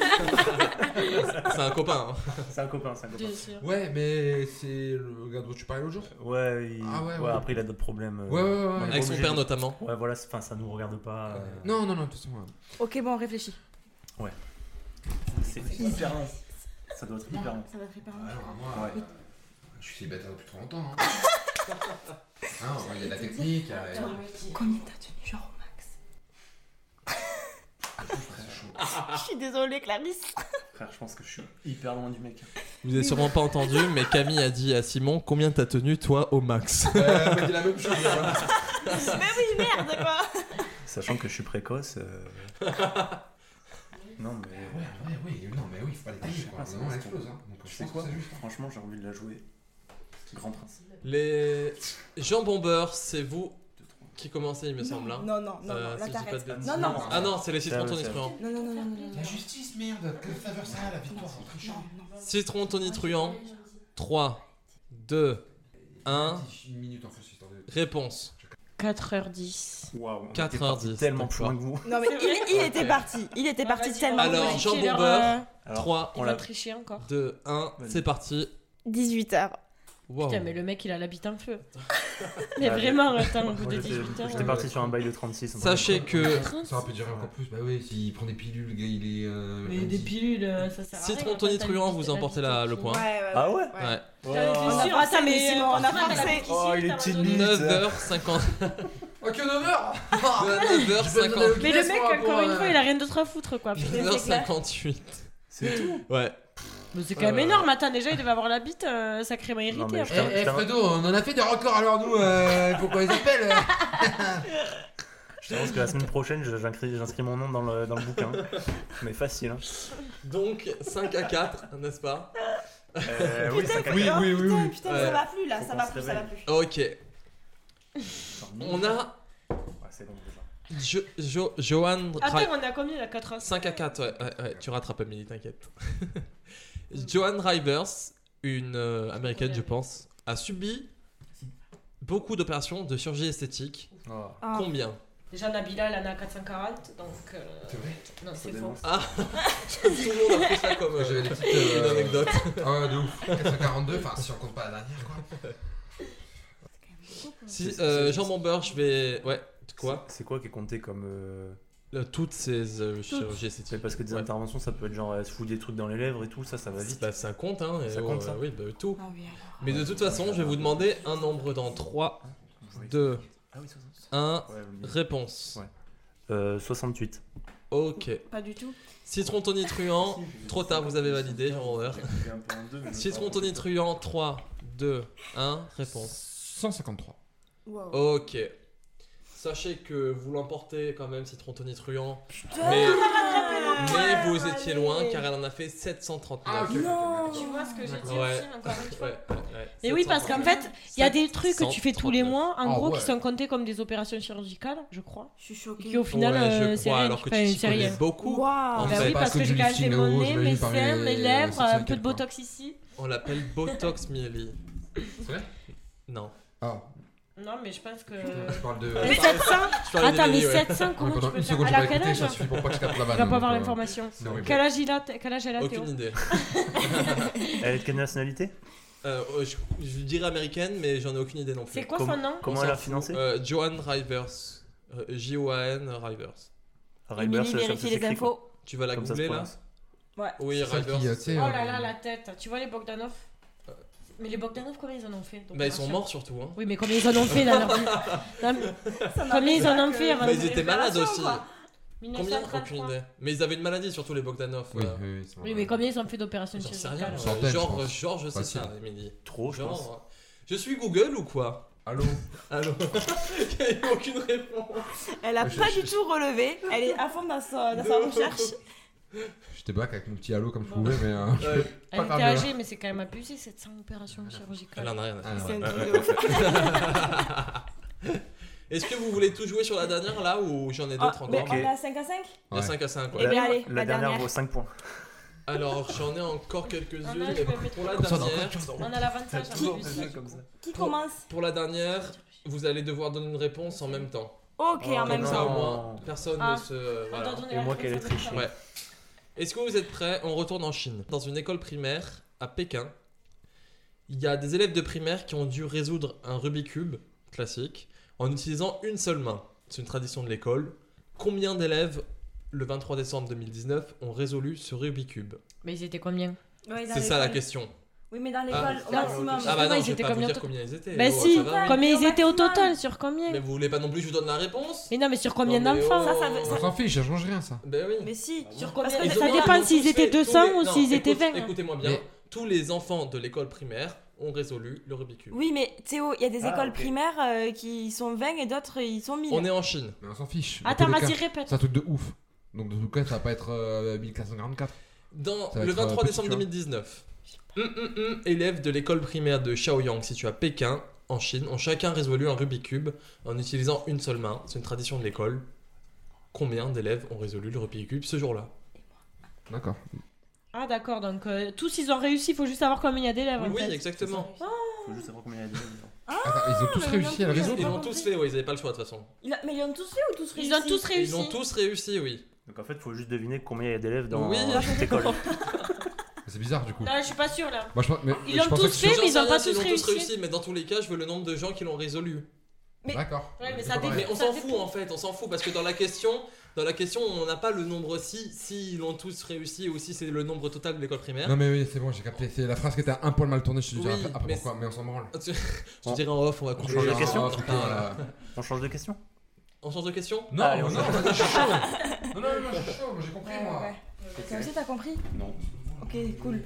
F: C'est un copain. hein,
I: C'est un copain, c'est un copain.
H: Ouais, mais c'est le gars dont tu parlais l'autre jour
I: Euh, Ouais, il-
H: Ah ouais,
I: ouais,
H: ouais.
I: après il a d'autres problèmes. euh,
H: Ouais, ouais, ouais,
I: on
H: ouais.
I: est
F: Avec
I: pas
F: son
I: obligé
F: père,
I: de-
F: notamment.
I: Ouais, voilà, c'est- enfin, ça nous regarde pas. euh,
H: Non, non, non, de toute façon. ouais.
J: Ok, bon, on réfléchit.
I: Ouais. C'est hyper long. Ça doit être hyper long.
J: Ça va très bien.
H: Ah, Alors, moi,
I: Ouais.
H: je suis célibataire depuis trop longtemps. Hein. Hein, ouais, il y a de la technique. euh, il y a-
J: Combien t'as tenu, genre au max
F: Ah.
J: Je suis désolée, Clarisse.
I: Frère, je pense que je suis hyper loin du mec.
F: Vous avez sûrement pas entendu, mais Camille a dit à Simon Combien t'as tenu toi au max
H: Euh, elle m'a dit la même chose. voilà.
J: Mais oui, merde, quoi
I: Sachant que je suis précoce. euh, non, mais.
H: Ouais, ouais, ouais, non, mais oui, il faut pas les
I: Je
H: payer,
I: sais
H: quoi.
I: pas, c'est
H: Sinon, elle
I: parce
H: explose.
I: qu'on-
H: Hein. Donc,
I: Tu
H: je
I: sais
H: pense
I: quoi
H: que c'est juste.
I: Franchement, j'ai envie de la jouer. Grand prince.
F: Les Jean Bomber, c'est vous qui commencez, il me semble. hein.
J: non, non, non,
F: Euh,
J: là,
F: si je dis pas
J: t'arrêtes.
F: de bêtises.
J: Non, non.
F: Ah non, c'est les citrons
I: Ça,
F: ton
I: ça.
F: truand.
J: Non, non, non, non, non, non.
H: La justice, merde. Quelle faveur ça a, la victoire contre Jean
F: Citron tonitruant. 3, 2, 1.
H: Une minute en plus, histoire de.
F: Réponse
G: 4h10.
I: Waouh.
F: 4h10.
I: Tellement
F: donc
I: plus loin
F: pas.
I: que vous.
J: Non, mais il, il était parti. Il était
G: Ouais,
J: parti
G: vas-y,
J: tellement.
G: on va
F: Alors,
G: tricher
F: Jean
G: leur,
F: Bomber,
G: euh,
F: 3,
G: Ils
F: on
G: vont
F: l'a.
G: tricher encore.
F: 2, 1,
I: Vas-y.
F: c'est parti.
J: 18h.
F: Wow.
G: Putain, mais le mec, il a la bite en feu. mais vraiment, attends, au bout
I: Ah, Moi,
G: de
I: j'étais-
G: 18
I: J'étais
G: h
I: parti sur un bail de 36. ça me
F: Sachez que
H: Ça aurait pu durer encore plus. Bah oui, s'il prend des pilules, le gars, il est. euh,
G: Mais
H: comme
G: des
H: dit.
G: pilules, euh, ça sert à rien.
F: Citron
G: quand t'as
F: tonitruant,
G: une bite-
F: vous emportez la-
G: bite
F: le
G: qui-
F: point.
J: Ouais, ouais.
I: Ah ouais
F: Ouais.
G: Putain,
J: Ah,
G: t'es sûr,
J: attends, mais
G: c'est-
J: Simon, on a
G: franchement, t'as la
J: forcé.
G: bite ici,
I: Oh, il est
G: t'as
I: petite
G: abandonné.
I: bite.
F: 9h50.
H: Ok, 9h
G: Mais le mec, encore une fois, il a rien d'autre à foutre, quoi. Ah, Putain, c'est clair.
F: 9h58.
I: C'est tout.
F: Ouais.
G: Mais c'est quand même
F: Euh,
G: énorme. Attends, déjà, il devait avoir la bite euh, sacrément
I: Non,
G: irritée.
I: mais
G: après.
I: putain,
H: Eh, eh,
I: putain.
H: Fredo, on en a fait des records alors nous, euh, faut qu'on les appelle.
I: Ah Je t'annonce que la semaine prochaine, je- j'inscris j'inscris mon nom dans le, dans le bouquin. Mais facile. Hein.
F: Donc 5 à 4, n'est-ce pas
I: Euh, oui, ça
J: oui, oui, oui. Ah, Putain, putain,
F: Ouais.
J: ça va plus, là.
I: Faut
J: Ça
I: qu'on
J: va
I: se
J: plus, ça va
I: réveille.
J: plus.
F: Ok. On a
I: Ouais, c'est bon déjà.
F: jo Jo- Johan
G: Attends, on a combien là 4
F: 5 à 4, ouais, ouais, ouais, tu rattrapes Amélie, t'inquiète. Joan Rivers, une euh, américaine je pense, a subi beaucoup d'opérations de chirurgie esthétique.
H: Oh.
J: Ah.
F: Combien
G: Déjà, Nabila, elle en a 440, donc. euh, Non, c'est faux.
F: Tout le monde a fait ça comme euh,
H: J'avais des petites.
F: une
H: euh,
F: anecdote.
H: Ah ouais, de ouf. 442, enfin, si on compte pas la dernière, quoi.
F: Si, euh, Jean Bomber, je vais... Ouais, quoi
I: C'est quoi qui est compté comme. euh,
F: Euh, Toutes ces euh, chirurgies esthétiques.
I: C'est parce que des
F: Ouais.
I: interventions, ça peut être genre elle se fout des trucs dans les lèvres et tout, ça, ça va vite.
F: Bah, ça compte, hein. et
I: Ça compte, ça
F: Oui, bah, tout.
J: Ah oui,
F: Mais de toute façon, je vais vous demander un nombre dans 3, 2,
I: Ah oui, 68.
F: 1.
I: Ouais, oui.
F: Réponse.
I: Ouais. Euh, 68.
F: Ok.
J: pas du tout.
F: Citron tonitruant, trop tard, vous avez validé, Jean Bomber. Citron tonitruant, 3, 2, 1. Réponse.
H: 153.
J: Wow.
F: Ok. Sachez que vous l'emportez quand même, Citron tonitruant.
J: Putain,
F: Mais-
J: on
G: Ah,
J: a rattrapé le point.
F: Mais vous étiez loin
J: Allez.
F: car elle en a fait 739.
H: Ah, ok.
J: Non.
G: Tu vois ce que j'ai dit
F: Ouais.
G: aussi, encore une fois.
F: Ouais, ouais, ouais.
G: Ah. Et oui, parce qu'en
F: 739.
G: fait, il y a des trucs que tu fais tous les
F: 739.
G: mois, en
H: Ah
G: gros,
H: ouais.
G: qui sont comptés comme des opérations chirurgicales, je crois.
J: Je suis
G: Et
J: choquée.
G: qui au final,
F: Ouais, je
G: euh, c'est
F: crois,
G: rien.
F: alors que
G: Enfin,
F: tu t'y
G: c'est
F: connais
G: rien.
F: beaucoup.
J: Waouh.
F: En
G: Bah
F: fait,
G: oui,
F: parce
G: parce
H: que
G: que j'ai
H: du
G: quand même fait
H: lifting à
G: mon
H: haut,
G: nez,
H: j'imagine,
G: mes
H: parmi
G: seins,
H: les-
G: mes
H: les
G: lèvres, un peu de
H: sociétales, quoi.
G: botox ici.
F: On l'appelle Botox Mieli.
H: C'est vrai
F: Non.
H: Ah,
G: Non, mais je pense que.
H: je parle de.
G: Mais 700
F: Je parlais
G: Attends, mais
F: d'Emilie, ouais. Ah,
G: 700,
H: Ouais,
G: comment tu
H: pendant
G: peux
H: une
G: faire
H: seconde,
G: À
H: j'ai pas
G: la quelle
H: écouté,
G: âge
H: ça suffit pour pas que je tape la
G: Tu
H: balle.
G: vas pas
H: donc,
G: avoir
H: euh,
G: l'information.
H: c'est horrible.
G: Quel âge il a t- Quel âge elle a Théo
F: Aucune idée.
I: Elle est de quelle nationalité
F: Euh, euh, je, je dirais américaine, mais j'en ai aucune idée non plus.
G: C'est quoi
I: Comment-
G: son nom
I: Comment
F: On
I: elle a
F: s'en fout.
I: financé
F: euh, Joan Rivers. Euh, J-O-A-N Rivers.
I: Ray
J: Émilie,
I: Burst, ça me
J: vérifie les
I: s'écrit, quoi.
J: infos.
F: Tu vas la
E: Comme ça se
F: googler là
E: prononce.
G: Ouais.
F: Oui,
H: Celle
F: Rider.
H: qui, euh, tu
F: c'est-
H: sais,
G: Oh
H: euh,
G: là là, la tête. Tu vois les Bogdanov Mais les Bogdanov, combien ils en ont fait donc,
F: Euh. Bah, ils sont
G: rassure.
F: morts surtout. Hein.
G: Oui, mais combien ils en ont fait dans leur vie Non, mais- Combien ils en ont fait avant
F: Bah,
G: de-
F: ils étaient malades aussi. Combien
G: 1933.
F: Aucune idée. Mais ils avaient une maladie, surtout les Bogdanov.
H: Oui,
F: euh,
H: oui, oui, c'est vrai.
G: Oui, mais combien ils ont fait d'opérations
F: J'en sais rien.
G: chirurgicales
F: euh,
H: Centaines, je
F: genre,
H: pense.
F: genre, je sais
H: Facile.
F: ça, Émilie.
I: Trop, je
F: Genre,
I: pense.
F: euh, Je suis Google ou quoi
H: Allô
F: Allô Il n'y a eu aucune réponse.
J: Elle a
H: Je-
J: pas
H: je-
J: du tout relevé. Elle est à fond dans sa, dans sa recherche.
H: J'étais back avec mon petit halo comme je pouvais, mais. euh, je
F: Ouais.
H: peux
G: Elle
H: pas
G: était
H: grave.
G: âgée, mais c'est quand même abusé, 700 opérations chirurgicales.
F: Elle en a
H: Ah,
F: rien à faire.
J: C'est un
F: Ouais.
J: truc de ouf.
F: Est-ce que vous voulez tout jouer sur la dernière là ou j'en ai d'autres
J: Ah, mais
F: encore
J: on est à 5 à 5
F: Il y a 5 à 5.
J: Eh
F: Ouais.
J: bien, allez,
B: La dernière vaut 5 points.
F: Alors j'en ai encore quelques-unes.
G: Ah, je
F: mais
G: vais mettre-
F: Pour la
H: Comme ça, dans
F: dernière,
G: On a l'avantage en
F: Toujours
G: plus.
J: Qui
F: Pour-
J: commence
F: pour la dernière, vous allez devoir donner une réponse en même temps.
J: Ok, en même
F: Comme ça,
J: temps.
F: au moins, personne
G: Ah.
F: ne se.
G: On
F: voilà.
G: doit donner
I: Et
G: la
I: moi
G: réponse
I: qu'elle est
G: en même temps.
I: trichée.
F: Ouais. Est-ce que vous êtes prêts On retourne en Chine. Dans une école primaire à Pékin, il y a des élèves de primaire qui ont dû résoudre un Rubik's Cube classique en utilisant une seule main. C'est une tradition de l'école. Combien d'élèves, le 23 décembre 2019, ont résolu ce Rubik's Cube
G: Mais Ah, ils étaient combien
J: Ouais, dans
F: C'est ça la
J: l'école.
F: question.
J: Oui, mais dans l'école,
F: Ah,
J: au maximum.
F: Ah bah
G: Justement,
F: non,
G: ils
F: je vais
G: étaient
F: pas vous
G: combien
F: dire
G: au
F: combien ils étaient.
G: Bah
F: Oh,
G: si,
F: ça va, oui.
G: combien
J: Mais
G: ils
J: au
G: étaient au
J: maximum.
G: total Sur combien
F: Mais vous voulez pas non plus que je vous donne la réponse
G: Mais non, mais sur combien
F: Non, mais
G: d'enfants
F: oh.
J: Ça, ça veut- ça-
H: On s'en fiche, ça change rien ça.
F: Ben oui.
J: Mais si,
G: Sur
J: parce
G: combien
J: que
G: Ils
J: ça
G: ont-
J: dépend.
G: dépend s'ils étaient 200 ou
F: non,
G: s'ils étaient
F: écoute-
G: 20.
F: Écoutez-moi bien,
H: Mais-
F: tous les enfants de l'école primaire ont résolu le Rubik's Cube.
J: Oui, mais Théo, il y a des
I: Ah,
J: écoles
I: ok.
J: primaires euh, qui sont 20 et d'autres ils sont 1000.
F: On est en Chine.
H: Mais on s'en fiche. Dans
G: Attends,
H: tous les cas,
G: vas-y, Ah, répète.
H: C'est un truc de ouf. Donc, dans tout cas, ça va pas être euh, 1444.
F: Dans
H: Ça va
F: le
H: être, euh,
F: 23
H: petit,
F: décembre
H: tu vois.
F: 2019, hum, hum, hum, élèves de l'école primaire de Shaoyang située à Pékin, en Chine, ont chacun résolu un Rubik's Cube en utilisant une seule main. C'est une tradition de l'école. Combien d'élèves ont résolu le Rubik's Cube ce jour-là
H: D'accord.
G: Ah d'accord, donc euh, tous ils ont réussi, il faut juste savoir combien il y a d'élèves. en
F: Oui,
G: fait.
F: exactement.
B: Faut juste savoir combien il y a de gens.
G: Ah,
H: Attends, ils ont tous
J: mais
H: réussi à
J: non,
H: le
F: Ils,
J: Ils
H: résoudre.
J: pas
F: l'ont tous
J: compris.
F: fait, oui, ils n'avaient pas le choix de toute façon.
J: Il a- Mais ils ont tous fait ou tous réussi
G: Ils ont tous
F: Ils
G: réussi.
F: l'ont tous réussi, oui.
I: Donc en fait, faut juste deviner combien il y a d'élèves dans
F: Oui.
I: cette école.
H: C'est bizarre du coup.
G: Non, je suis pas sûre là.
H: Moi, je pense, mais,
G: Ils
H: je
G: l'ont
H: pensais
G: tous
H: que
G: fait,
H: sur-
G: mais ils
F: sais
G: ont pas
F: rien s'ils
G: tous
F: l'ont
G: réussi.
F: mais dans tous les cas, je veux le nombre de gens qui l'ont résolu.
J: Mais-
H: D'accord.
G: Ouais, mais
H: C'est
G: ça
H: pas pareil.
F: Mais on
G: Ça
F: s'en
G: dépend.
F: fout en fait, on s'en fout parce que dans la question, dans la question, on n'a pas le nombre si, si ils l'ont tous réussi ou si c'est le nombre total de l'école primaire.
H: Non, mais oui, c'est bon, j'ai capté. C'est la phrase qui était un poil mal tournée. Je te
F: Oui,
H: dirais après
F: mais
H: pourquoi, mais on s'en branle.
F: Tu- Je
I: On-
F: te dirais en off, on va
I: on
F: couper
I: change de
H: Ah,
I: question
H: ah, putain, là.
I: On change de question
F: On change de question
H: Non,
I: Allez, on
H: non,
I: change.
H: vas-y, je suis chaud. Non, non, non, je suis chaud, moi, j'ai compris,
J: Ouais,
H: moi.
J: ouais. Toi aussi, t'as compris
B: Non.
J: Ok, cool.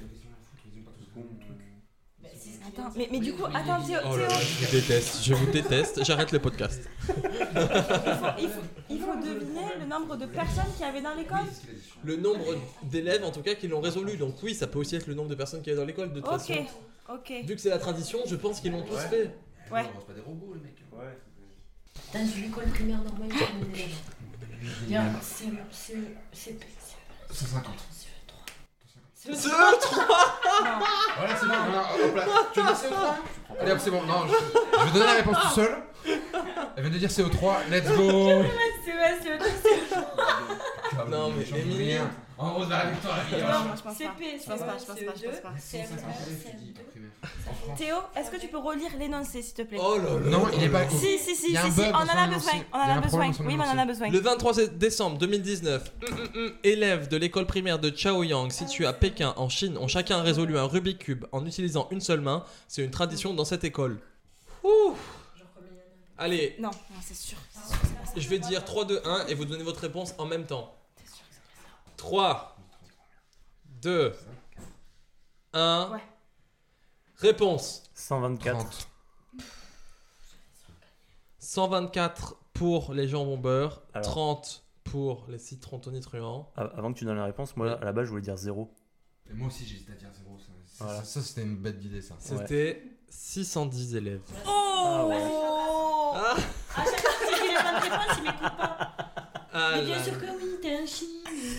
J: Attends, mais, mais du coup, attends, Théo,
F: Oh
J: Théo,
F: là là, je vous déteste, je vous déteste, j'arrête le podcast.
J: il, faut, il faut deviner le nombre de personnes qu'il y avait dans l'école.
F: Le nombre d'élèves en tout cas qui l'ont résolu, donc oui, ça peut aussi être le nombre de personnes qu'il y a dans l'école de toute
J: Ok,
F: façon.
J: ok.
F: Vu que c'est la tradition, je pense qu'ils l'ont tous fait.
J: Ouais.
H: C'est pas des robots, les mecs.
M: Dans une école primaire normale, il y a combien d'élèves Il y a c'est c'est c'est c'est-
H: 150.
F: Ce
H: Voilà, c'est bon, voilà, hop là. Tu dis CO3 Allez hop, c'est bon, non, je, je vais donner la réponse tout seul. Elle vient de dire CO3, let's go
J: C'est vrai, c'est autre-
F: Non, mais Émilie.
H: En gros, la victoire, la
J: Non,
H: victoire.
J: moi, je pense pas. Je pense pas, je pense pas, je pense pas.
H: En France.
J: Théo, est-ce que tu peux relire l'énoncé, s'il te plaît
F: Oh là là.
H: Non, il est pas.
J: Si, si, si, si,
H: Il y a un
J: si,
H: bug
J: on en
H: dans son
J: a
H: énoncé.
J: besoin. On
H: Il y a
J: en
H: un
J: a
H: problème
J: besoin.
H: dans son
J: Oui, mais on en a
H: énoncé.
J: besoin.
F: Le 23 décembre 2019, hum, hum, hum, élèves de l'école primaire de Chaoyang située à Pékin en Chine ont chacun résolu un Rubik's Cube en utilisant une seule main. C'est une tradition dans cette école. Ouh. Allez,
J: Non, non, c'est sûr.
F: je vais dire 3, 2, 1 et vous donnez votre réponse en même temps. 3, 2, 1.
J: Ouais.
F: Réponse
I: 124.
H: 30.
F: 124 pour les jambons beurre,
I: Alors.
F: 30 pour les citrons tonitruants.
I: A- Ah, Avant que tu donnes la réponse, moi à la base, je voulais dire 0.
H: Et Moi aussi, j'hésite à dire 0. ça- ça-
I: Voilà.
H: Ça, c'était une bête d'idée, ça.
F: C'était 610 élèves.
J: Ah Oh
F: Ah.
G: À chaque fois que j'ai la bonne réponse, il m'écoute pas.
F: Ah
G: Mais bien
F: là
G: sûr
F: là.
G: que oui, t'es un chine.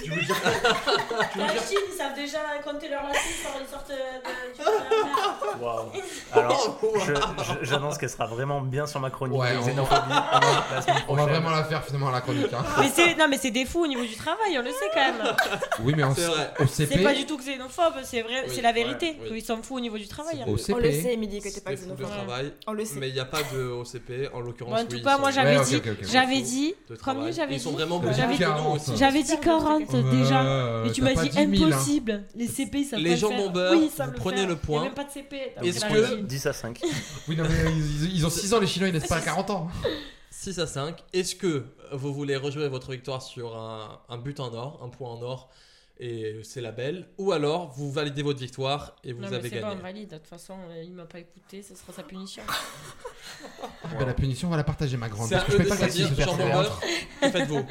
H: Tu veux dire
G: T'es un chine, ils savent déjà compter leur lacets par une sorte de... du bazar.
I: Waouh. Oh, Alors, je- je- j'annonce qu'elle sera vraiment bien sur ma chronique
H: Ouais,
I: des
H: on-
I: xénophobes la semaine
H: On va
I: prochaine.
H: vraiment la faire finalement à la chronique. hein.
G: Mais c'est- non mais c'est des fous au niveau du travail, on le sait quand même.
H: Oui, mais en-
F: C'est vrai.
H: au CP.
G: C'est pas du tout xénophobe, c'est vrai,
F: Oui,
G: c'est la vérité.
F: ouais, oui.
G: Ils s'en foutent au niveau du
D: hein.
G: travail.
H: Au
J: On le
H: CP.
J: sait, Midi, que t'es pas
F: C'était fou de
J: xénophobe.
F: travail,
J: On le sait.
F: mais il n'y a pas de OCP en
G: Bon,
F: l'occurrence.
G: en tout
F: oui,
G: cas,
F: ils
G: moi
F: sont-
G: j'avais
H: Ouais, ok,
G: dit,
H: ok, ok.
G: j'avais dit,
F: de travail.
G: combien j'avais
F: Ils sont
G: dit
F: vraiment
H: J'avais
F: plus
H: dit
F: que nous
H: 40.
F: aussi.
G: J'avais dit 40
H: Ouais,
D: déjà.
F: euh,
D: mais tu
F: t'as
D: m'as
F: pas
D: dit
F: 10 000, hein.
D: impossible. Les CP, ça
F: Les gens m'ont beurre,
D: oui, ça
F: vous
D: peut
F: prenez
D: faire.
F: le
D: Il y a
F: point.
D: même pas de CP. t'as
F: Est-ce
D: aucun
F: que-
D: avis.
I: 10 à 5.
F: Oui, non, mais ils,
H: ils ont 6 ans, les Chinois, ils naissent pas à 40 ans.
F: 6 à 5. Est-ce que vous voulez rejouer votre victoire sur un, un but en or, un point en or, et c'est la belle Ou alors vous validez votre victoire et vous
D: Non, mais
F: avez
D: c'est pas
F: gagné
D: invalide. De toute façon, euh, il m'a pas écouté, ce sera sa punition.
H: Bah, la punition, on va la partager, ma grande.
F: C'est
H: Parce
F: à
H: que je
F: eux
H: peux pas
F: de
H: le laisser se
F: choisir,
H: faire faire.
F: genre Bomber. Que faites-vous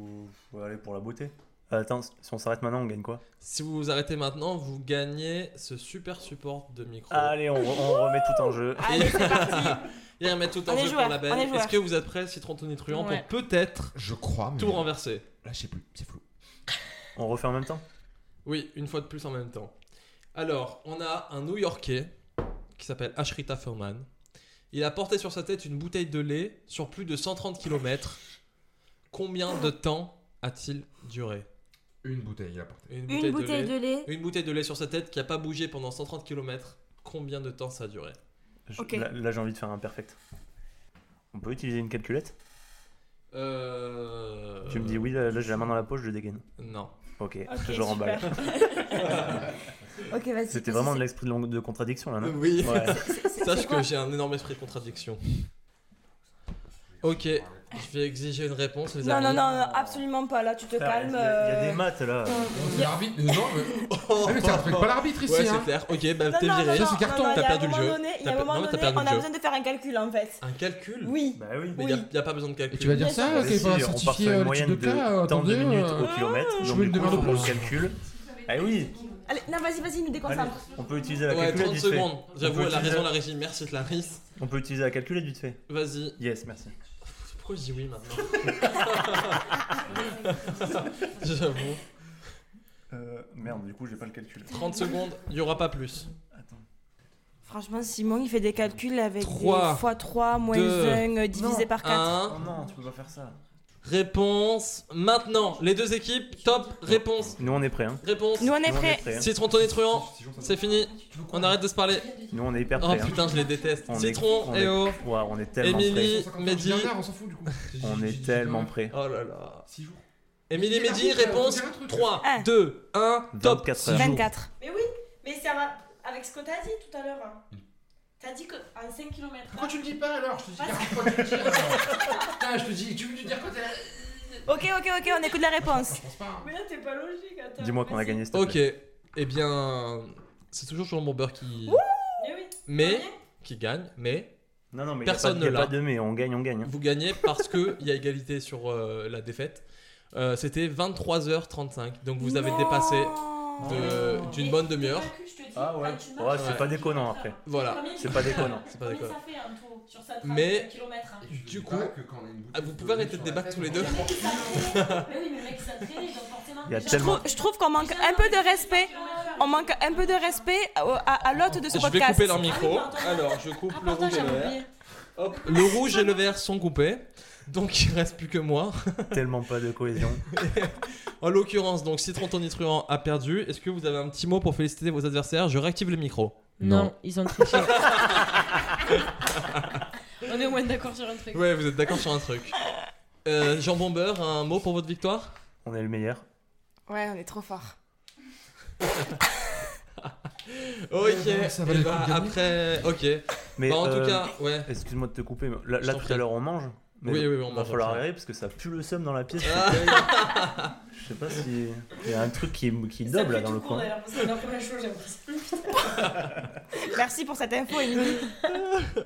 I: Ou on va aller pour la beauté. Attends, si on s'arrête maintenant, on gagne quoi
F: Si vous vous arrêtez maintenant, vous gagnez ce super support de micro.
I: Allez, on, re- on remet tout en jeu.
F: Allez, c'est parti. Et remettre tout en
I: On est
F: jeu
I: joueurs,
F: pour la
I: on est
F: belle.
I: joueurs.
F: Est-ce que vous êtes prêts, Citron Tonitruant,
I: Ouais.
F: pour peut-être
H: Je crois, mais-
F: tout renverser
H: Là, je sais plus, c'est flou.
I: On refait en même temps
F: Oui, une fois de plus en même temps. Alors, on a un New Yorkais qui s'appelle Ashrita Furman. Il a porté sur sa tête une bouteille de lait sur plus de 130 km. Combien de temps a-t-il duré
H: Une bouteille, il a porté.
F: Une
J: bouteille de lait.
F: Une bouteille de lait sur sa tête qui n'a pas bougé pendant 130 km. Combien de temps ça a duré
I: Je-
J: Ok.
I: Là, là, j'ai envie de faire un perfect. On peut utiliser une calculette
F: Euh...
I: Tu me dis oui, là, là, j'ai la main dans la poche, je dégaine.
F: Non.
I: Ok,
F: Ok,
I: je remballe.
F: super.
J: Ok, vas-y.
I: C'était
J: vas-y,
I: vraiment
J: c'est-
I: de l'esprit de long- de contradiction là, non
F: Euh, Oui.
I: Hein Ouais.
F: Sache que j'ai un énorme esprit de contradiction. Ok, je vais exiger une réponse, les
J: Non,
F: amis.
J: non, non, non, absolument pas. Là, tu te calmes. euh,
I: maths là.
J: Il y a-
H: L'arbitre, non, mais. Ah, mais c'est un truc, pas l'arbitre ici.
F: Ouais,
H: hein.
F: c'est clair. Ok, bah
J: Non,
F: t'es
J: non, non,
F: viré.
J: non, non, non,
F: T'as
J: il y a
F: perdu
J: un
F: le
J: moment
F: jeu.
J: donné- Il y
F: T'as
J: a un
F: per-
J: moment
F: non, mais t'as
J: donné,
F: perdu
J: on
F: le
J: a
F: jeu.
J: besoin de faire un calcul en fait.
F: Un calcul
J: Oui.
I: Bah oui.
F: Mais il n'y a, pas besoin de calcul.
H: Et tu vas dire ça, ok, on va certifier euh, le type de cas,
I: tant de
H: attendez.
I: minutes au
H: euh,
I: kilomètre.
H: Je
I: donc
H: veux une
I: du coup,
H: demande au
I: on
H: plus.
I: calcule. Ah oui,
J: Allez, non, vas-y, vas-y, nous
I: allez,
J: déconcentre.
I: on peut utiliser la
F: Ouais,
I: calculette
F: 30
I: vite fait.
F: secondes.
I: On
F: J'avoue,
I: peut
F: elle a
I: utiliser-
F: raison, la régie. Merci, Clarisse.
I: On peut utiliser la calculette vite fait.
F: Vas-y.
I: Yes, merci.
F: Pourquoi je dis oui maintenant J'avoue.
I: Euh, merde, du coup, j'ai pas le calcul.
F: 30 secondes, il n'y aura pas plus.
J: Franchement, Simon, il fait des calculs avec
F: Trois,
J: des fois 3, moins
F: deux,
J: 1, euh, divisé
F: non,
J: par 4.
F: un.
I: Oh non, tu peux pas faire ça.
F: Réponse maintenant. Les deux équipes, top. Réponse.
I: Nous, on est prêts. Hein.
F: Réponse.
J: Nous, on est Nous, on prêts. est prêts.
F: Citron, ton truand. C'est fini. On arrête de se parler.
I: Nous, on est hyper
F: Oh
I: prêts. hein.
F: putain, je les déteste.
I: On est-
F: Citron,
I: on est-
F: et oh.
I: Ouais, on est tellement
F: Émilie,
I: prêts.
F: Mehdi.
H: Dernière, on s'en fout du coup.
I: On est tellement prêts.
F: Oh là là.
H: 6 jours.
F: Émilie, Mehdi,
H: Ah,
F: réponse
H: c'est un truc.
F: 3, 2, 1, top.
I: 24
F: Six jours.
J: Mais oui, mais ça va avec ce que t'as dit tout à l'heure. hein.
F: Mm.
J: T'as dit qu'en 5 km.
H: Pourquoi tu le dis pas alors Je te dis, regarde, pourquoi tu le dis alors Putain, je te dis, tu veux lui dire quoi t'es là
J: Ok, ok, ok, on écoute la réponse.
D: Mais là, t'es pas logique. attends.
I: Dis-moi qu'on a gagné cette
F: Ok, eh bien, c'est toujours Jean Bomber qui.
D: Mais oui.
F: Mais. Qui gagne, mais.
I: Non, non, mais
F: personne
I: y a pas, y
F: ne
I: a
F: l'a.
I: pas de mais, on gagne, on gagne.
F: Vous gagnez parce qu'il y a égalité sur euh, la défaite. Euh, C'était 23h35, donc vous avez dépassé de- d'une bonne demi-heure.
I: Ah ouais. Ouais, c'est pas déconnant après.
F: Voilà.
I: C'est pas déconnant.
F: C'est pas déconnant.
D: fait un tour sur sa
F: Mais
D: kilomètres hein.
F: du coup, ah, vous pouvez arrêter de débattre tous les deux.
I: Il y
J: Je
I: a tellement.
J: trouve, je trouve qu'on manque un peu de respect. On manque un peu de respect au- à, à l'hôte de ce
F: Je vais
J: podcast. Ah
F: couper leur micro. Alors, je
D: Ah,
F: coupe le rouge et le vert. Hop, le rouge et le vert sont coupés. Donc, il reste plus que moi.
I: Tellement pas de cohésion.
F: En l'occurrence, donc Citron Tonitruant a perdu. Est-ce que vous avez un petit mot pour féliciter vos adversaires Je réactive le micro.
D: Non, ils ont triché. On est au moins d'accord sur un truc.
F: Ouais, vous êtes d'accord sur un truc. Euh, Jean Bomber, un mot pour votre victoire
I: On est le meilleur.
J: Ouais, on est trop fort.
F: Ok,
H: Euh, Ça va
F: eh
H: les
F: ben,
H: coups de gamin.
F: après, ok.
I: Mais
F: Bah, en
I: euh,
F: tout cas, ouais.
I: Excuse-moi de te couper. mais Là,
F: Je
I: là,
F: t'en
I: tout
F: prie.
I: à l'heure, on mange. Mais
F: Oui, oui, oui, on
I: Va
F: mange
I: falloir
F: après.
I: arrêter parce que ça pue le seum dans la pièce.
F: Ah.
I: Je sais pas si. Il y a un truc qui, qui
D: Ça
I: doble là
D: fait
I: dans
D: tout
I: le
D: court,
I: coin.
D: d'ailleurs, parce que la première chose, j'ai l'impression.
J: Merci pour cette info, Émilie.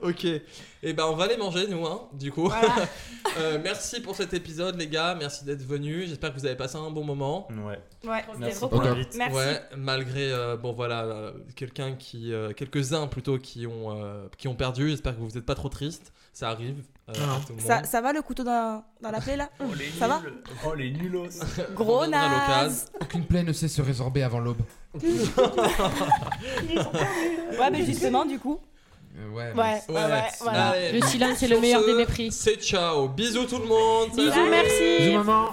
F: Ok, et ben on va les manger nous, hein, du coup. Euh, merci pour cet épisode les gars, merci d'être venus, j'espère que vous avez passé un bon moment.
I: Ouais.
J: Ouais, c'était
I: Merci
J: trop
I: pour
J: cool.
I: l'invite.
J: Merci.
F: Ouais, malgré euh, bon voilà euh, quelqu'un qui euh, quelques-uns plutôt qui ont euh, qui ont perdu, j'espère que vous n'êtes pas trop triste, ça arrive. euh, à tout le
J: Ça,
F: monde.
J: ça va le couteau dans, dans la plaie là Ça va
I: Oh les nulos.
J: Gros
F: On reviendra à l'occasion.
J: naze
H: Aucune plaie ne sait se résorber avant l'aube.
J: Ouais, mais justement, du coup.
H: Euh, ouais, mais
J: Ouais, ouais, ouais. voilà.
F: Allez.
D: Le silence est
F: Sur
D: le meilleur
F: ce,
D: des mépris.
F: C'est ciao, bisous tout le monde.
D: Bisous,
F: Salut.
D: merci.
H: maman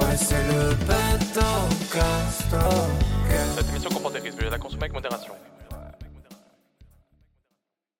O: Ouais, c'est le bête en castor.
P: Cette émission comporte des risques. Veuillez la consommer avec modération.